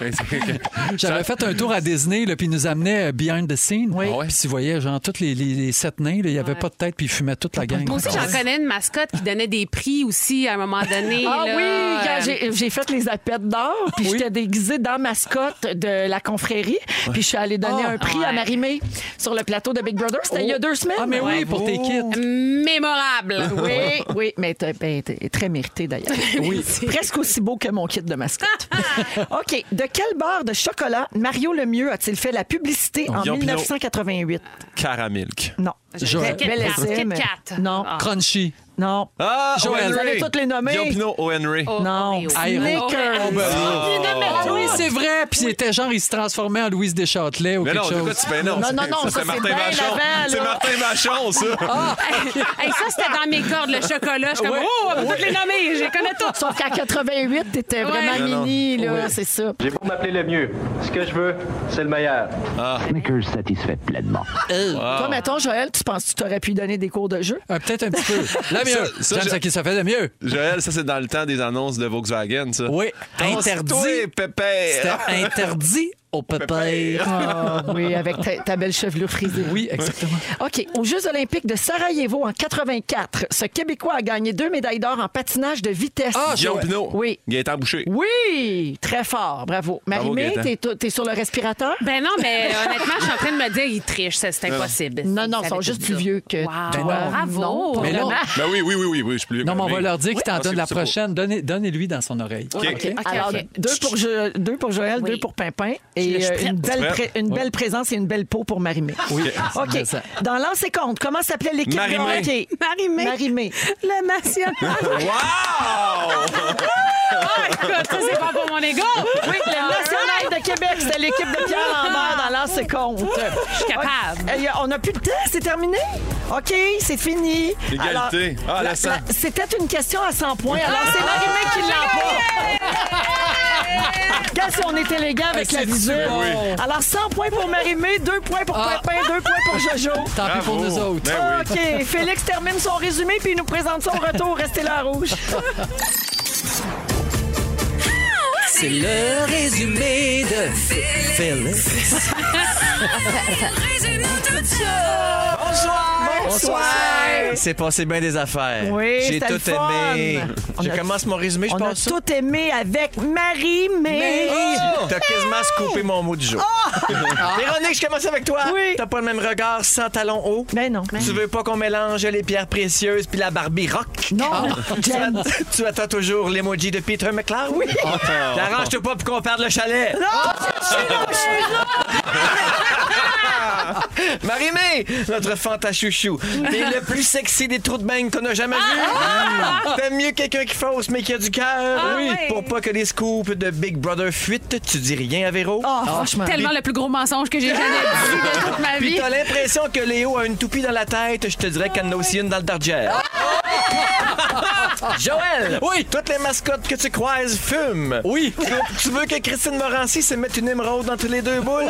[SPEAKER 4] Ben, c'est-
[SPEAKER 6] J'avais fait un tour à Disney, là, puis ils nous amenaient euh, behind the scene.
[SPEAKER 2] Oui.
[SPEAKER 6] Ah ouais? Puis tu voyais, genre, tous les, les- les sept nains, là, il n'y avait pas de tête, puis ils fumaient toute la gang.
[SPEAKER 3] Moi aussi, j'en connais une mascotte qui donnait des prix aussi à un moment donné.
[SPEAKER 2] Ah
[SPEAKER 3] là,
[SPEAKER 2] oui, quand
[SPEAKER 3] euh,
[SPEAKER 2] j'ai- j'ai fait les appels d'or, puis
[SPEAKER 6] Oui.
[SPEAKER 2] j'étais déguisée dans mascotte de la confrérie, puis je suis allée donner
[SPEAKER 6] Ah.
[SPEAKER 2] un prix à
[SPEAKER 3] Ouais.
[SPEAKER 2] Marimé sur le plateau de Big Brother. C'était il y a deux semaines.
[SPEAKER 6] Ah, mais oui, pour tes kits.
[SPEAKER 3] Mémorable.
[SPEAKER 2] Oui, Eh oui, mais t'as- ben, t'es très mérité d'ailleurs.
[SPEAKER 6] Oui.
[SPEAKER 2] Presque aussi beau que mon kit de mascotte. OK. De quelle barre de chocolat Mario Lemieux a-t-il fait la publicité en
[SPEAKER 4] Guillaume Pinot.
[SPEAKER 2] 1988?
[SPEAKER 4] Caramilk.
[SPEAKER 2] Non.
[SPEAKER 6] Joël.
[SPEAKER 2] Bel- bel
[SPEAKER 3] Kit Kat,
[SPEAKER 2] essai,
[SPEAKER 3] Kit
[SPEAKER 2] mais-
[SPEAKER 3] Kat.
[SPEAKER 2] Non,
[SPEAKER 3] Ah.
[SPEAKER 6] Crunchy.
[SPEAKER 2] non.
[SPEAKER 4] Ah,
[SPEAKER 6] Joël,
[SPEAKER 2] vous allez
[SPEAKER 4] O'Henry.
[SPEAKER 2] toutes les nommer.
[SPEAKER 4] Guillaume Pinot, O'Henry.
[SPEAKER 3] Oh,
[SPEAKER 2] Non.
[SPEAKER 3] Oreo.
[SPEAKER 2] Snickers.
[SPEAKER 3] Oh, ben,
[SPEAKER 6] Ah oui, c'est vrai. Puis c'était genre, il se transformait en Louise Deschâtelet ou
[SPEAKER 4] Mais
[SPEAKER 6] quelque
[SPEAKER 4] non, de quoi
[SPEAKER 6] chose.
[SPEAKER 4] tu ben non.
[SPEAKER 2] Non,
[SPEAKER 4] c'est-
[SPEAKER 2] non, non, ça, c'est
[SPEAKER 4] c'est Martin
[SPEAKER 2] bien
[SPEAKER 4] Vachon.
[SPEAKER 2] avant, là. Ah.
[SPEAKER 4] C'est Martin Vachon, ça.
[SPEAKER 3] Oh. Hey, ça, c'était dans mes cordes, le chocolat. Je suis comme, oh, on va toutes les nommer. Je les connais toutes.
[SPEAKER 2] Sauf qu'en 88, t'étais vraiment
[SPEAKER 4] Non, non.
[SPEAKER 2] mini, là, c'est ça.
[SPEAKER 11] J'ai beau m'appeler le mieux. Ce que je veux, c'est le meilleur.
[SPEAKER 5] Snickers satisfait pleinement.
[SPEAKER 2] Toi, mettons, Joël, tu penses que tu t'aurais pu donner des cours de jeu?
[SPEAKER 6] Ah, Peut-être un petit peu. Le mieux.
[SPEAKER 4] Ça, ça,
[SPEAKER 6] J'aime
[SPEAKER 4] je-
[SPEAKER 6] ça qui se fait le mieux.
[SPEAKER 4] Joël, ça, c'est dans le temps des annonces de Volkswagen, ça.
[SPEAKER 6] Oui.
[SPEAKER 4] Tasse-toi,
[SPEAKER 6] Interdit.
[SPEAKER 4] Pépé.
[SPEAKER 6] C'était interdit au pépère.
[SPEAKER 2] Ah oui, avec ta, ta belle chevelure frisée.
[SPEAKER 6] Oui, exactement.
[SPEAKER 2] OK. Aux Jeux olympiques de Sarajevo en 84, ce Québécois a gagné deux médailles d'or en patinage de vitesse.
[SPEAKER 6] Ah,
[SPEAKER 4] Guillaume Pinot.
[SPEAKER 2] Oui.
[SPEAKER 4] Gaëtan Boucher.
[SPEAKER 2] Oui! Très fort. Bravo. Marie-Mé,
[SPEAKER 4] Gaëtan.
[SPEAKER 2] t'es- t'es sur le respirateur?
[SPEAKER 3] Ben non, mais honnêtement, je suis en train de me dire, il triche, c'est c'est impossible.
[SPEAKER 2] Non, non,
[SPEAKER 3] Ils
[SPEAKER 2] ils
[SPEAKER 3] savaient
[SPEAKER 2] sont
[SPEAKER 3] tout
[SPEAKER 2] juste
[SPEAKER 3] ça.
[SPEAKER 2] plus vieux que
[SPEAKER 3] Wow. Ben
[SPEAKER 2] toi.
[SPEAKER 3] Bravo.
[SPEAKER 2] Non, pas
[SPEAKER 6] Mais là,
[SPEAKER 2] vraiment.
[SPEAKER 4] Ben oui, oui, oui, oui, oui, je suis plus vieux
[SPEAKER 6] Non,
[SPEAKER 4] que
[SPEAKER 6] mais on va
[SPEAKER 4] lui.
[SPEAKER 6] leur dire qu'il t'en
[SPEAKER 4] Ah,
[SPEAKER 6] donne
[SPEAKER 4] c'est-
[SPEAKER 6] la
[SPEAKER 4] c'est pas-
[SPEAKER 6] prochaine. Donnez- Donnez-lui dans son oreille.
[SPEAKER 4] OK.
[SPEAKER 3] OK,
[SPEAKER 2] Alors,
[SPEAKER 3] OK.
[SPEAKER 2] deux pour, je- deux pour Joël,
[SPEAKER 3] Oui.
[SPEAKER 2] deux pour Pimpin. Et
[SPEAKER 3] Je suis
[SPEAKER 2] euh, une, belle,
[SPEAKER 4] prête.
[SPEAKER 2] pré- une belle présence et une belle peau pour Marimé.
[SPEAKER 6] Oui.
[SPEAKER 2] OK.
[SPEAKER 6] Ça-
[SPEAKER 2] Dans l'ancien compte, comment s'appelait l'équipe de
[SPEAKER 4] Marie-Mé.
[SPEAKER 2] hockey?
[SPEAKER 3] Marie-Mé.
[SPEAKER 2] Marie-Mé.
[SPEAKER 3] Le national.
[SPEAKER 4] Wow!
[SPEAKER 3] Ah, écoute, ça, c'est pas pour mon ego.
[SPEAKER 2] Oui, le National de Québec, c'était l'équipe de Pierre Lambert dans l'ancien compte.
[SPEAKER 3] Je suis capable.
[SPEAKER 2] Euh, y a- On n'a plus de temps, c'est terminé? OK, c'est fini.
[SPEAKER 4] Égalité.
[SPEAKER 2] Alors,
[SPEAKER 4] Ah,
[SPEAKER 2] la-
[SPEAKER 4] la sang.
[SPEAKER 2] la- C'était une question à 100 points, alors c'est Marimé qui l'emporte. Regarde si on était les gars avec
[SPEAKER 6] Hey,
[SPEAKER 2] la
[SPEAKER 6] c'est
[SPEAKER 2] visuelle.
[SPEAKER 6] super. Oui.
[SPEAKER 2] Alors 100 points pour Marimé, 2 points pour
[SPEAKER 6] Ah.
[SPEAKER 2] Pépin, 2 points pour Jojo.
[SPEAKER 6] Tant pis pour
[SPEAKER 4] Bravo.
[SPEAKER 6] nous autres.
[SPEAKER 4] Ben oui.
[SPEAKER 2] OK, Félix termine son résumé puis il nous présente son retour. Restez là, à rouge.
[SPEAKER 6] C'est le résumé de Phil.
[SPEAKER 2] Bonsoir. Bonsoir.
[SPEAKER 12] C'est passé bien des affaires.
[SPEAKER 2] Oui,
[SPEAKER 12] J'ai
[SPEAKER 2] c'était
[SPEAKER 12] tout
[SPEAKER 2] le fun.
[SPEAKER 12] aimé.
[SPEAKER 2] On
[SPEAKER 12] Je
[SPEAKER 2] a-
[SPEAKER 12] commence mon résumé, je
[SPEAKER 2] On a
[SPEAKER 12] pense. Oh!
[SPEAKER 2] tout aimé avec Marie, mais...
[SPEAKER 12] T'as quasiment scoopé mon mot du jour. Véronique, je commence avec toi. T'as pas le même regard sans talons hauts.
[SPEAKER 2] Ben non.
[SPEAKER 12] Tu veux pas qu'on mélange les pierres précieuses puis la Barbie rock? Ah! Non. tu,
[SPEAKER 2] j'aime.
[SPEAKER 12] att- tu attends toujours l'emoji de Peter McLeod? Oui.
[SPEAKER 5] Ah.
[SPEAKER 12] T'arranges-toi pas pour qu'on perde le chalet. Ah! Marie-Mé, notre fantachouchou. T'es le plus sexy des trous de bain qu'on a jamais vu. T'aimes mieux quelqu'un qui fausse mais qui a du cœur.
[SPEAKER 13] Ah oui.
[SPEAKER 12] Pour pas que les scoops de Big Brother fuitent, tu dis rien à Véro.
[SPEAKER 13] Ah, Tellement le plus gros mensonge que j'ai jamais dit de toute ma
[SPEAKER 12] Puis
[SPEAKER 13] vie.
[SPEAKER 12] t'as l'impression que Léo a une toupie dans la tête, je te dirais qu'elle en a aussi une dans le
[SPEAKER 13] Ah!
[SPEAKER 12] dardière. Joël! Oui! Toutes les mascottes que tu croises fument. Oui! Tu veux que Christine Morancy se mette une émeraude entre les deux boules?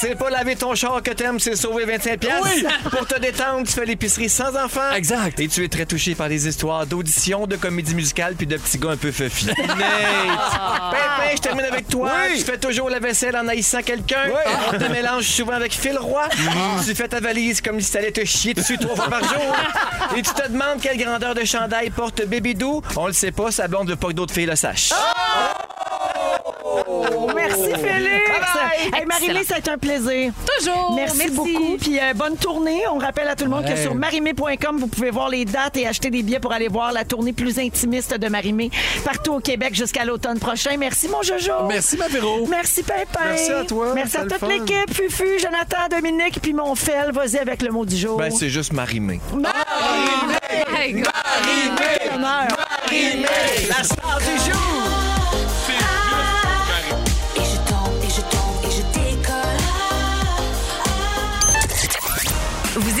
[SPEAKER 12] C'est pas laver ton char que t'aimes, c'est sauver 25$. piastres.
[SPEAKER 5] Oui.
[SPEAKER 12] Pour te détendre, tu fais l'épicerie sans enfant. Exact. Et tu es très touché par les histoires d'audition, de comédie musicale puis de petits gars un peu feufi. Pépin, ben, je termine avec toi.
[SPEAKER 5] Oui.
[SPEAKER 12] Tu fais toujours la vaisselle en haïssant quelqu'un.
[SPEAKER 5] Oui. Mm.
[SPEAKER 12] On te mélange souvent avec Phil Roy. tu fais ta valise comme si t'allais te chier dessus trois fois par jour. Et tu te demandes quelle grandeur de chandail porte Baby Doo. On le sait pas, sa blonde veut pas que d'autres filles le sachent. Oh.
[SPEAKER 2] Merci Félix.
[SPEAKER 12] Ah, Bye bye.
[SPEAKER 2] Hey, Marie-Lé, ça a été un plaisir.
[SPEAKER 13] Toujours.
[SPEAKER 2] Merci,
[SPEAKER 13] Merci.
[SPEAKER 2] beaucoup. Puis euh, bonne tournée. On rappelle à tout le monde que
[SPEAKER 13] Ouais.
[SPEAKER 2] sur marimé.com, vous pouvez voir les dates et acheter des billets pour aller voir la tournée plus intimiste de Marimé partout au Québec jusqu'à l'automne prochain. Merci mon Jojo.
[SPEAKER 5] Merci,
[SPEAKER 2] ma Véro. Merci Pimpin.
[SPEAKER 12] Merci à toi.
[SPEAKER 2] Merci à
[SPEAKER 12] C'était le
[SPEAKER 2] toute
[SPEAKER 12] fun.
[SPEAKER 2] l'équipe. Fufu, Jonathan, Dominique, puis mon fel. Vas-y avec le mot du jour.
[SPEAKER 12] Ben, c'est juste marimé.
[SPEAKER 2] Marimé. Marimé.
[SPEAKER 5] La star du jour.
[SPEAKER 7] Et je tombe, et je tombe, et je
[SPEAKER 9] Vous